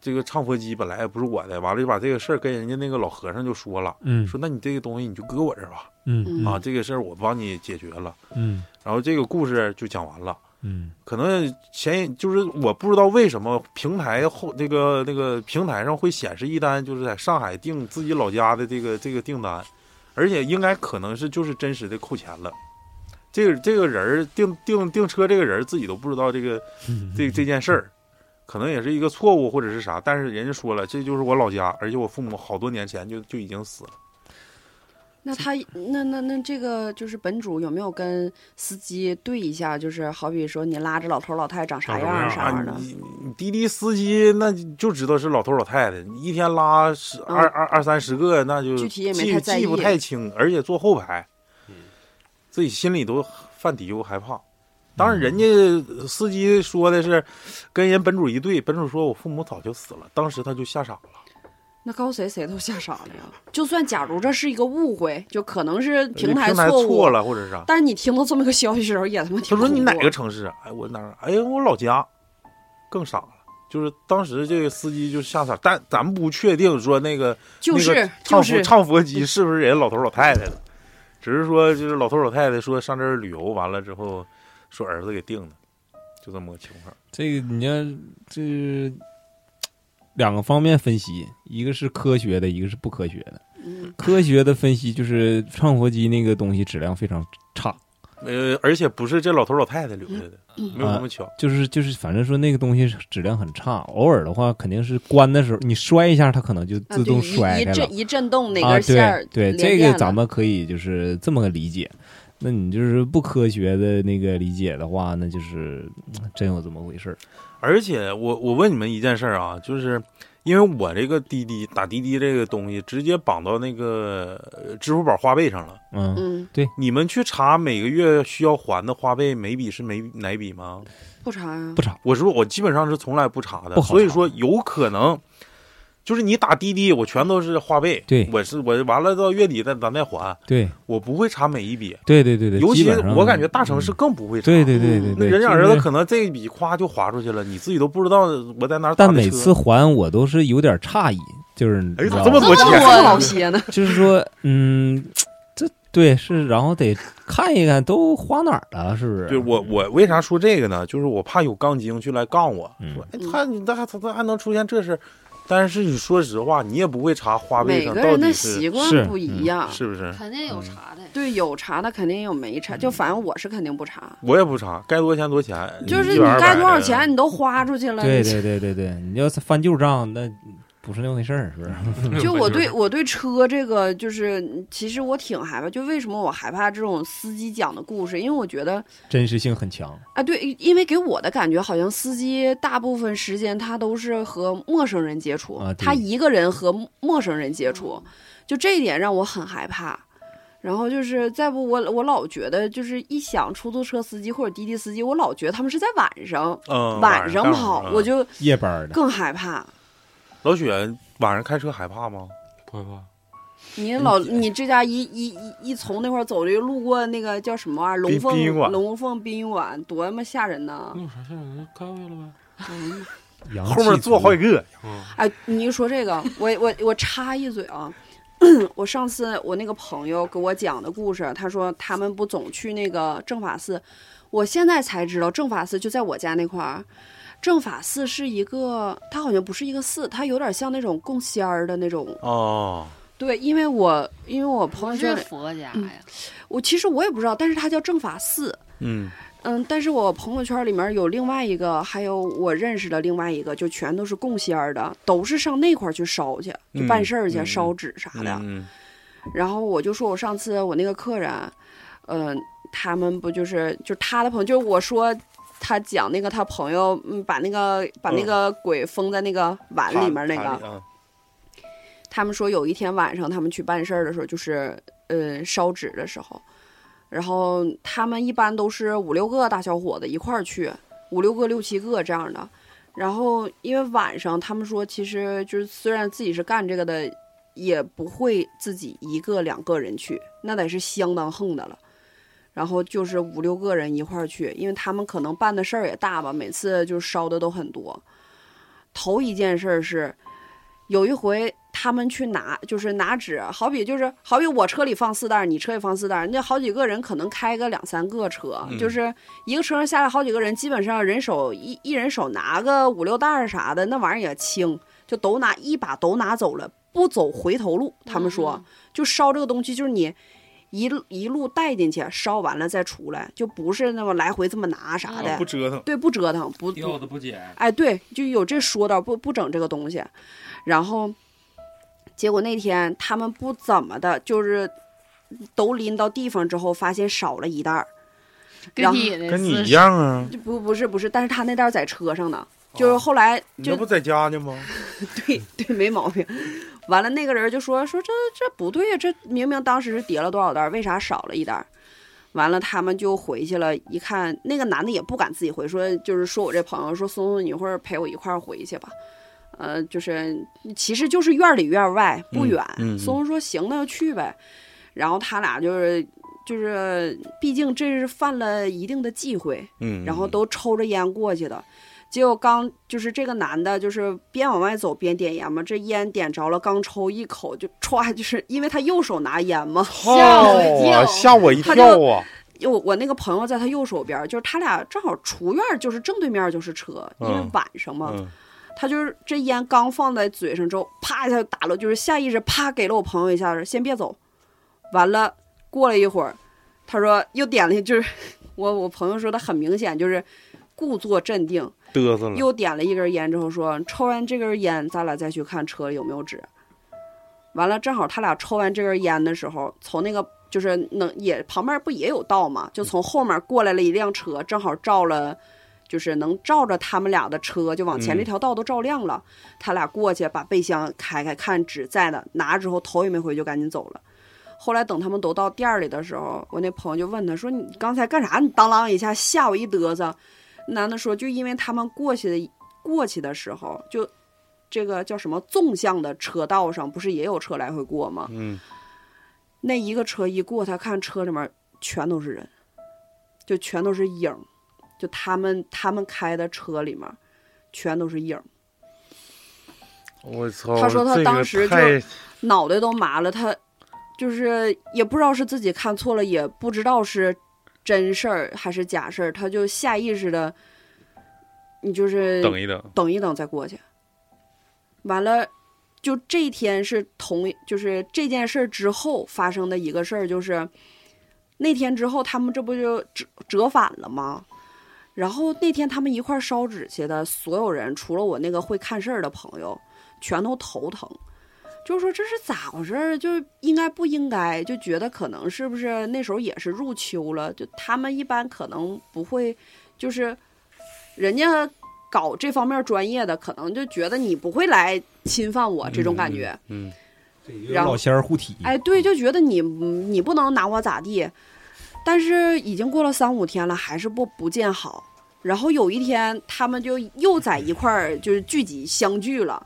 B: 这个唱佛机本来也不是我的，完了就把这个事儿跟人家那个老和尚就说了，
D: 嗯
B: 说那你这个东西你就搁我这儿吧，
D: 嗯
B: 啊，
D: 嗯
B: 这个事儿我帮你解决了，
D: 嗯
B: 然后这个故事就讲完了。
D: 嗯，
B: 可能前就是我不知道为什么平台后那个那个平台上会显示一单，就是在上海订自己老家的这个这个订单，而且应该可能是就是真实的扣钱了。这个这个人儿订订订车这个人儿自己都不知道这
D: [LAUGHS]
B: 个这这件事儿，可能也是一个错误或者是啥，但是人家说了这就是我老家，而且我父母好多年前就就已经死了。
C: 那他那那那这个就是本主有没有跟司机对一下？就是好比说你拉着老头老太太长啥样儿啥样儿的
B: 啊？你你滴滴司机那就知道是老头老太太，你一天拉十
C: 嗯
B: 二二二三十个，那就
C: 具体也没
B: 记
C: 太在
B: 记不
C: 意
B: 太清，而且坐后排，自己心里都犯嘀咕害怕。当然，人家司机说的是跟人本主一对，本主说我父母早就死了，当时他就吓傻了。
C: 那告诉谁谁都吓傻了呀！就算假如这是一个误会，就可能是平
B: 台
C: 台
B: 错
C: 误，
B: 了或者是啥？
C: 但是你听到这么个消息的时候，也他妈
B: 他
C: 挺
B: 说你
C: 恐
B: 哪
C: 怖
B: 个城市啊？哎，我哪儿？哎呀，我老家，更傻了。就是当时这个司机就吓傻，但咱们不确定说那个
C: 就是
B: 那个唱佛、
C: 就是
B: 唱佛机是不是人家老头老太太的，只是说就是老头老太太说上这儿旅游完了之后，说儿子给定的，就这么个情况。
D: 这个你要这两个方面分析，一个是科学的，一个是不科学的。
C: 嗯
D: 科学的分析就是唱佛机那个东西质量非常差，
B: 呃，而且不是这老头老太太留下的，
C: 嗯
B: 没有那么巧。
D: 啊就是就是，反正说那个东西质量很差。偶尔的话，肯定是关的时候你摔一下，它可能就
C: 啊
D: 自动
C: 对一
D: 摔
C: 一
D: 开了。
C: 震一震动哪
D: 啊
C: 根线儿
D: 对对，
C: 连
D: 这
C: 电
D: 个
C: 了
D: 咱们可以就是这么个理解。那你就是不科学的那个理解的话，那就是嗯真有这么回事儿。
B: 而且我我问你们一件事儿啊，就是因为我这个滴滴打滴滴这个东西直接绑到那个呃支付宝花呗上了。
D: 嗯
C: 嗯
D: 对，
B: 你们去查每个月需要还的花呗每笔是每哪笔吗？
C: 不啊查呀、
D: 不查。
B: 我说我基本上是从来不查的，
D: 不好查
B: 所以说有可能就是你打滴滴，我全都是花呗。
D: 对
B: 我是我完了到月底再咱再还。
D: 对，
B: 我不会查每一笔。
D: 对对对对，
B: 尤
D: 基
B: 其
D: 本上嗯
B: 我感觉大城市更不会查。
D: 对对对对
B: 那
D: 对，
B: 人家
D: 就
B: 儿子
D: 是
B: 可能这一笔夸就划出去了，你自己都不知道我在哪儿打
D: 但
B: 的车。
D: 每次还我都是有点诧异，就是你
B: 哎
D: 知道
B: 怎么这么多
D: 吗
B: 钱这么老
C: 些呢
D: 就是说，嗯，这对是，然后得看一看都花哪儿了，是不是？
B: 对我我为啥说这个呢？就是我怕有杠精去来杠我，
D: 嗯
B: 说哎他你他他他还能出现这事儿，但是你说实话，你也不会查花呗
C: 每
B: 上
C: 个
B: 到
C: 人的
B: 底是
C: 习惯不一样，
B: 嗯是不是？
E: 肯定有查的。
C: 对，有查的肯定有没查，就反正我是肯定不查，
B: 我也不查，该多钱多钱，
C: 就是
B: 一
C: 你
B: 百二百
C: 该多少
B: 的
C: 钱你都花出去了。
D: 对
C: 你
D: 对对对对，你要是翻旧账，那不是那回事儿，是
B: 嗯
D: 不是？
C: 就我对我对车这个，就是其实我挺害怕。就为什么我害怕这种司机讲的故事？因为我觉得
D: 真实性很强，
C: 啊，对，因为给我的感觉好像司机大部分时间他都是和陌生人接触，
D: 啊对
C: 他一个人和陌陌生人接触，就这一点让我很害怕。然后就是再不我我老觉得就是一想出租车司机或者滴滴司机，我老觉得他们是在晚上，
B: 嗯
C: 晚
B: 上
C: 上跑，我就
D: 夜班的。
C: 更害怕。
B: 老雪晚上开车害怕吗？
I: 不害怕。
C: 你老你这家一一一一从那块儿走就路过那个叫什么玩意儿龙
B: 殡殡仪
C: 凤
B: 馆
C: 龙凤殡仪馆，多么吓人呐！
I: 那有啥事儿？那开回来了呗。
C: 嗯，
D: 阳
B: 后面
D: 气
B: 坐
D: 足
B: 好几个，
I: 嗯，
C: 哎，你一说这个，我我我插一嘴啊， [COUGHS] 我上次我那个朋友给我讲的故事，他说他们不总去那个政法寺，我现在才知道政法寺就在我家那块儿。政法寺是一个，它好像不是一个寺，它有点像那种供仙儿的那种。
B: 哦，
C: 对，因为我因为我朋
E: 不
C: 友
E: 是
C: 圈里，
E: 佛家呀，
C: 我其实我也不知道，但是它叫政法寺。
B: 嗯，
C: 嗯，但是我朋友圈里面有另外一个，还有我认识的另外一个，就全都是供仙儿的，都是上那块儿去烧去，就办事儿去，
B: 嗯嗯
C: 烧纸啥的。
B: 嗯
C: 然后我就说，我上次我那个客人，嗯、他们不就是就是他的朋友，就是我说他讲那个他朋友，嗯，把那个把那
B: 嗯
C: 个鬼封在那个碗啊里面那个，
B: 个，
C: 他们说有一天晚上他们去办事儿的时候，就是呃烧纸的时候，然后他们一般都是五六个大小伙子一块儿去，五六个六七个这样的。然后因为晚上他们说，其实就是虽然自己是干这个的，也不会自己一个两个人去，那得是相当横的了。然后就是五六个人一块儿去，因为他们可能办的事儿也大吧，每次就烧的都很多。头一件事儿是，有一回他们去拿，就是拿纸，好比就是好比我车里放四袋儿，你车里放四袋儿，那好几个人可能开个两三个车，
B: 嗯
C: 就是一个车上下来好几个人，基本上人手一一人手拿个五六袋儿啥的，那玩意儿也轻，就都拿一把都拿走了，不走回头路。他们说，
E: 嗯
C: 就烧这个东西，就是你一路一路带进去，烧完了再出来，就不是那么来回这么拿啥的。
B: 啊不折腾，
C: 对，不折腾，不
H: 掉的不捡，
C: 哎，对，就有这说道，不不整这个东西。然后，结果那天他们不怎么的，就是都拎到地方之后，发现少了一袋儿。然
E: 跟
C: 后
E: 你的
B: 跟你
E: 姿
B: 一
E: 势
B: 样啊。
C: 就不不是不是，但是他那袋儿在车上呢，就是后来
B: 你
C: 就
B: 这不在家呢吗？
C: [LAUGHS] 对对，没毛病。完了，那个人就说说这这不对呀，这明明当时是叠了多少袋儿，为啥少了一袋儿？完了，他们就回去了，一看那个男的也不敢自己回，说就是说我这朋友说松松，你一会儿陪我一块儿回去吧。呃，就是其实就是院里院外不
B: 嗯
C: 远。
B: 嗯嗯
C: 松松说行，那就去呗。然后他俩就是就是，毕竟这是犯了一定的忌讳，
B: 嗯，
C: 然后都抽着烟过去的。结果刚就是这个男的，就是边往外走边点烟嘛，这烟点着了，刚抽一口就歘，就是因为他右手拿烟嘛，
E: 吓我一
B: 哦
E: 跳
B: 吓我一
C: 他
B: 跳
C: 就
B: 啊！
C: 因为我那个朋友在他右手边儿，就是他俩正好出院儿，就是正对面儿就是车，因为
B: 嗯
C: 晚上嘛，
B: 嗯
C: 他就是这烟刚放在嘴上之后，啪一下就打了，就是下意识啪给了我朋友一下，说先别走。完了，过了一会儿，他说又点了一，就是 [LAUGHS] 我我朋友说他很明显就是故作镇定，
B: 嘚瑟了，
C: 又点了一根烟之后说：“抽完这根烟，咱俩再去看车有没有纸。”完了，正好他俩抽完这根烟的时候，从那个就是能也旁边不也有道嘛，就从后面过来了一辆车，正好照了，就是能照着他们俩的车，就往
B: 嗯
C: 前这条道都照亮了。他俩过去把备箱开开，看纸在哪，拿之后头也没回就赶紧走了。后来等他们都到店儿里的时候，我那朋友就问他说：“你刚才干啥？你当啷一下吓我一嘚瑟。”男的说，就因为他们过去的过去的时候，就这个叫什么纵向的车道上，不是也有车来回过吗？
B: 嗯，
C: 那一个车一过，他看车里面全都是人，就全都是影儿，就他们他们开的车里面全都是影儿，
B: 我操！
C: 他说他
B: 这个
C: 当时就
B: 太
C: 脑袋都麻了。他就是也不知道是自己看错了，也不知道是真事儿还是假事儿，他就下意识的，你就是
B: 等一等，
C: 等一等再过去。完了，就这一天是同一，就是这件事儿之后发生的一个事儿，就是那天之后他们这不就折折返了吗？然后那天他们一块儿烧纸去的所有人，除了我那个会看事儿的朋友，全都头疼。就是说这是咋回事儿？就是应该不应该？就觉得可能是不是那时候也是入秋了？就他们一般可能不会，就是人家搞这方面专业的，可能就觉得你不会来侵犯我这种感觉。
B: 嗯，
C: 然后
D: 老仙儿护体，
C: 哎，对，就觉得你你不能拿我咋地，但是已经过了三五天了，还是不不见好。然后有一天，他们就又在一块儿就是聚集相聚了，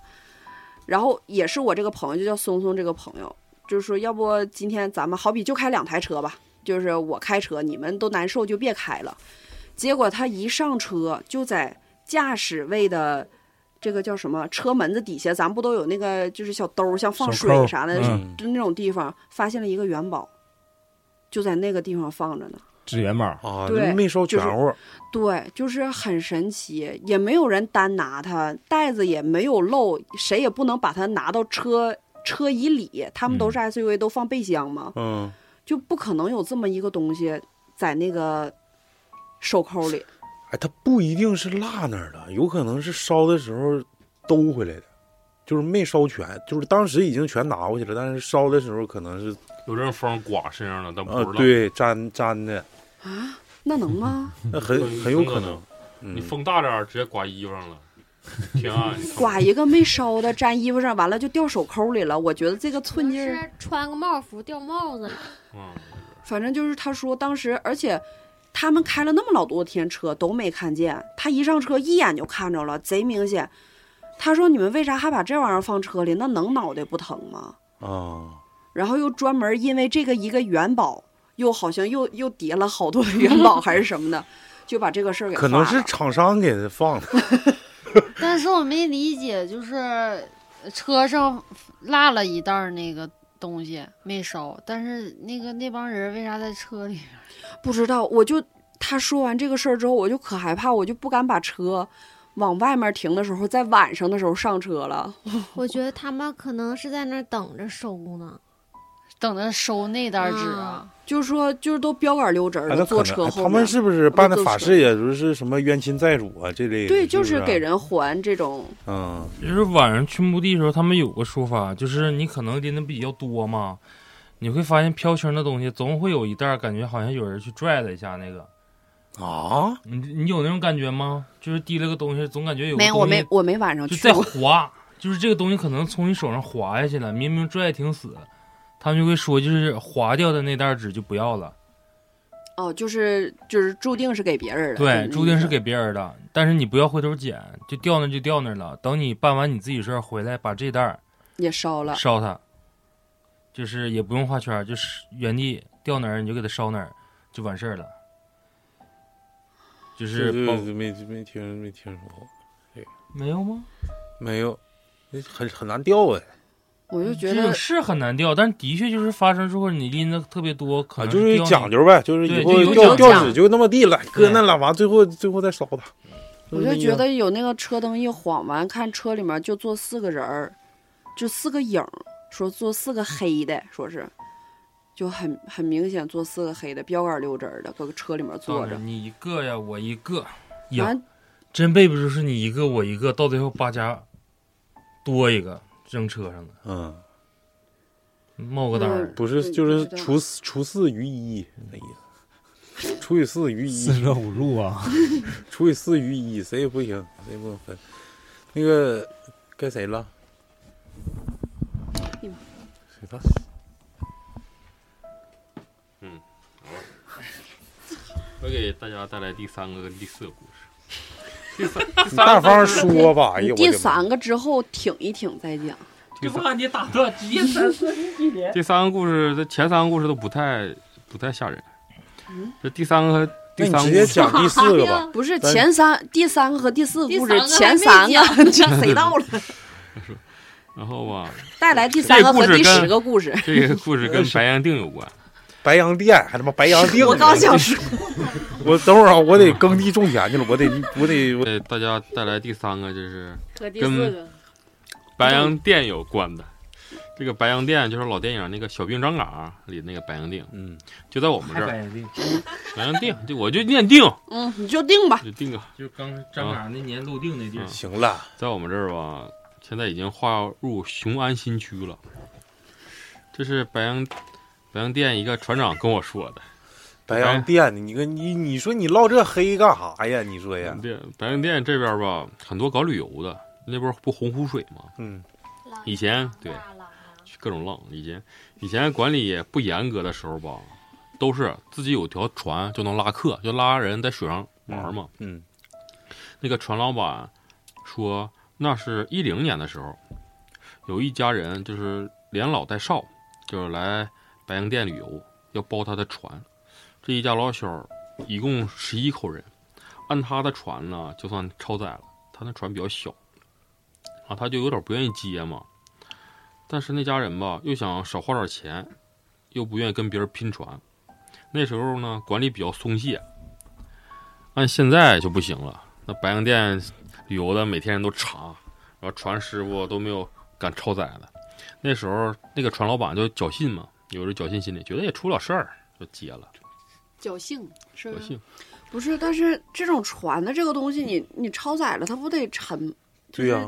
C: 然后也是我这个朋友，就叫松松这个朋友，就是说，要不今天咱们好比就开两台车吧，就是我开车，你们都难受就别开了。结果他一上车，就在驾驶位的这个叫什么车门子底下，咱不都有那个就是小兜儿，像放
D: 小
C: 水
D: 扣
C: 啥的，
D: 嗯
C: 就那种地方，发现了一个元宝，就在那个地方放着呢。
D: 支元宝
B: 啊
C: 对，
B: 没烧
C: 就
B: 全
C: 是
B: 乎，
C: 对，就是很神奇，也没有人单拿它，袋子也没有漏，谁也不能把它拿到车车以里，他
D: 嗯
C: 们都是 SUV，、都放备箱嘛，
B: 嗯，
C: 就不可能有这么一个东西在那个手扣里。
B: 哎，它不一定是落那儿的，有可能是烧的时候兜回来的，就是没烧全，就是当时已经全拿回去了，但是烧的时候可能是
I: 有阵风刮身上了，咱不
B: 啊
I: 知道。，
B: 对，粘粘的，
C: 啊，那能吗？
B: 那很很有可能。
I: 嗯
B: 嗯
I: 你风大点儿，直接刮衣服上
B: [LAUGHS]
I: 了。天啊！你
C: 刮一个没烧的粘衣服上，完了就掉手扣里了。我觉得这个寸劲儿，
K: 是穿个帽服掉帽子了，
I: 嗯
C: 反正就是他说当时，而且他们开了那么老多天车都没看见，他一上车一眼就看着了，贼明显。他说：“你们为啥还把这玩意儿放车里？那能脑袋不疼吗
B: 啊，？”
C: 然后又专门因为这个一个元宝，又好像又又叠了好多 [LAUGHS] 元宝还是什么的，就把这个事儿给
B: 可能
C: 化
B: 是
C: 了
B: 厂商给它放的，
E: [LAUGHS] 但是我没理解，就是呃车上落了一袋儿那个东西没烧，但是那个那帮人为啥在车里？
C: 不知道。我就他说完这个事儿之后，我就可害怕，我就不敢把车往外面停的时候，在晚上的时候上车了。 [LAUGHS]
K: 我觉得他们可能是在那儿等着收呢，
E: 等着收那袋纸啊，
C: 就是说，就是都标杆溜直儿
B: 哎
C: 的
B: 那
C: 坐
B: 可
C: 车
B: 能哎
C: 后面。
B: 他们是不是办的
C: 坐
B: 法
C: 车
B: 事，也就是什么冤亲债主啊这类的？
C: 对，
B: 是
C: 就
B: 不
C: 是
B: 啊
C: 给人还这种。
B: 嗯，
H: 就是晚上去墓地的时候，他们有个说法，就是你可能拎的比较多嘛，你会发现飘轻的东西总会有一袋儿，感觉好像有人去拽了一下那个。
B: 啊，
H: 你你有那种感觉吗？就是提了个东西，总感觉有个
C: 没有，
H: 东
C: 我
H: 西
C: 没我没晚上
H: 就
C: 去
H: 在
C: 过。
H: 滑，就是这个东西可能从你手上滑下去了，明明拽得挺死，他们就会说就是划掉的那袋纸就不要了，
C: 哦，就是就是注定是给别人的。
H: 对，
C: 嗯
H: 注定是给别人的，但是你不要回头捡，就掉那就掉那了。等你办完你自己事儿回来，把这袋儿
C: 也烧了。
H: 烧它，就是也不用画圈儿，就是原地掉哪儿你就给它烧哪儿就完事儿了。就
B: 这
H: 是包
B: 没没听没听说过，这个
H: 没有吗？
B: 没有，那很很难掉哎。
C: 我就觉
H: 这
C: 得
H: 个是很难掉，但的确就是发生之后你拎的特别多，可
B: 啊，
H: 能
B: 就是
H: 掉那
B: 讲究呗，就是
H: 对
B: 以后
H: 就
B: 掉
H: 有
B: 掉
H: 讲
B: 纸就那么地了，搁
H: 对嗯
B: 那了，完最后最后再烧它。
C: 我
B: 那
C: 就
B: 意
C: 觉
B: 思
C: 得有那个车灯一晃完，看车里面就坐四个人儿，就四个影儿，说坐四个黑的，说是，就很很明显坐四个黑的，标杆溜直儿的，搁车里面坐
H: 到
C: 着
H: 那。你一个呀，我一个，呀
C: 完，
H: 真背不住是你一个我一个，到最后八家多一个扔车上了，
B: 嗯，
H: 冒
C: 嗯
H: 个单儿，
B: 不是就是除四除四余一那意思，除以四余一，
D: 四舍五入啊，
B: 除以四余一，谁也不行，谁也不能分。那个该谁了？
C: 哎呦
B: 谁了？
I: 嗯，好了， [LAUGHS] 我给大家带来第三个跟第四个故事。第三，第
B: 你
I: 三
B: 大
I: 个
B: 方
I: 故事
B: 说吧，哎
C: 你
B: 呀，我
C: 第
B: 的妈！
C: 三个之后挺一挺再讲。。
H: [LAUGHS]
I: 第三
H: 你打断，直接三四一连
I: 第三个故事，这前三个故事都不太不太吓人。这第三个和第
B: 那你
I: 三个
B: 直接
I: 故事
B: 讲第四个吧
C: 不是
B: 咱
C: 前三、第三个和第四个故事，
K: 第
C: 前三
K: 三
C: 个
K: 个还没
C: [LAUGHS] 这谁到了？
I: 然后吧，
C: 带来第三个和第十个故事。
I: 这个故事跟白洋淀有关。
B: 白洋淀，还他妈白洋淀。
C: 我刚想说，
B: [LAUGHS] 我等会儿啊，我得耕地种田去了，我得我得我
I: 给大家带来第三个，就是
E: 和第
I: 四个，白洋淀有关的。这个白洋淀就是老电影那个《小兵张嘎》里那个白洋淀，
B: 嗯，
I: 就在我们这
H: 白
I: 儿。
H: 洋淀，
I: 白洋淀，就我就念定，
C: 嗯，你就定吧。
I: 就定个
H: 就是刚张嘎那年漏定那地儿
I: 嗯，
B: 行了，
I: 在我们这儿吧，现在已经划入雄安新区了。这是白洋白洋淀一个船长跟我说的。
B: 白洋淀，你跟你你说你唠这黑干啥呀？你说
I: 白
B: 呀
I: 洋，淀白洋淀这边吧，很多搞旅游的，那边不洪湖水吗？
B: 嗯，
I: 以前对，各种浪。以前以前管理也不严格的时候吧，都是自己有条船就能拉客，就拉人在水上玩嘛。
B: 嗯，
I: 那个船老板说，那是一零年的时候，有一家人就是连老带少，就是来白洋淀旅游，要包他的船。这一家老小一共十一口人，按他的船呢，就算超载了。他那船比较小，啊，他就有点不愿意接嘛。但是那家人吧，又想少花点钱，又不愿意跟别人拼船。那时候呢，管理比较松懈，按现在就不行了。那白洋淀旅游的每天人都查，然后船师傅都没有敢超载的。那时候那个船老板就侥幸嘛，有着侥幸心理，觉得也出不了事儿，就接了。
C: 侥幸是吧
I: 侥幸
C: 不是，但是这种船的这个东西你，你超载了，它不得沉？
I: 对呀、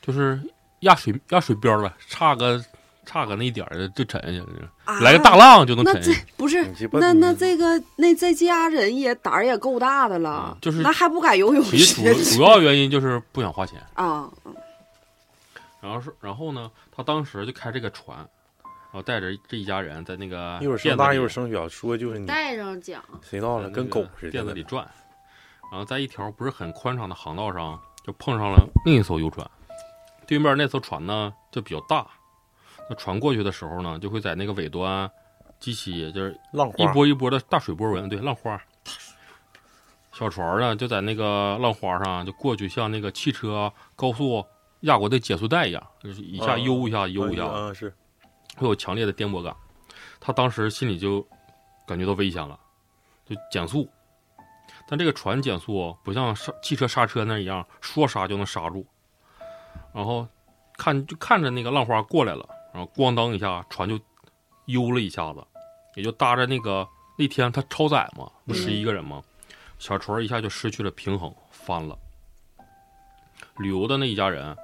I: 就是压水压水边儿呗，差个差个那一点儿就沉下去了，
C: 啊
I: 来个大浪就能
C: 那
I: 沉
C: 这
I: 下去。
C: 不是那那这个那这家人也胆儿也够大的了，
I: 啊就是
C: 那还不敢游泳
I: 其实
C: 学
I: 主主要原因就是不想花钱。
C: 啊，
I: 然后是，然后呢，他当时就开这个船，然后带着这一家人在那个
B: 一会儿
I: 店
B: 声
I: 哎子
B: 大
I: 里
B: 一会儿声小，说就是你
E: 带上讲，
B: 谁到了
I: 在那
B: 跟
I: 个
B: 狗似的
I: 店子里转，然后在一条不是很宽敞的航道上，就碰上了另一艘游船。对面那艘船呢就比较大，那船过去的时候呢，就会在那个尾端激起就是
B: 浪花
I: 一波一波的大水波纹，对，浪花。小船呢就在那个浪花上就过去，像那个汽车高速压过的减速带一样，就是一下
B: 嗯
I: 悠一下
B: 嗯
I: 悠一下，
B: 嗯是
I: 会有强烈的颠簸感。他当时心里就感觉到危险了，就减速。但这个船减速哦不像刹汽车刹车那一样说刹就能刹住，然后看就看着那个浪花过来了，然后咣当一下船就悠了一下子，也就搭着那个那天他超载嘛，不十一个人嘛，小船一下就失去了平衡翻了。旅游的那一家人，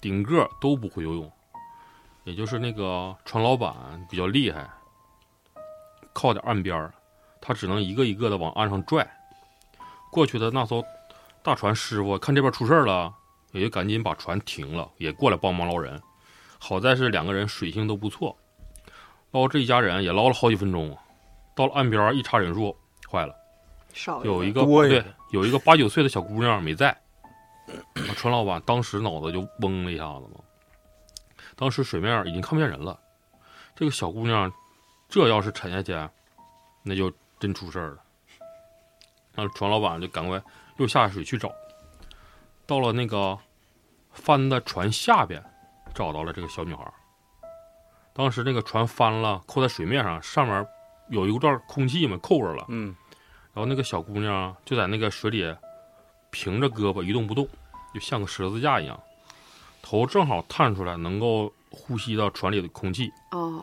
I: 顶个都不会游泳，也就是那个船老板比较厉害，靠在岸边儿，他只能一个一个的往岸上拽。过去的那艘大船师傅看这边出事儿了，也就赶紧把船停了，也过来帮忙捞人。好在是两个人水性都不错，捞这一家人也捞了好几分钟。啊到了岸边儿一查人数，坏了，
C: 少
I: 有一
C: 一
I: 个
B: 多呀
I: 对，有一个八九岁的小姑娘没在。船老板当时脑子就嗡了一下子嘛，当时水面儿已经看不见人了。这个小姑娘，这要是沉下去，啊那就真出事儿了。那船老板就赶快又下水去找，到了那个翻的船下边，找到了这个小女孩儿。当时那个船翻了，扣在水面上，上面有一段空气嘛，扣着了。
B: 嗯。
I: 然后那个小姑娘就在那个水里平着胳膊一动不动，就像个十字架一样，头正好探出来，能够呼吸到船里的空气。
C: 哦，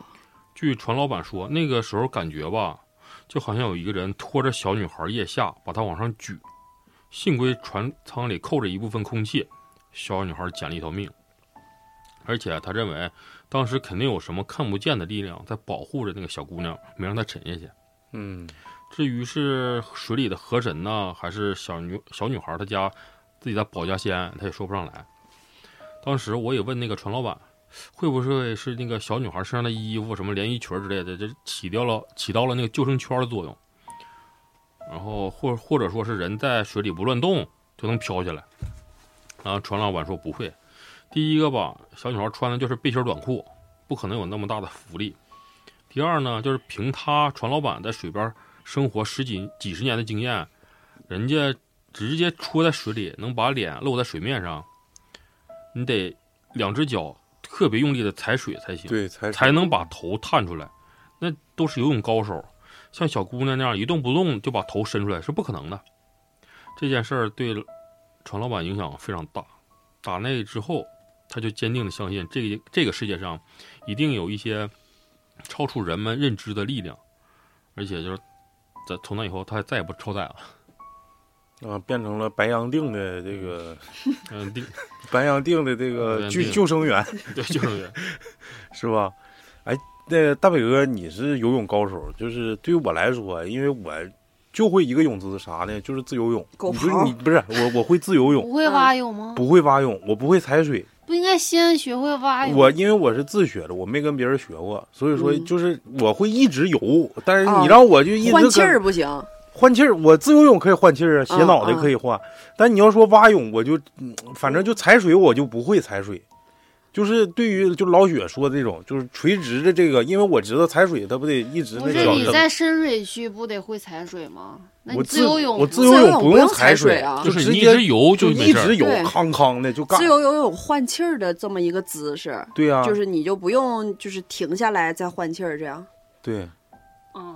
I: 据船老板说，那个时候感觉吧，就好像有一个人拖着小女孩腋下，把她往上举。幸亏船舱里扣着一部分空气，小女孩捡了一条命。而且他认为，当时肯定有什么看不见的力量在保护着那个小姑娘，没让她沉下去。
B: 嗯，
I: 至于是水里的河神呢，还是小女小女孩她家自己的保家仙，他也说不上来。当时我也问那个船老板，会不会是那个小女孩身上的衣服、什么连衣裙之类的，这起掉了起到了那个救生圈的作用。然后或或者说是人在水里不乱动就能飘起来。然后船老板说不会，第一个吧，小女孩穿的就是背心短裤，不可能有那么大的浮力。第二呢，就是凭他船老板在水边生活十几几十年的经验，人家直接戳在水里，能把脸露在水面上，你得两只脚特别用力的踩水才行，
B: 对踩水
I: 才能把头探出来。那都是游泳高手，像小姑娘那样一动不动就把头伸出来是不可能的。这件事儿对船老板影响非常大。打那之后，他就坚定的相信这个这个世界上一定有一些超出人们认知的力量，而且就是在从那以后，他再也不超载了。
B: 啊，变成了白洋淀的这个，
I: 嗯，
B: 白洋淀的这个救救生员，
I: 对救
B: [LAUGHS]
I: 生员，
B: 是吧？哎，那大北哥，你是游泳高手，就是对于我来说，啊因为我就会一个泳姿啥呢，就是自由泳。
E: 狗
B: 你不是
E: 刨
B: 你不是我，我会自由
E: 不
B: 泳，
E: 会蛙泳吗？
B: 不会蛙泳，我不会踩水，
E: 不应该先学会
C: 哎
E: 蛙泳？
B: 我因为我是自学的，我没跟别人学过，所以说
E: 嗯
B: 就是我会一直游，但是
C: 哦
B: 你让我就一直
C: 换
B: 跟
C: 气儿不嗯行，
B: 换气儿，我自由泳可以换气儿啊，斜脑袋可以换，但你要说蛙泳，我就嗯反正就踩水我就不会踩水，就是对于就老雪说这种就是垂直的这个，因为我知道踩水它不得一直
E: 不
B: 那
E: 是
B: 个
E: 你在深水区不得会踩水吗？那你
B: 我
E: 自由泳
B: 我
E: 不
B: 自
E: 是
B: 由
C: 自由泳
B: 不
C: 不
B: 用
C: 用踩
B: 水
C: 水啊
B: 就
I: 就是
B: 直
I: 你一
B: 接
I: 直游就没
B: 一
I: 事儿
B: 直游，
C: 对
B: 康康的就干
C: 自。由游泳换气儿的这么一个姿势，
B: 对啊
C: 就是你就不用就是停下来再换气儿这样。
B: 对，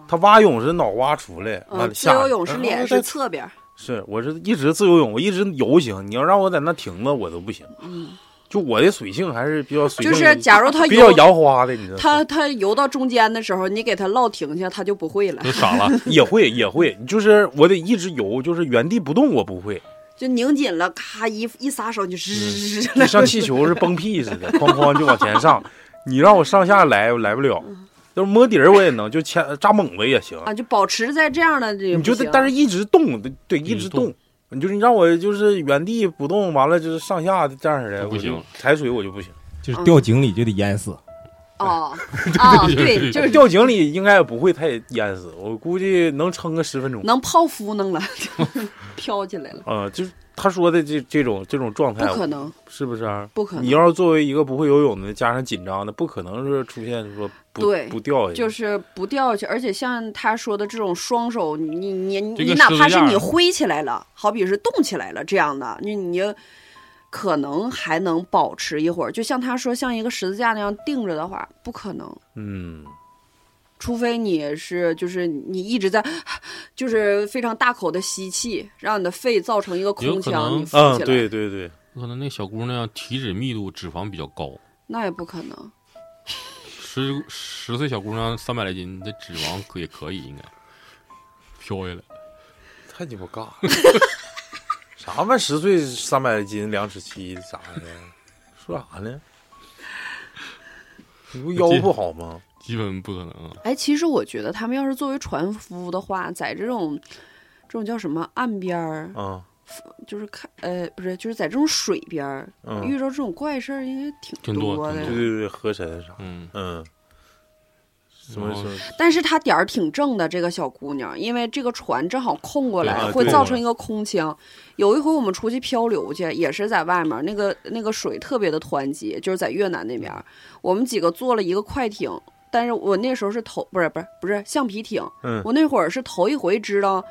B: 他蛙泳是脑蛙出来，完
C: 嗯，
B: 了
C: 自
B: 下
C: 由
B: 去
C: 泳是
B: 然后
C: 脸
B: 再
C: 是侧边儿，
B: 是，我是一直自由泳，我一直游行。你要让我在那停着，我都不行。
C: 嗯，
B: 就我的水性还是比较随性
C: 就
B: 的，
C: 是假如他
B: 比较
C: 游
B: 摇花的，你知道吗。
C: 他他游到中间的时候，你给他落停下，他就不会了，
B: [LAUGHS]
I: [LAUGHS]
B: 也会也会，就是我得一直游，就是原地不动，我不会，
C: 就拧紧了，咔一一撒手
I: 嗯
C: 就吱，
B: 就像气球是崩屁似的，哐哐就往前上。你让我上下来，我来不了。就是摸底儿我也能，就前扎猛子也行。
C: 嗯啊，就保持在这样的
B: 你就得，但是一直动，对对，一直动。你就是你让我就是原地不动，完了就是上下这样式的，
I: 不
B: 我就
I: 行
B: 踩水我就不
C: [LAUGHS]
B: 行。
D: 就是
C: 嗯
D: 掉井里就得淹死。
C: 哦哦，对，就是
B: 掉井里应该也不会太淹死，我估计能撑个十分钟。
C: 能泡芙弄了，飘起来了，
B: 啊、就是他说的这这种这种状态，
C: 不可能，
B: 是不是啊、
C: 不可能
B: 哎你要是作为一个不会游泳的，加上紧张的，不可能是出现说不
C: 对，
B: 不掉下去，
C: 就是不掉下去。而且像他说的这种双手，你你
B: 这
C: 你
B: 个
C: 哪
B: 十字
C: 怕是
B: 架
C: 你挥起来了，好比是动起来了这样的，你你可能还能保持一会儿。就像他说，像一个十字架那样定着的话，不可能。
B: 嗯，
C: 除非你是就是你一直在， [SIGHS] 就是非常大口的吸气，让你的肺造成一个
I: 有
C: 空
I: 可
C: 腔，你
I: 能
C: 浮起来，
B: 嗯对对，
I: 有可能那小姑娘体脂密度脂肪比较高，
C: 那也不可能。
I: 十十岁小姑娘三百来斤，这脂肪可也可以应该飘下来。
B: 太鸡巴尬了。啥玩意儿？十岁三百斤，两尺七啥的，说啥呢？你不腰不好吗？
I: 基本不可能啊。
C: 哎，其实我觉得他们要是作为船夫的话，在这种这种叫什么岸边儿，
B: 啊，
C: 就是看呃不是，就是在这种水边儿、
B: 嗯
C: 遇到这种怪事儿，应该挺
B: 挺
C: 多的
B: 对
C: 呀。
B: 对对，河神啥，
I: 嗯
B: 嗯，什么
I: 然后
B: 什么
C: 但哦是她点儿挺正的，这个小姑娘，因为这个船正好空过
B: 对
C: 来，
B: 啊
C: 会
B: 对
C: 造成一个空腔。有一回我们出去漂流去，也是在外面，那个那个水特别的湍急，就是在越南那边
B: 嗯
C: 儿，我们几个坐了一个快艇，但是我那时候是头不是不是不是橡皮艇，
M: 嗯
B: [LAUGHS]
C: 我那会儿是头一回知道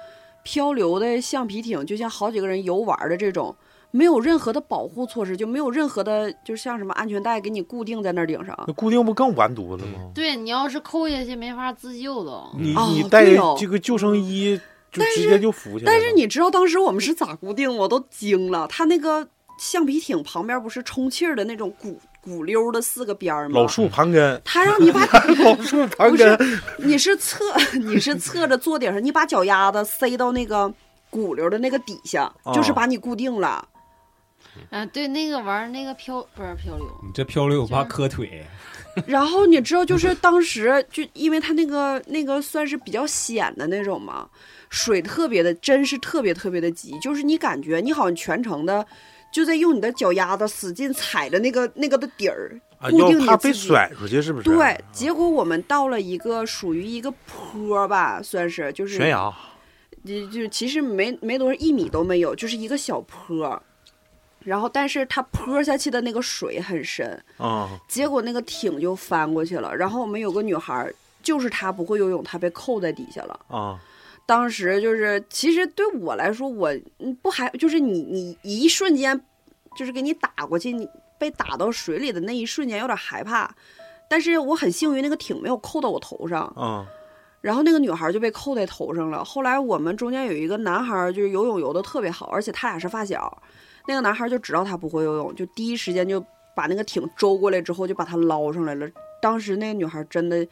C: 漂流的橡皮艇，就像好几个人游玩儿的这种。没有任何的保护措施，就没有任何的，就像什么安全带给你固定在那儿顶上。
B: 那固定不更完犊子吗？
E: 对你要是扣下去没法自救都。
B: 你
C: 哦
B: 你带
C: 对哦
B: 这个救生衣就
C: 但
B: 直
C: 是
B: 接就浮起来了。
C: 但是你知道当时我们是咋固定？我都惊了。它那个橡皮艇旁边不是充气儿的那种鼓鼓溜儿的四个边儿吗？
B: 老树盘根， [LAUGHS]
C: 他让你把 [LAUGHS]
B: 老树盘
C: 不
B: 根
C: 是，你是侧你是侧着坐顶上，你把脚丫子塞到那个鼓溜儿的那个底下，
B: 啊
C: 就是
D: 哦
C: 把你固定了。
E: 啊，对，那个玩儿那个漂不是漂流，
D: 你这漂流我怕磕腿，
C: 然后你知道，就是当时就因为它那个那个算是比较险的那种嘛，水特别的，真是特别特别的急，就是你感觉你好像全程的就在用你的脚丫子使劲踩着那个那个的底儿，
B: 啊，
C: 固
B: 要
C: 定你
B: 怕
C: 自
B: 被
C: 己
B: 甩出去是不是？啊
C: 对，，结果我们到了一个属于一个坡吧，算是就是
B: 悬崖，
C: 就就其实没没多少一米都没有，就是一个小坡。然后，但是它坡下去的那个水很深，
B: 啊，
C: 结果那个艇就翻过去了。然后我们有个女孩儿，就是她不会游泳，她被扣在底下了。
B: 啊，
C: 当时就是，其实对我来说，我嗯不还就是你你一瞬间，就是给你打过去，你被打到水里的那一瞬间有点害怕，但是我很幸运，那个艇没有扣到我头上，
B: 啊，
C: 然后那个女孩就被扣在头上了。后来我们中间有一个男孩，就是游泳游的特别好，而且他俩是发小，那个男孩就知道他不会游泳，就第一时间就把那个艇周过来之后就把他捞上来了。当时那个女孩真的。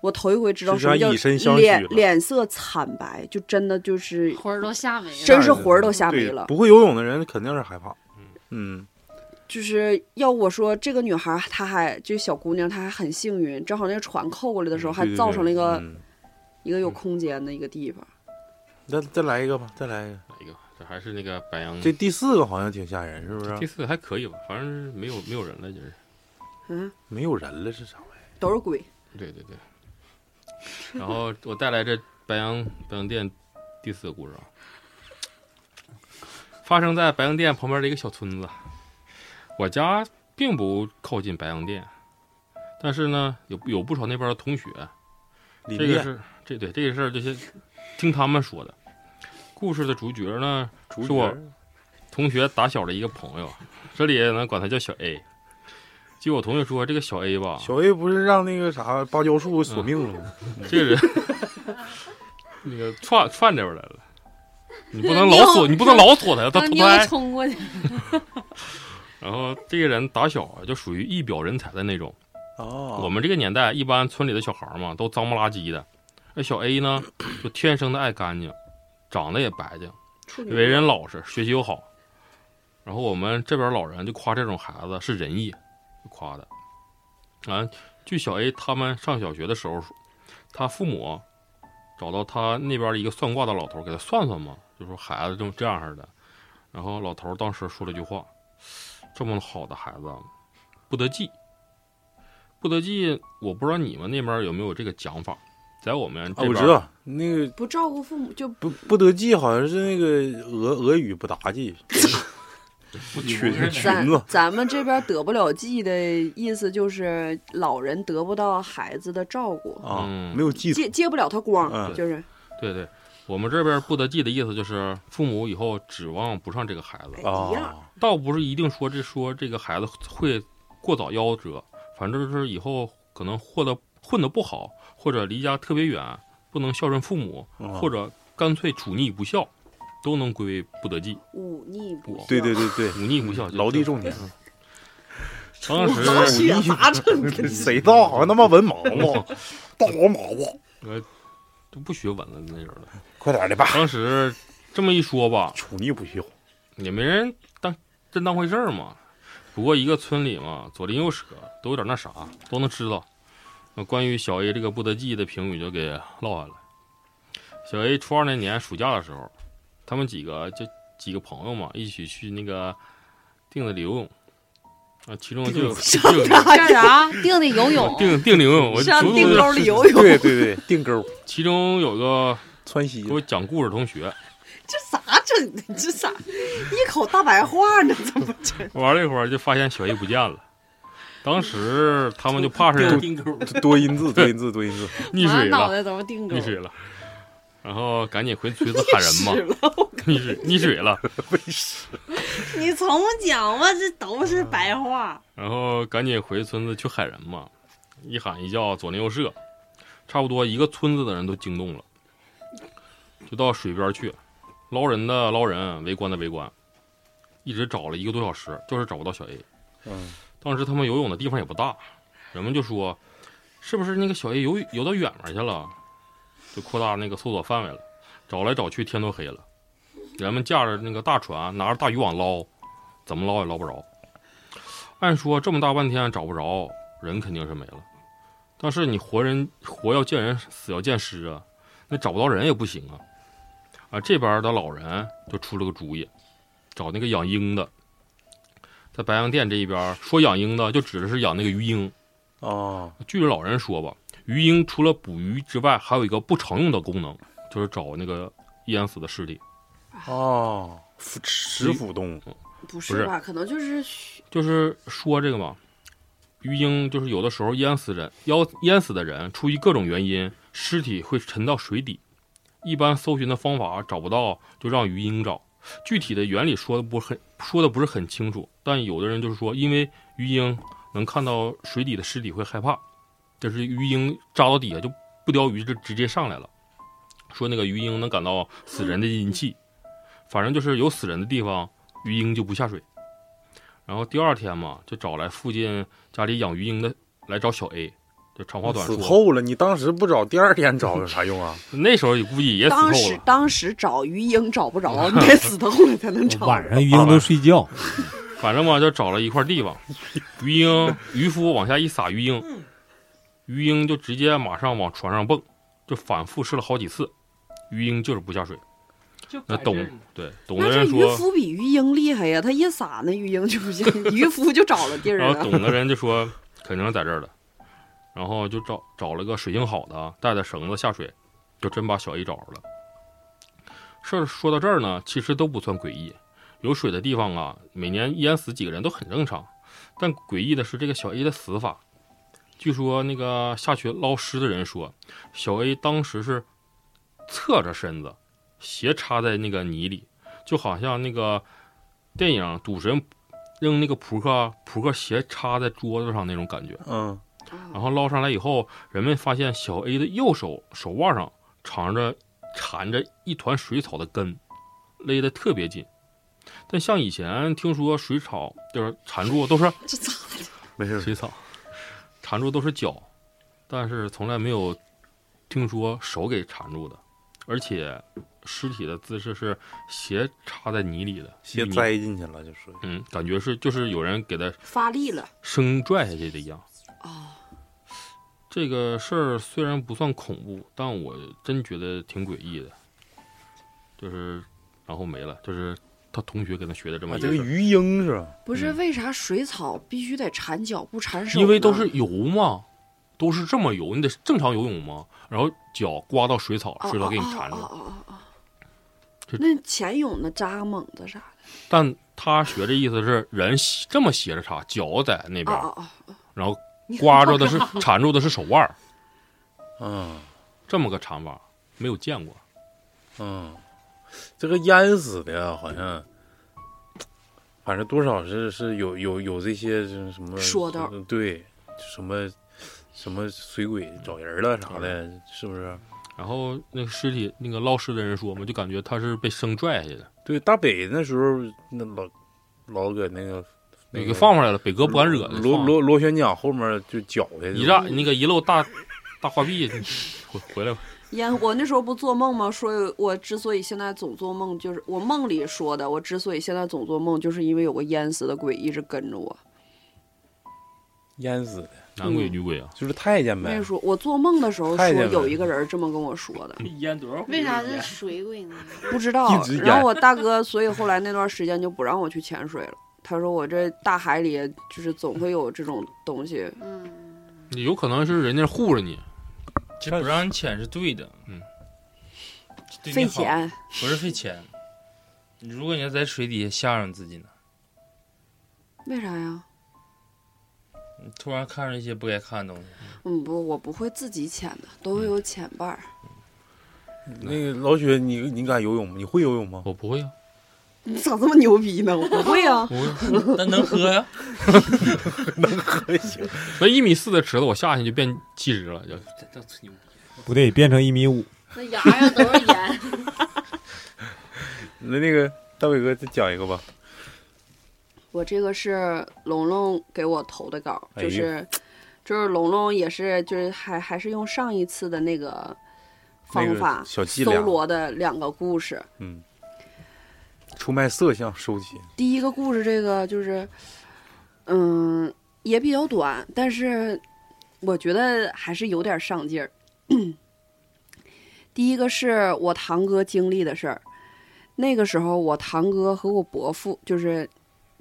C: 我头一回知道
B: 就
C: 什么
B: 像
C: 叫
B: 以身相许
C: 脸
B: 了
C: 脸色惨白，就真的就是
E: 魂儿都吓没了，啊
C: 真是魂儿都吓没
B: 对
C: 了
B: 不会游泳的人肯定是害怕。嗯，
C: 就是要我说，这个女孩儿她还这小姑娘她还很幸运，正好那个船扣过来的时候，还
B: 对对
C: 造成了一个
B: 嗯
C: 一个有空间的一个地方。
B: 那再来一个吧，再来一个，
I: 来一个，这还是那个白羊。
B: 这第四个好像挺吓人，是不是？
I: 第四个还可以吧，反正是没有没有人了，就是
C: 嗯，
B: 没有人了是啥玩意
C: 儿？都是鬼。
I: 对对对。然后我带来这白羊白羊店第四个故事啊，发生在白洋淀旁边的一个小村子。我家并不靠近白洋淀，但是呢，有有不少那边的同学。
B: 里
I: 这个
B: 面
I: 是这对这个事儿，这些听他们说的。故事的主角呢，
B: 主
I: 是我
B: 角
I: 同学打小的一个朋友，这里呢管他叫小 A。据我同学说，这个小 A 吧，
B: 小 A 不是让那个啥芭蕉树索命了吗？
I: 这
B: [LAUGHS]
I: 个人那个串串这边来了，你不能老锁，你不能老锁他呀，他
E: 让
I: 投
E: 妞儿
I: 胎。
E: 冲过去。
I: 然后这个人打小啊就属于一表人才的那种。
B: 哦，
I: 嗯我们这个年代，一般村里的小孩儿嘛，都脏不拉几的。那小 A 呢，就天生的爱干净，长得也白净，为人老实，学习又好。然后我们这边老人就夸这种孩子是仁义，就夸的。啊，据小 A 他们上小学的时候，他父母找到他那边的一个算卦的老头儿，给他算算嘛，就说孩子就这样式的。然后老头儿当时说了一句话：“这么好的孩子，不得计。”不得计，我不知道你们那边有没有这个讲法，在我们这
B: 啊，我
I: 边、
B: 知道，那个
C: 不照顾父母就
B: 不不得计，好像是那个俄俄语不达
I: [LAUGHS]
B: 计，裙
C: 咱
B: 裙子
C: 咱们这边得不了计的意思就是老人得不到孩子的照顾，
B: 啊，没有计
C: 接接不了他光，
I: 嗯
C: 就是
I: 对对，我们这边不得计的意思就是父母以后指望不上这个孩子
B: 哎一样
I: 倒不是一定说这说这个孩子会过早夭折，反正就是以后可能混的混的不好，或者离家特别远，不能孝顺父母，
B: 嗯
I: 或者干脆处逆不孝，都能归为不得计。
C: 忤逆不孝。
B: 对对对对，
I: 忤逆不孝，
B: 嗯劳地重田。
I: 当时
B: 忤 [LAUGHS] 逆谁道好像他妈文盲啊，大黄毛啊！
I: 我都不学文了那人了，
B: 快点的吧。
I: 当时这么一说吧，
B: 处逆不孝，
I: 也没人当真当回事儿嘛。不过一个村里嘛，左邻右舍都有点那啥，都能知道。那关于小 A 这个不得计的评语就给落下来。小 A 初二那年暑假的时候，他们几个就几个朋友嘛，一起去那个定的游泳。啊，其中就
E: [LAUGHS]
I: 有
E: 上
I: 就有
C: [LAUGHS]
E: 干啥？定的游泳。
I: 定定游泳，我
E: 上
I: 足足
E: 定沟里游泳
B: 对对对，定沟。
I: 其中有个
B: 川西
I: 给我讲故事同学，
C: 这啥整的？这啥？一口大白话呢？怎么整？
I: 玩了一会儿就发现小 A 不见了。当时他们就怕是
B: 多多音字，多音字，多音字，
I: 溺水
E: 脑
I: 了，
E: 袋都是定钩
I: 溺水了， [LAUGHS] 然后赶紧回村子喊人嘛，溺水溺水了，
E: 你从不讲吧，这都是
C: 嗯
E: 白话。
I: 然后赶紧回村子去喊人嘛，一喊一叫左邻右舍，差不多一个村子的人都惊动了，就到水边去，捞人的捞人，围观的围观，一直找了一个多小时，就是找不到小 A。
B: 嗯，
I: 当时他们游泳的地方也不大，人们就说，是不是那个小 A 游游到远面去了，就扩大那个搜索范围了。找来找去，天都黑了，人们驾着那个大船，拿着大渔网捞，怎么捞也捞不着。按说这么大半天找不着，人肯定是没了。但是你活人活要见人，死要见尸啊，那找不到人也不行啊。啊，这边的老人就出了个主意，找那个养鹰的，在白洋淀这一边说养鹰的，就指的是养那个鱼鹰。
B: 哦，
I: 据老人说吧，鱼鹰除了捕鱼之外，还有一个不常用的功能，就是找那个淹死的尸体。
B: 哦，腐食腐动，
C: 不
I: 不
C: 是
I: 是
C: 吧？可能就是虚
I: 就是说这个嘛，鱼鹰就是有的时候淹死人，淹淹死的人出于各种原因，尸体会沉到水底。一般搜寻的方法找不到，就让鱼鹰找。具体的原理说的不很说的不是很清楚，但有的人就是说，因为鱼鹰能看到水底的尸体会害怕，但是鱼鹰扎到底下就不叼鱼就直接上来了。说那个鱼鹰能感到死人的阴气，反正就是有死人的地方，鱼鹰就不下水。然后第二天嘛，就找来附近家里养鱼鹰的来找小 A，就长话短嗯
B: 死
I: 说。
B: 透了。你当时不找，第二天找有啥用啊？
I: 那时候也估计也死透
C: 当时
I: 了。
C: 当时找鱼鹰找不
I: [LAUGHS]
C: 着， [LAUGHS] 你得死透了才能找。
I: 晚
D: 上鱼鹰都睡觉，
I: 反正嘛，就找了一块
C: [LAUGHS]
I: 地方，鱼鹰渔夫往下一撒鱼鹰，鱼鹰就直接马上往船上蹦，就反复试了好几次，鱼鹰就是不下水。那懂对懂的
C: 那这
I: 人
C: 渔
I: 说，
C: 夫比鱼鹰厉害呀，他一撒那鱼鹰就不行， [LAUGHS] 渔夫 [LAUGHS] 就啊找了地儿
I: 然后
C: 了。
I: 懂的人就说肯定是在这儿了，然后就找找了个水性好的啊，带着绳子下水，就真把小 A 找着了。事儿说到这儿呢，其实都不算诡异，有水的地方啊，每年淹死几个人都很正常。但诡异的是这个小 A 的死法，据说那个下去捞尸的人说，小 A 当时是侧着身子，斜插在那个泥里，就好像那个电影赌神扔那个扑克，扑克斜插在桌子上那种感觉。
B: 嗯。
I: 然后捞上来以后，人们发现小 A 的右手手腕上缠着缠着一团水草的根，勒得特别紧。但像以前听说水草就是缠住都是
C: 这咋的？
B: 没事，
I: 水草缠住都是脚，但是从来没有听说手给缠住的，而且尸体的姿势是斜插在泥里的，
B: 斜
I: 泥
B: 栽进去了，就属于。
I: 嗯，感觉是就是有人给它
C: 发力了，哦
I: 生拽下去的一样。这个事儿虽然不算恐怖，但我真觉得挺诡异的。就是，然后没了，就是他同学跟他学的这么
B: 啊，
I: 一
B: 这
I: 个
B: 个
I: 事儿、
B: 鱼鹰是吧？
C: 不是为啥水草必须得缠脚不缠手呢？
I: 因为都是游嘛，都是这么游，你得正常游泳嘛，然后脚刮到水草，
C: 哦
I: 水草给你
C: 哦
I: 缠住。
C: 哦哦哦
I: 这
C: 那潜泳的扎个猛子啥的，
I: 但他学这意思是人斜这么斜着插，脚在那边，
C: 哦哦哦，
I: 然后
C: 你
I: 刮着的是
C: 好
I: 缠住的是手腕儿，嗯，这么个缠法没有见过，
B: 嗯，这个淹死的呀，好像，反正多少是是有有有这些是什么
C: 说道
B: 嗯对，什么什么水鬼找人了啥的，是不是？
I: 然后那个尸体那个捞尸的人说嘛，就感觉他是被生拽下去的，
B: 对，大北那时候那老老搁那个那
I: 那个放出来了北哥不敢
B: 螺
I: 惹那
B: 螺
I: 放
B: 螺螺旋桨后面就搅的，
I: 一炸那个一漏大大花臂回回来吧。
C: 烟，我那时候不做梦吗？说我之所以现在总做梦，就是我梦里说的。我之所以现在总做梦，就是因为有个淹死的鬼一直跟着我。
B: 淹死的，
I: 男
H: 嗯
I: 鬼女鬼啊，
B: 就是太监
C: 那
B: 呗。
C: 时候我做梦的时候说
B: 太监呗
C: 有一个人这么跟我说的，
G: 淹多少？
E: 为啥
C: 嗯
E: 是水鬼呢？
C: 不知道
B: 一直。
C: 然
B: 演
C: 后我大哥，所以后来那段时间就不让我去潜水了。他说我这大海里就是总会有这种东西，
I: 有可能是人家护着你，
H: 这不让你潜是对的，嗯
I: 嗯，
H: 对
C: 费
H: 你好
C: 钱，
H: 不是费钱。你如果你要在水底下吓着你自己呢，
C: 为啥呀？
H: 你突然看着一些不该看的东西，
C: 嗯，不，我不会自己潜的，都会有潜伴儿。
B: 那个老雪，你你敢游泳吗？你会游泳吗？ [LAUGHS]
I: 我不会
H: [LAUGHS]
I: 啊，
C: [LAUGHS] 你咋这么牛逼呢？我不会啊，
H: 那能喝呀？
B: 能喝行。
I: 那一米四的池子，我下去就变七十了，就
H: 这这吹牛逼！
D: 不对，变成一米五。
E: 那牙上都是
C: [LAUGHS]
E: 盐。
B: 那那个大伟哥再讲一个吧。
C: [LAUGHS] 我这个是龙龙给我投的稿，
B: 哎呦
C: 就是、就是龙龙也是就是还还是用上一次的那个方
B: 那
C: 法
B: 个小伎
C: 搜
B: 俩
C: 罗的两个故事。
B: 嗯，出卖色相收集，
C: 第一个故事这个就是，嗯，也比较短，但是我觉得还是有点上劲儿。第一个是我堂哥经历的事儿，那个时候我堂哥和我伯父就是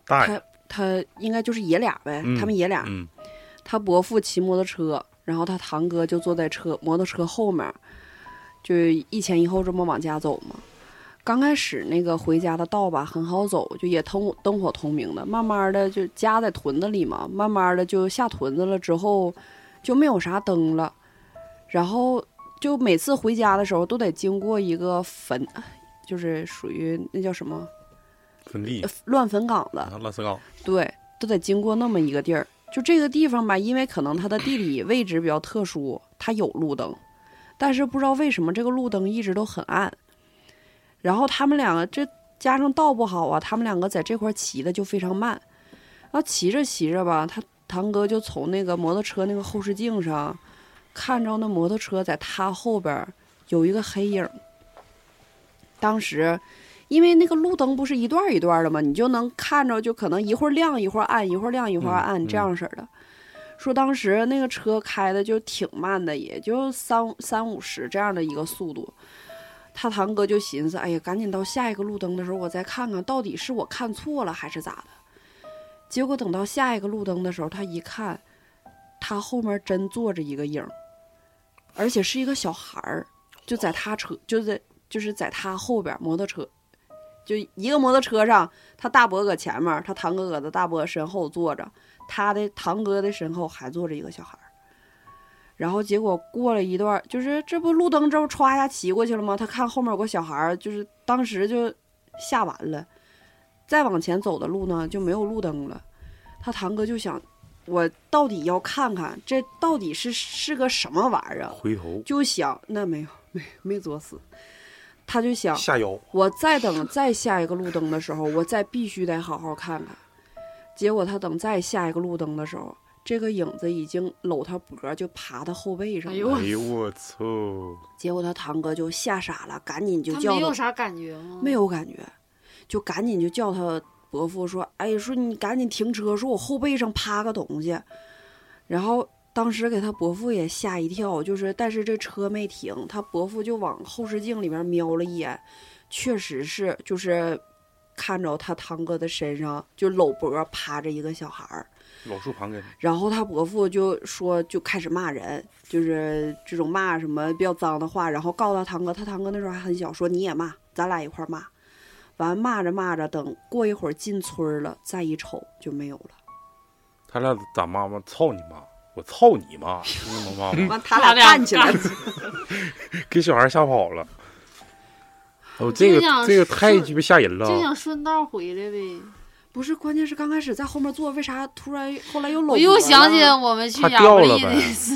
B: 大
C: 他他应该就是爷俩呗，
B: 嗯
C: 他们爷俩，
B: 嗯
C: 他伯父骑摩托车，然后他堂哥就坐在车摩托车后面，就一前一后这么往家走嘛。刚开始那个回家的道吧很好走，就也通灯火通明的。慢慢的就家在屯子里嘛，慢慢的就下屯子了之后，就没有啥灯了。然后就每次回家的时候都得经过一个坟，就是属于那叫什么
B: 坟地
C: 呃乱坟岗子。
B: 啊，拉斯高，
C: 对，都得经过那么一个地儿。就这个地方吧，因为可能它的地理位置比较特殊，它有路灯，但是不知道为什么这个路灯一直都很暗。然后他们两个这加上道不好啊，他们两个在这块儿骑的就非常慢。然后骑着骑着吧，他堂哥就从那个摩托车那个后视镜上看着那摩托车在他后边儿有一个黑影儿。当时因为那个路灯不是一段儿一段儿的嘛，你就能看着，就可能一会儿亮一会儿暗，一会儿亮一会儿暗、这样式儿的。说当时那个车开的就挺慢的，也就三三五十这样的一个速度。他堂哥就寻思，哎呀，赶紧到下一个路灯的时候，我再看看到底是我看错了还是咋的。结果等到下一个路灯的时候，他一看，他后面真坐着一个影儿，而且是一个小孩儿，就在他车，就在就是在他后边摩托车，就一个摩托车上，他大伯搁前面，他堂哥搁他大伯身后坐着，他的堂哥的身后还坐着一个小孩儿。然后结果过了一段，就是这不路灯之后歘一下骑过去了吗？他看后面有个小孩儿，就是当时就吓完了。再往前走的路呢就没有路灯了，他堂哥就想，我到底要看看这到底是是个什么玩意儿啊？
B: 回头
C: 就想那没有 [LAUGHS] 没没作死，他就想
B: 下腰，
C: 我再等再下一个路灯的时候，我再必须得好好看看。结果他等再下一个路灯的时候，这个影子已经搂他脖，就爬他后背上
E: 哎呦
C: 了。
E: 我
B: 哎呦我操！
C: 结果他堂哥就吓傻了，赶紧就
E: 他
C: 叫
E: 没有
C: 他，
E: 啥感觉吗？
C: 没有感觉，就赶紧就叫他伯父说：“哎，说你赶紧停车，说我后背上趴个东西。”然后当时给他伯父也吓一跳，就是但是这车没停，他伯父就往后视镜里面瞄了一眼，确实是就是看着他堂哥的身上就搂脖趴着一个小孩儿。
B: 老树盘根，
C: 然后他伯父就说，就开始骂人，就是这种骂什么比较脏的话，然后告他堂哥，他堂哥那时候还很小，说你也骂，咱俩一块儿骂。完骂着骂着，等过一会儿进村儿了，再一瞅就没有了。
B: 他俩咋骂吗？操你妈！我操你
C: [LAUGHS]
B: 妈！是那么骂吗？
C: 完他俩干起来了， [LAUGHS]
B: 给小孩吓跑了。哦，
E: 就
B: 这个
E: 想
B: 这个
E: 说
B: 太鸡巴吓人了！
E: 就想顺道回来呗。
C: 不是，关键是刚开始在后面坐，为啥突然后来又搂？
E: 我又想起我们去
B: 他
E: 亚
B: 掉
E: 布
B: 了
E: 力
B: 呗
C: [LAUGHS]
E: 那次，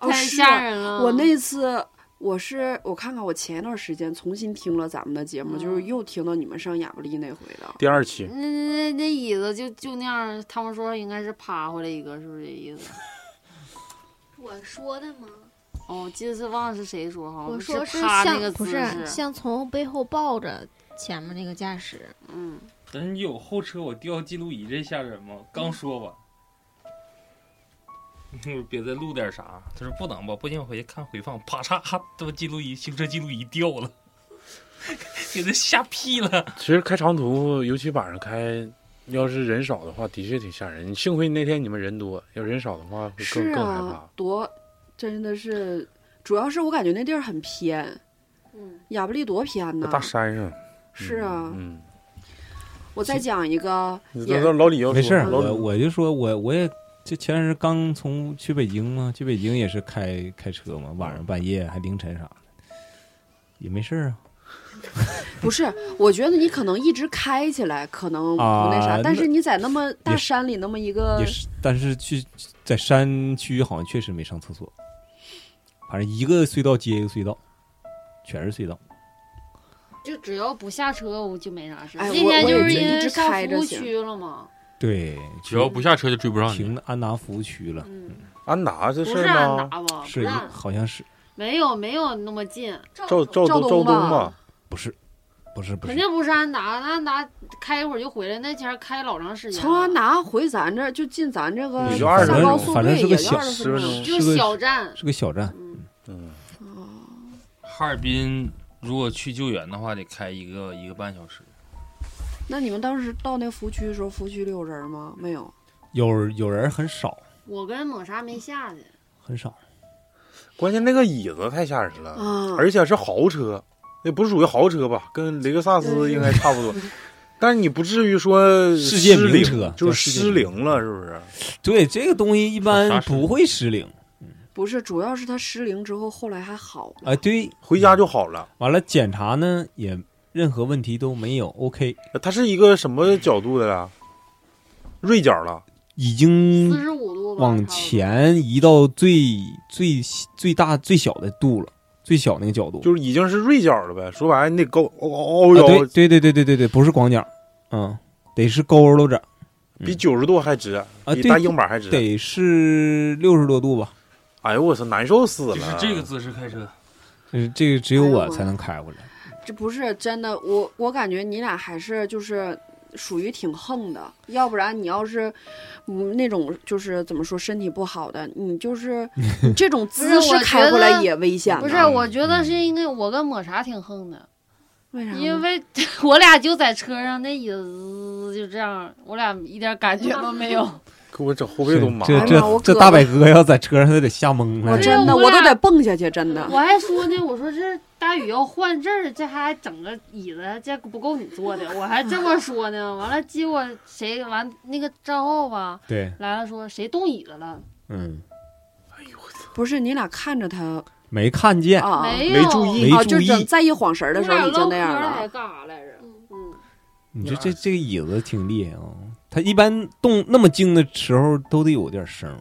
C: 哦，
E: 太
C: 是
E: 吓人了
C: 我那次我是我看看，我前一段时间重新听了咱们的节
E: 嗯
C: 目，就是又听到你们上亚布力那回了。
B: 第二期
E: 那那那椅子就就那样，他们说应该是趴回来一个，是不是这意思？
K: 我说的吗？
E: 哦，这次忘了是谁说哈，
K: 我说
E: 是
K: 是
E: 趴
K: 像
E: 那个
K: 不
E: 姿
K: 是
E: 势，
K: 像从背后抱着前面那个驾驶，
E: 嗯，
H: 但是你有后车我掉记录仪，这吓人吗？刚说
I: [LAUGHS]
H: 完，别再录点啥。他说不能吧，不行，回去看回放，啪嚓，哈都记录仪行车记录仪掉
I: [LAUGHS]
H: 了，给他吓屁了。
B: 其实开长途，尤其晚上开，要是人少的话，的确挺吓人。幸亏那天你们人多，要人少的话会更
C: 是
B: 更害怕
C: 啊。，多真的是，主要是我感觉那地儿很偏，
E: 嗯，
C: 亚布力多偏
B: 那
C: 呢。
B: 大山上，
C: 啊是啊，
B: 嗯，
C: 我再讲一个，也
B: 那那老李要说
D: 没事儿，
B: 老
D: 我
B: 李
D: 我就说我我也就前段时间刚从去北京嘛，去北京也是开开车嘛，晚上半夜还凌晨啥的，也没事儿啊。
C: 不是，我觉得你可能一直开起来可能不那啥，
D: 啊
C: 但
D: 那
C: 是你在那么大
D: 也是
C: 山里那么一个
E: 嗯
D: 也是，但是去在山区好像确实没上厕所，反正一个隧道接一个隧道，全是隧道。
E: 就只要不下车，我就没啥事。
C: 哎
E: 那
C: 我
E: 天
C: 我
E: 就
C: 也
E: 是
C: 觉得
E: 因
C: 一
E: 为
C: 直
E: 上
C: 开着
E: 服务
C: 行
E: 区了嘛，
D: 对，
I: 只要不下车就追不上你。
D: 停安达服务区了，
E: 嗯，
B: 安达这
E: 不
B: 事
E: 是
B: 儿
E: 安
B: 呢，
E: 达吧？嗯不
D: 是一
E: 是安，
D: 好像是
E: 没有没有那么近，
B: 赵赵
C: 赵
B: 东
C: 东
B: 东
C: 吧
B: 吧，
D: 不是不是不
E: 肯
D: 是
E: 定不是安达，那安达开一会儿就回来，那前儿开老长时间了，
C: 从安达回咱这儿就近咱这个
B: 也就
C: 上
B: 20分
C: 高
B: 钟
C: 速
D: 反
C: 对
D: 正
C: 也
D: 是
C: 就
D: 个小
C: 二十分钟。
E: 就是
D: 个
E: 小站，
D: 是个小站，
E: 嗯，
B: 嗯，
H: 哈尔滨如果去救援的话，得开一个一个半小时。
C: 那你们当时到那服务区的时候，服务区里有人吗？没有。
D: 有有人很少
E: 我跟抹茶没下去，
D: 很少，
B: 关键那个椅子太吓人
E: 嗯
B: 了，
C: 啊，
B: 而且是豪车，那不是属于豪车吧？跟雷克萨斯应该差
E: [LAUGHS]
B: 不多，但是你不至于说
D: 世界名
B: 失灵
D: 车
B: 就
D: 叫
B: 是
D: 世界
B: 失
D: 名
B: 灵了，是不是？
D: 对这个东西一般
I: 啥事
D: 不会失灵
C: 不是，主要是他失灵之后，后来还好了。
D: 啊。
B: 哎
D: 对，
B: 回家就好了。
D: 完了检查呢也任何问题都没有，OK，
B: 它是一个什么角度的呀？锐角了，
D: 已经
E: 四十五度吧，
D: 嗯往前移到最最最大最小的度了，最小那个角度。
B: 就是已经是锐角了呗。说白了，你得高哦凹凹
D: 啊，
B: 腰，
D: 对对对对对对对，不是广角，嗯，得是佝偻着，
B: 比九十度还直，
D: 嗯啊
B: 比
D: 对
B: 大硬板还直。
D: 得是六十多度吧。
B: 哎呦我操，难受死
H: 就是
B: 了！
H: 这个姿势开车，
D: 嗯，这个只有
C: 哎呦
D: 我
C: 我
D: 才能开回来。
C: 这不是真的，我我感觉你俩还是就是属于挺横的，要不然你要是，嗯，那种就是怎么说身体不好的，你就是
D: [LAUGHS]
C: 你这种姿势开过来也危险的。
E: 不是，我觉得是因为我跟抹茶挺横的，
C: 为啥呢？
E: 因为我俩就在车上，那椅子就这样，我俩一点感觉都没有。
B: 给哎我整后背都麻
D: 这
B: 了。
D: 这这大摆哥要在车上，他得吓懵
C: 我
D: 了。
C: 真的
E: 我
C: 我
E: 俩
C: 都得蹦下去，真的。
E: [LAUGHS] 我还说呢，我说这大宇要换这儿，这还整个椅子，这不够你坐的，我还这么说呢。完了，结果谁完那个赵浩吧
D: 对，
E: 来了说谁动椅子了，
D: 嗯，
C: 不是你俩看着他
D: 没看见，
C: 啊，
E: 没有没注意
C: 啊，
D: 没注
C: 就
D: 意
C: 是再一晃神儿的时
E: 我
C: 候
E: 俩
C: 已经
E: 唠
C: 那样
E: 嗑
C: 了啊
E: 还。干啥来着？嗯，
D: 你说这这个椅子挺厉害啊、它一般动那么静的时候都得有点声儿，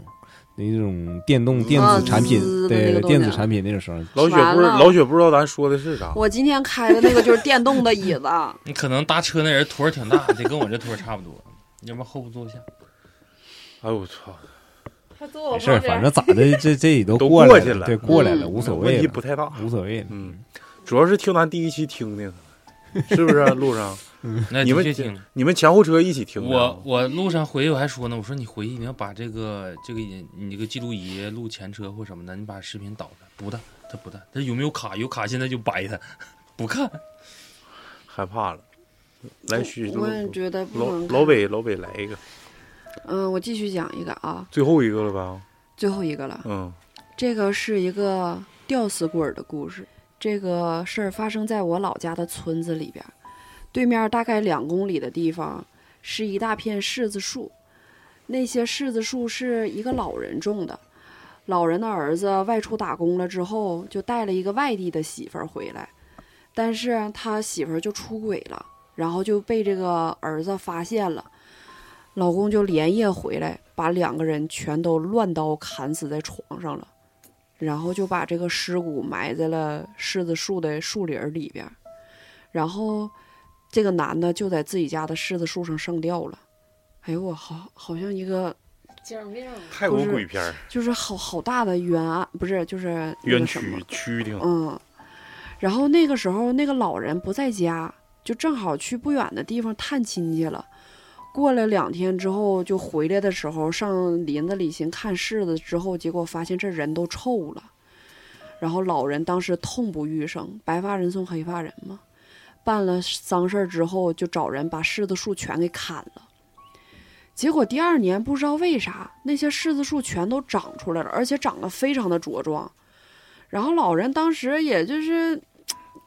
D: 那种电动电子产品，
C: 滋的那
D: 对
C: 个动静
D: 电子产品那种声儿。
B: 老雪
C: 完
B: 不是
C: 了
B: 老雪不知道咱说的是啥，
C: 我今天开的那个就是电动的椅
D: [LAUGHS]
C: 子，
H: 你可能搭车那人腿儿挺
B: [LAUGHS]
H: 大，得跟我这腿儿差不多，要不然 hold 不坐下。
B: 哎呦我操，
E: 他坐我
D: 没事儿，反正咋的，
B: [LAUGHS]
D: 这这也都
B: 都
D: 过来
B: 过去了
D: 对，过来了，
B: 嗯
D: 无所
B: 问
D: 谓
B: 题
D: 了，
B: 不太大
D: 无所谓了。
B: 嗯，主要是听咱第一期听的，是不是啊？路
C: [LAUGHS]
B: 上
D: 嗯，
H: 那
B: 你
H: 的
B: 们
H: 确听
B: 你们前后车一起听的，
H: 我我路上回去我还说呢，我说你回去你要把这个这个你你这个记录仪录前车或什么的，你把视频导上，不的，他不的，他有没有卡？有卡现在就白他， [LAUGHS] 不看。
B: 害怕了。来许
C: 我也觉得不
B: 老
C: 能看
B: 老北老北来一个，
C: 嗯，我继续讲一个啊，
B: 最后一个了吧？
C: 最后一个了。
B: 嗯，
C: 这个是一个吊死鬼儿的故事。这个事儿发生在我老家的村子里边儿，对面大概两公里的地方是一大片柿子树，那些柿子树是一个老人种的。老人的儿子外出打工了之后，就带了一个外地的媳妇儿回来，但是他媳妇儿就出轨了，然后就被这个儿子发现了，老公就连夜回来，把两个人全都乱刀砍死在床上了，然后就把这个尸骨埋在了柿子树的树林儿里边儿，然后这个男的就在自己家的柿子树上上吊了。哎呦我好好像一个
E: 精神病。
B: 泰国鬼片儿
C: 就是好好大的冤案，不是就是那
B: 冤
C: 个什么
B: 屈屈挺，
C: 嗯，然后那个时候那个老人不在家，就正好去不远的地方探亲戚了。过了两天之后，就回来的时候上林子里寻看柿子，之后结果发现这人都臭了。然后老人当时痛不欲生，白发人送黑发人嘛。办了丧事儿之后，就找人把柿子树全给砍了。结果第二年不知道为啥，那些柿子树全都长出来了，而且长得非常的茁壮。然后老人当时也就是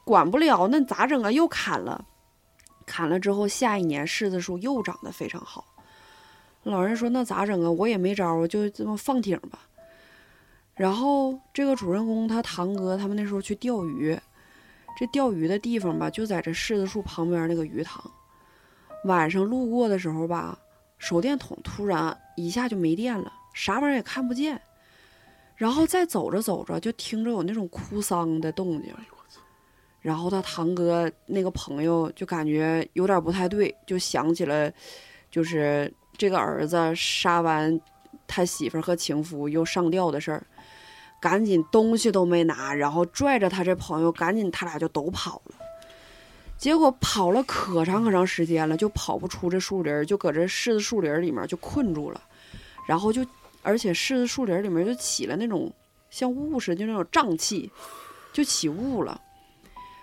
C: 管不了，那咋整啊？又砍了，砍了之后，下一年柿子树又长得非常好。老人说：“那咋整啊？我也没招儿，我就这么放挺吧。”然后这个主人公他堂哥他们那时候去钓鱼，这钓鱼的地方吧，就在这柿子树旁边那个鱼塘。晚上路过的时候吧，手电筒突然一下就没电了，啥玩意儿也看不见。然后再走着走着，就听着有那种哭丧的动静。然后他堂哥那个朋友就感觉有点不太对，就想起了，就是这个儿子杀完他媳妇儿和情夫又上吊的事儿，赶紧东西都没拿，然后拽着他这朋友，赶紧他俩就都跑了。结果跑了可长可长时间了，就跑不出这树林儿，就搁这柿子树林儿里面就困住了，然后就而且柿子树林儿里面就起了那种像雾似的，就那种瘴气，就起雾了。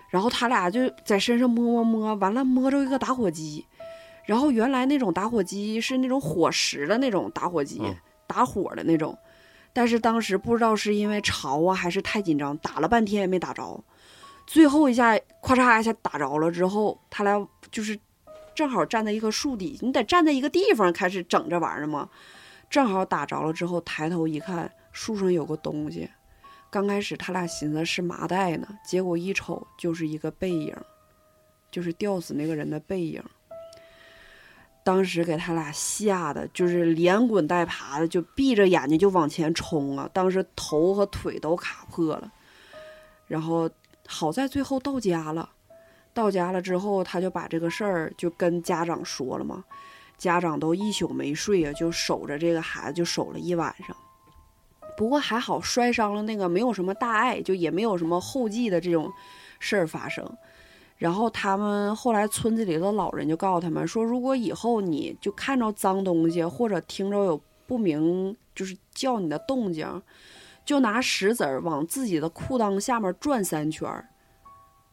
C: 然后他俩就在身上摸摸摸，完了摸着一个打火机，然后原来那种打火机是那种火石的那种打火机，打火的那种，但是当时不知道是因为潮啊还是太紧张，打了半天也没打着，最后一下咔嚓一下打着了之后，他俩就是正好站在一棵树底，你得站在一个地方开始整这玩意儿嘛，正好打着了之后，抬头一看，树上有个东西。刚开始他俩寻思是麻袋呢，结果一瞅就是一个背影，就是吊死那个人的背影。当时给他俩吓得就是连滚带爬的，就闭着眼睛就往前冲啊！当时头和腿都卡破了，然后好在最后到家了。到家了之后，他就把这个事儿就跟家长说了嘛，家长都一宿没睡啊，就守着这个孩子，就守了一晚上。不过还好摔伤了那个没有什么大碍，就也没有什么后继的这种事儿发生。然后他们后来村子里的老人就告诉他们说，如果以后你就看着脏东西或者听着有不明就是叫你的动静，就拿石子儿往自己的裤裆下面转三圈儿，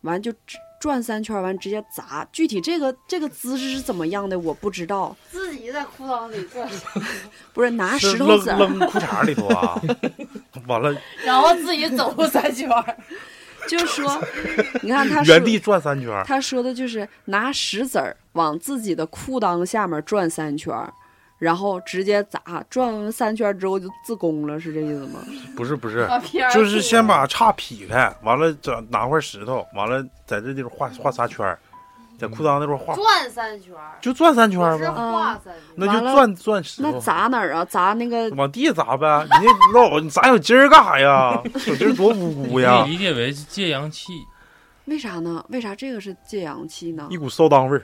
C: 完就直转三圈儿，完直接砸。具体这个这个姿势是怎么样的我不知道，
E: 自己在裤裆里转，
C: 不是拿
B: 是
C: 石头子儿
B: 扔扔裤衩里头
C: [LAUGHS]
B: 啊，完了
E: [LAUGHS] 然后自己走 [LAUGHS] 路三圈儿，
C: 就说，你看他
B: [LAUGHS]
C: 说
B: 原地转三圈儿，
C: 他说的就是拿石子儿往自己的裤裆下面转三圈儿，然后直接砸，转完三圈儿之后就自宫了，是这意思吗？
B: 不是不是
C: 把片儿，
B: 就是
C: 吐
B: 先
C: 了
B: 把叉劈开，完了整拿块石头，完了在这地方画画仨圈儿，在裤裆那块儿画，
E: 转三圈儿，
B: 就转三圈儿
E: 是
B: 呗，
E: 画三圈儿。
B: 那就
C: 嗯完了
B: 转转石头。
C: 那砸哪儿啊？砸那个
B: 往地砸呗，你那老你砸有筋儿干啥呀？有筋儿多无
H: 你
B: 辜
H: 可
B: 呀
H: 以！理解为是借阳气，
C: 为啥呢？为啥这个是借阳气呢
B: 一？股骚当味儿。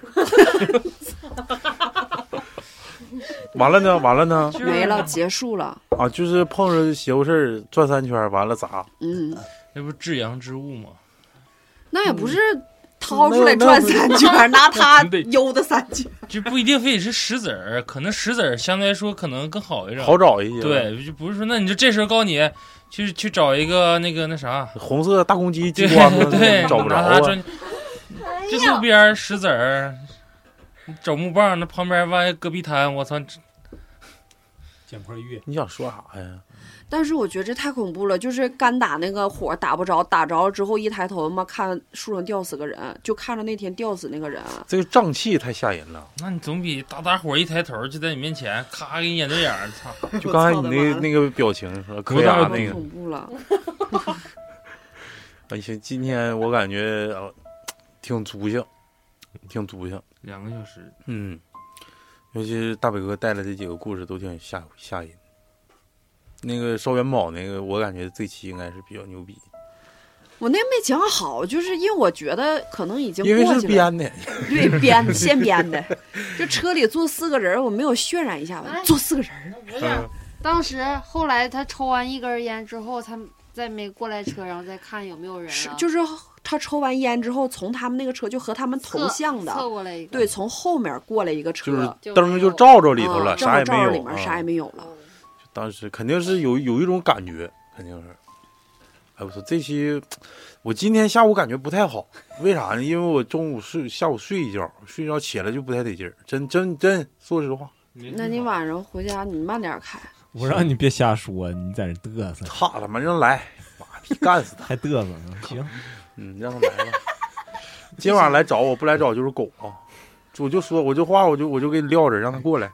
B: 完了呢，完了呢，
C: 没了，结束了。
B: 啊！就是碰着邪乎事儿转三圈儿，完了砸，
C: 嗯，
H: 那不是至阳之物吗？
C: 那也不是掏出来
B: 嗯那那
C: 转
B: 不
C: 三
B: [LAUGHS]
C: 圈儿，拿它
H: 对
C: 悠的三圈儿。
H: 就不一定非得是石子儿，可能石子儿相对来说可能更好一点，
B: 好找一些。
H: 对，哎就不是说，那你就这时候告诉你去去找一个那个那啥，
B: 红色大公鸡
H: 对
B: 激光子
H: 对，
B: 找不着
H: 拿
B: 啊
H: 它，转这路边儿石子儿，找木棒，那旁边万一戈壁滩，我操，这
D: 捡块玉，
B: 你想说啥呀？
C: 但是我觉得这太恐怖了，就是干打那个火打不着，打着了之后一抬头他妈看树上吊死个人，就看着那天吊死那个人。啊
B: 这个瘴气太吓人
C: [LAUGHS]
B: 了。
H: 那你总比大大伙儿一抬头就在你面前，咔给你眼对眼儿，操！
B: 就刚才
C: 我操
B: 你
C: 我
B: 那
C: 的妈了
B: 那个表情说
H: 不
B: 可
H: 是
B: 雅
H: 不
B: 啊那
C: 太
B: 个，
C: 恐怖了，
B: 哎行，今天我感觉呃挺足性，挺足性。
H: 两个小时，
B: 嗯，尤其是大北哥带来这几个故事都挺吓吓人。那个烧元宝那个，我感觉这期应该是比较牛逼，
C: 我那没讲好，就是因为我觉得可能已经
B: 因为
C: 过
B: 是
C: 去
B: [LAUGHS]
C: 了，
B: 编的。
C: 对编的现编的。就车里坐四个人儿，我没有渲染一下
E: 哎
C: 吧？坐四个人儿，
E: 我想当时后来他抽完一根烟之后，他再没过来车，然后再看有没有人、啊，
C: 是就是他抽完烟之后，从他们那个车就和他们
E: 侧
C: 同向的，
E: 侧过来一个，
C: 对，从后面过来一个车，
B: 就是
E: 就没
B: 灯就
E: 有
B: 照着里头了，
C: 嗯
B: 啥也
C: 正好
B: 没
C: 照着
B: 有
C: 里面啥
B: 啊
C: 也。没有了。
E: 哦
B: 当时肯定是有有一种感觉，肯定是。哎，我操，这期我今天下午感觉不太好，为啥呢？因为我中午睡，下午睡一觉，睡一觉起来就不太得劲儿，真真真，说实话，
C: 那你晚上回家你慢点儿开，
D: 我让你别瞎说，你在这嘚瑟，
B: 操他妈让来，妈逼干死他，
D: 还嘚瑟呢。行，
B: 嗯，让他来吧。今晚来找我，不来找就是狗啊！我就说，我就话，我就我就给你撂着，让他过来。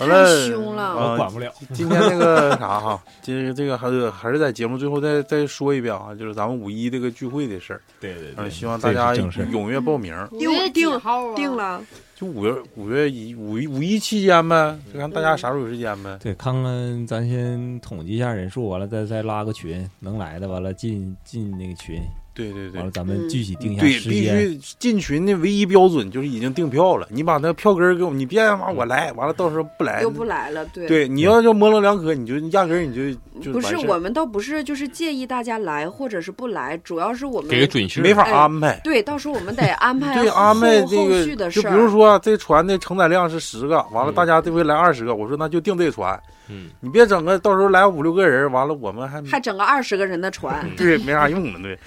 B: 完了，
C: 太凶了
B: 啊
D: 我管不了。
B: 今天那个啥哈，今天这个还是还是在节目最后再再说一遍啊，就是咱们五一这个聚会的事儿，
D: 对对
B: 嗯，希望大家
D: 这是正事
B: 踊跃报名。
E: 五月几号啊？
C: 定。了。
B: 就五月五月一五一五一期间呗，就看大家啥时候有时间呗。
D: 对，看看咱先统计一下人数，完了再再拉个群，能来的完了进进那个群，
B: 对对
D: 完了
B: 对。
D: 咱们具体定一下
B: 对，
D: 时
B: 必
D: 间。
B: 须进群的唯一标准就是已经订票了，你把那票根儿给我，你别他妈我来，完了到时候不来
C: 又，不来了，对，
B: 哎对，你要就模棱两可，你就压根儿你就就
C: 不是
B: 完事儿
C: 我们倒不是就是介意大家来或者是不来，主要是我们
I: 给个准信儿
B: 没法
C: 哎
B: 安排。
C: 对，到时候我们得安排
B: 对，
C: 后
B: 安排这
C: 后续
B: 个，
C: 的
B: 就
C: 事
B: 比
C: 儿。
B: 如说啊这船的承载量是十个，完
D: 嗯
B: 了大家这回来二十个，我说那就定这船，
I: 嗯，
B: 你别整个到时候来五六个人，完了我们还
C: 还整个二十个人的船，
B: [LAUGHS] 对没啥用了，对。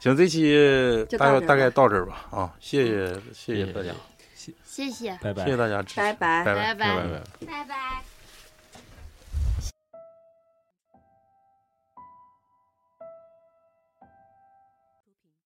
B: 行，这期
C: 就
B: 大概
C: 到这儿
B: 大概到这儿吧啊，谢谢谢谢大家，
E: 谢谢，
D: 拜拜
B: 谢谢。大家支持，
C: 拜拜
B: 拜拜
E: 拜拜
B: 拜拜。
K: 拜拜。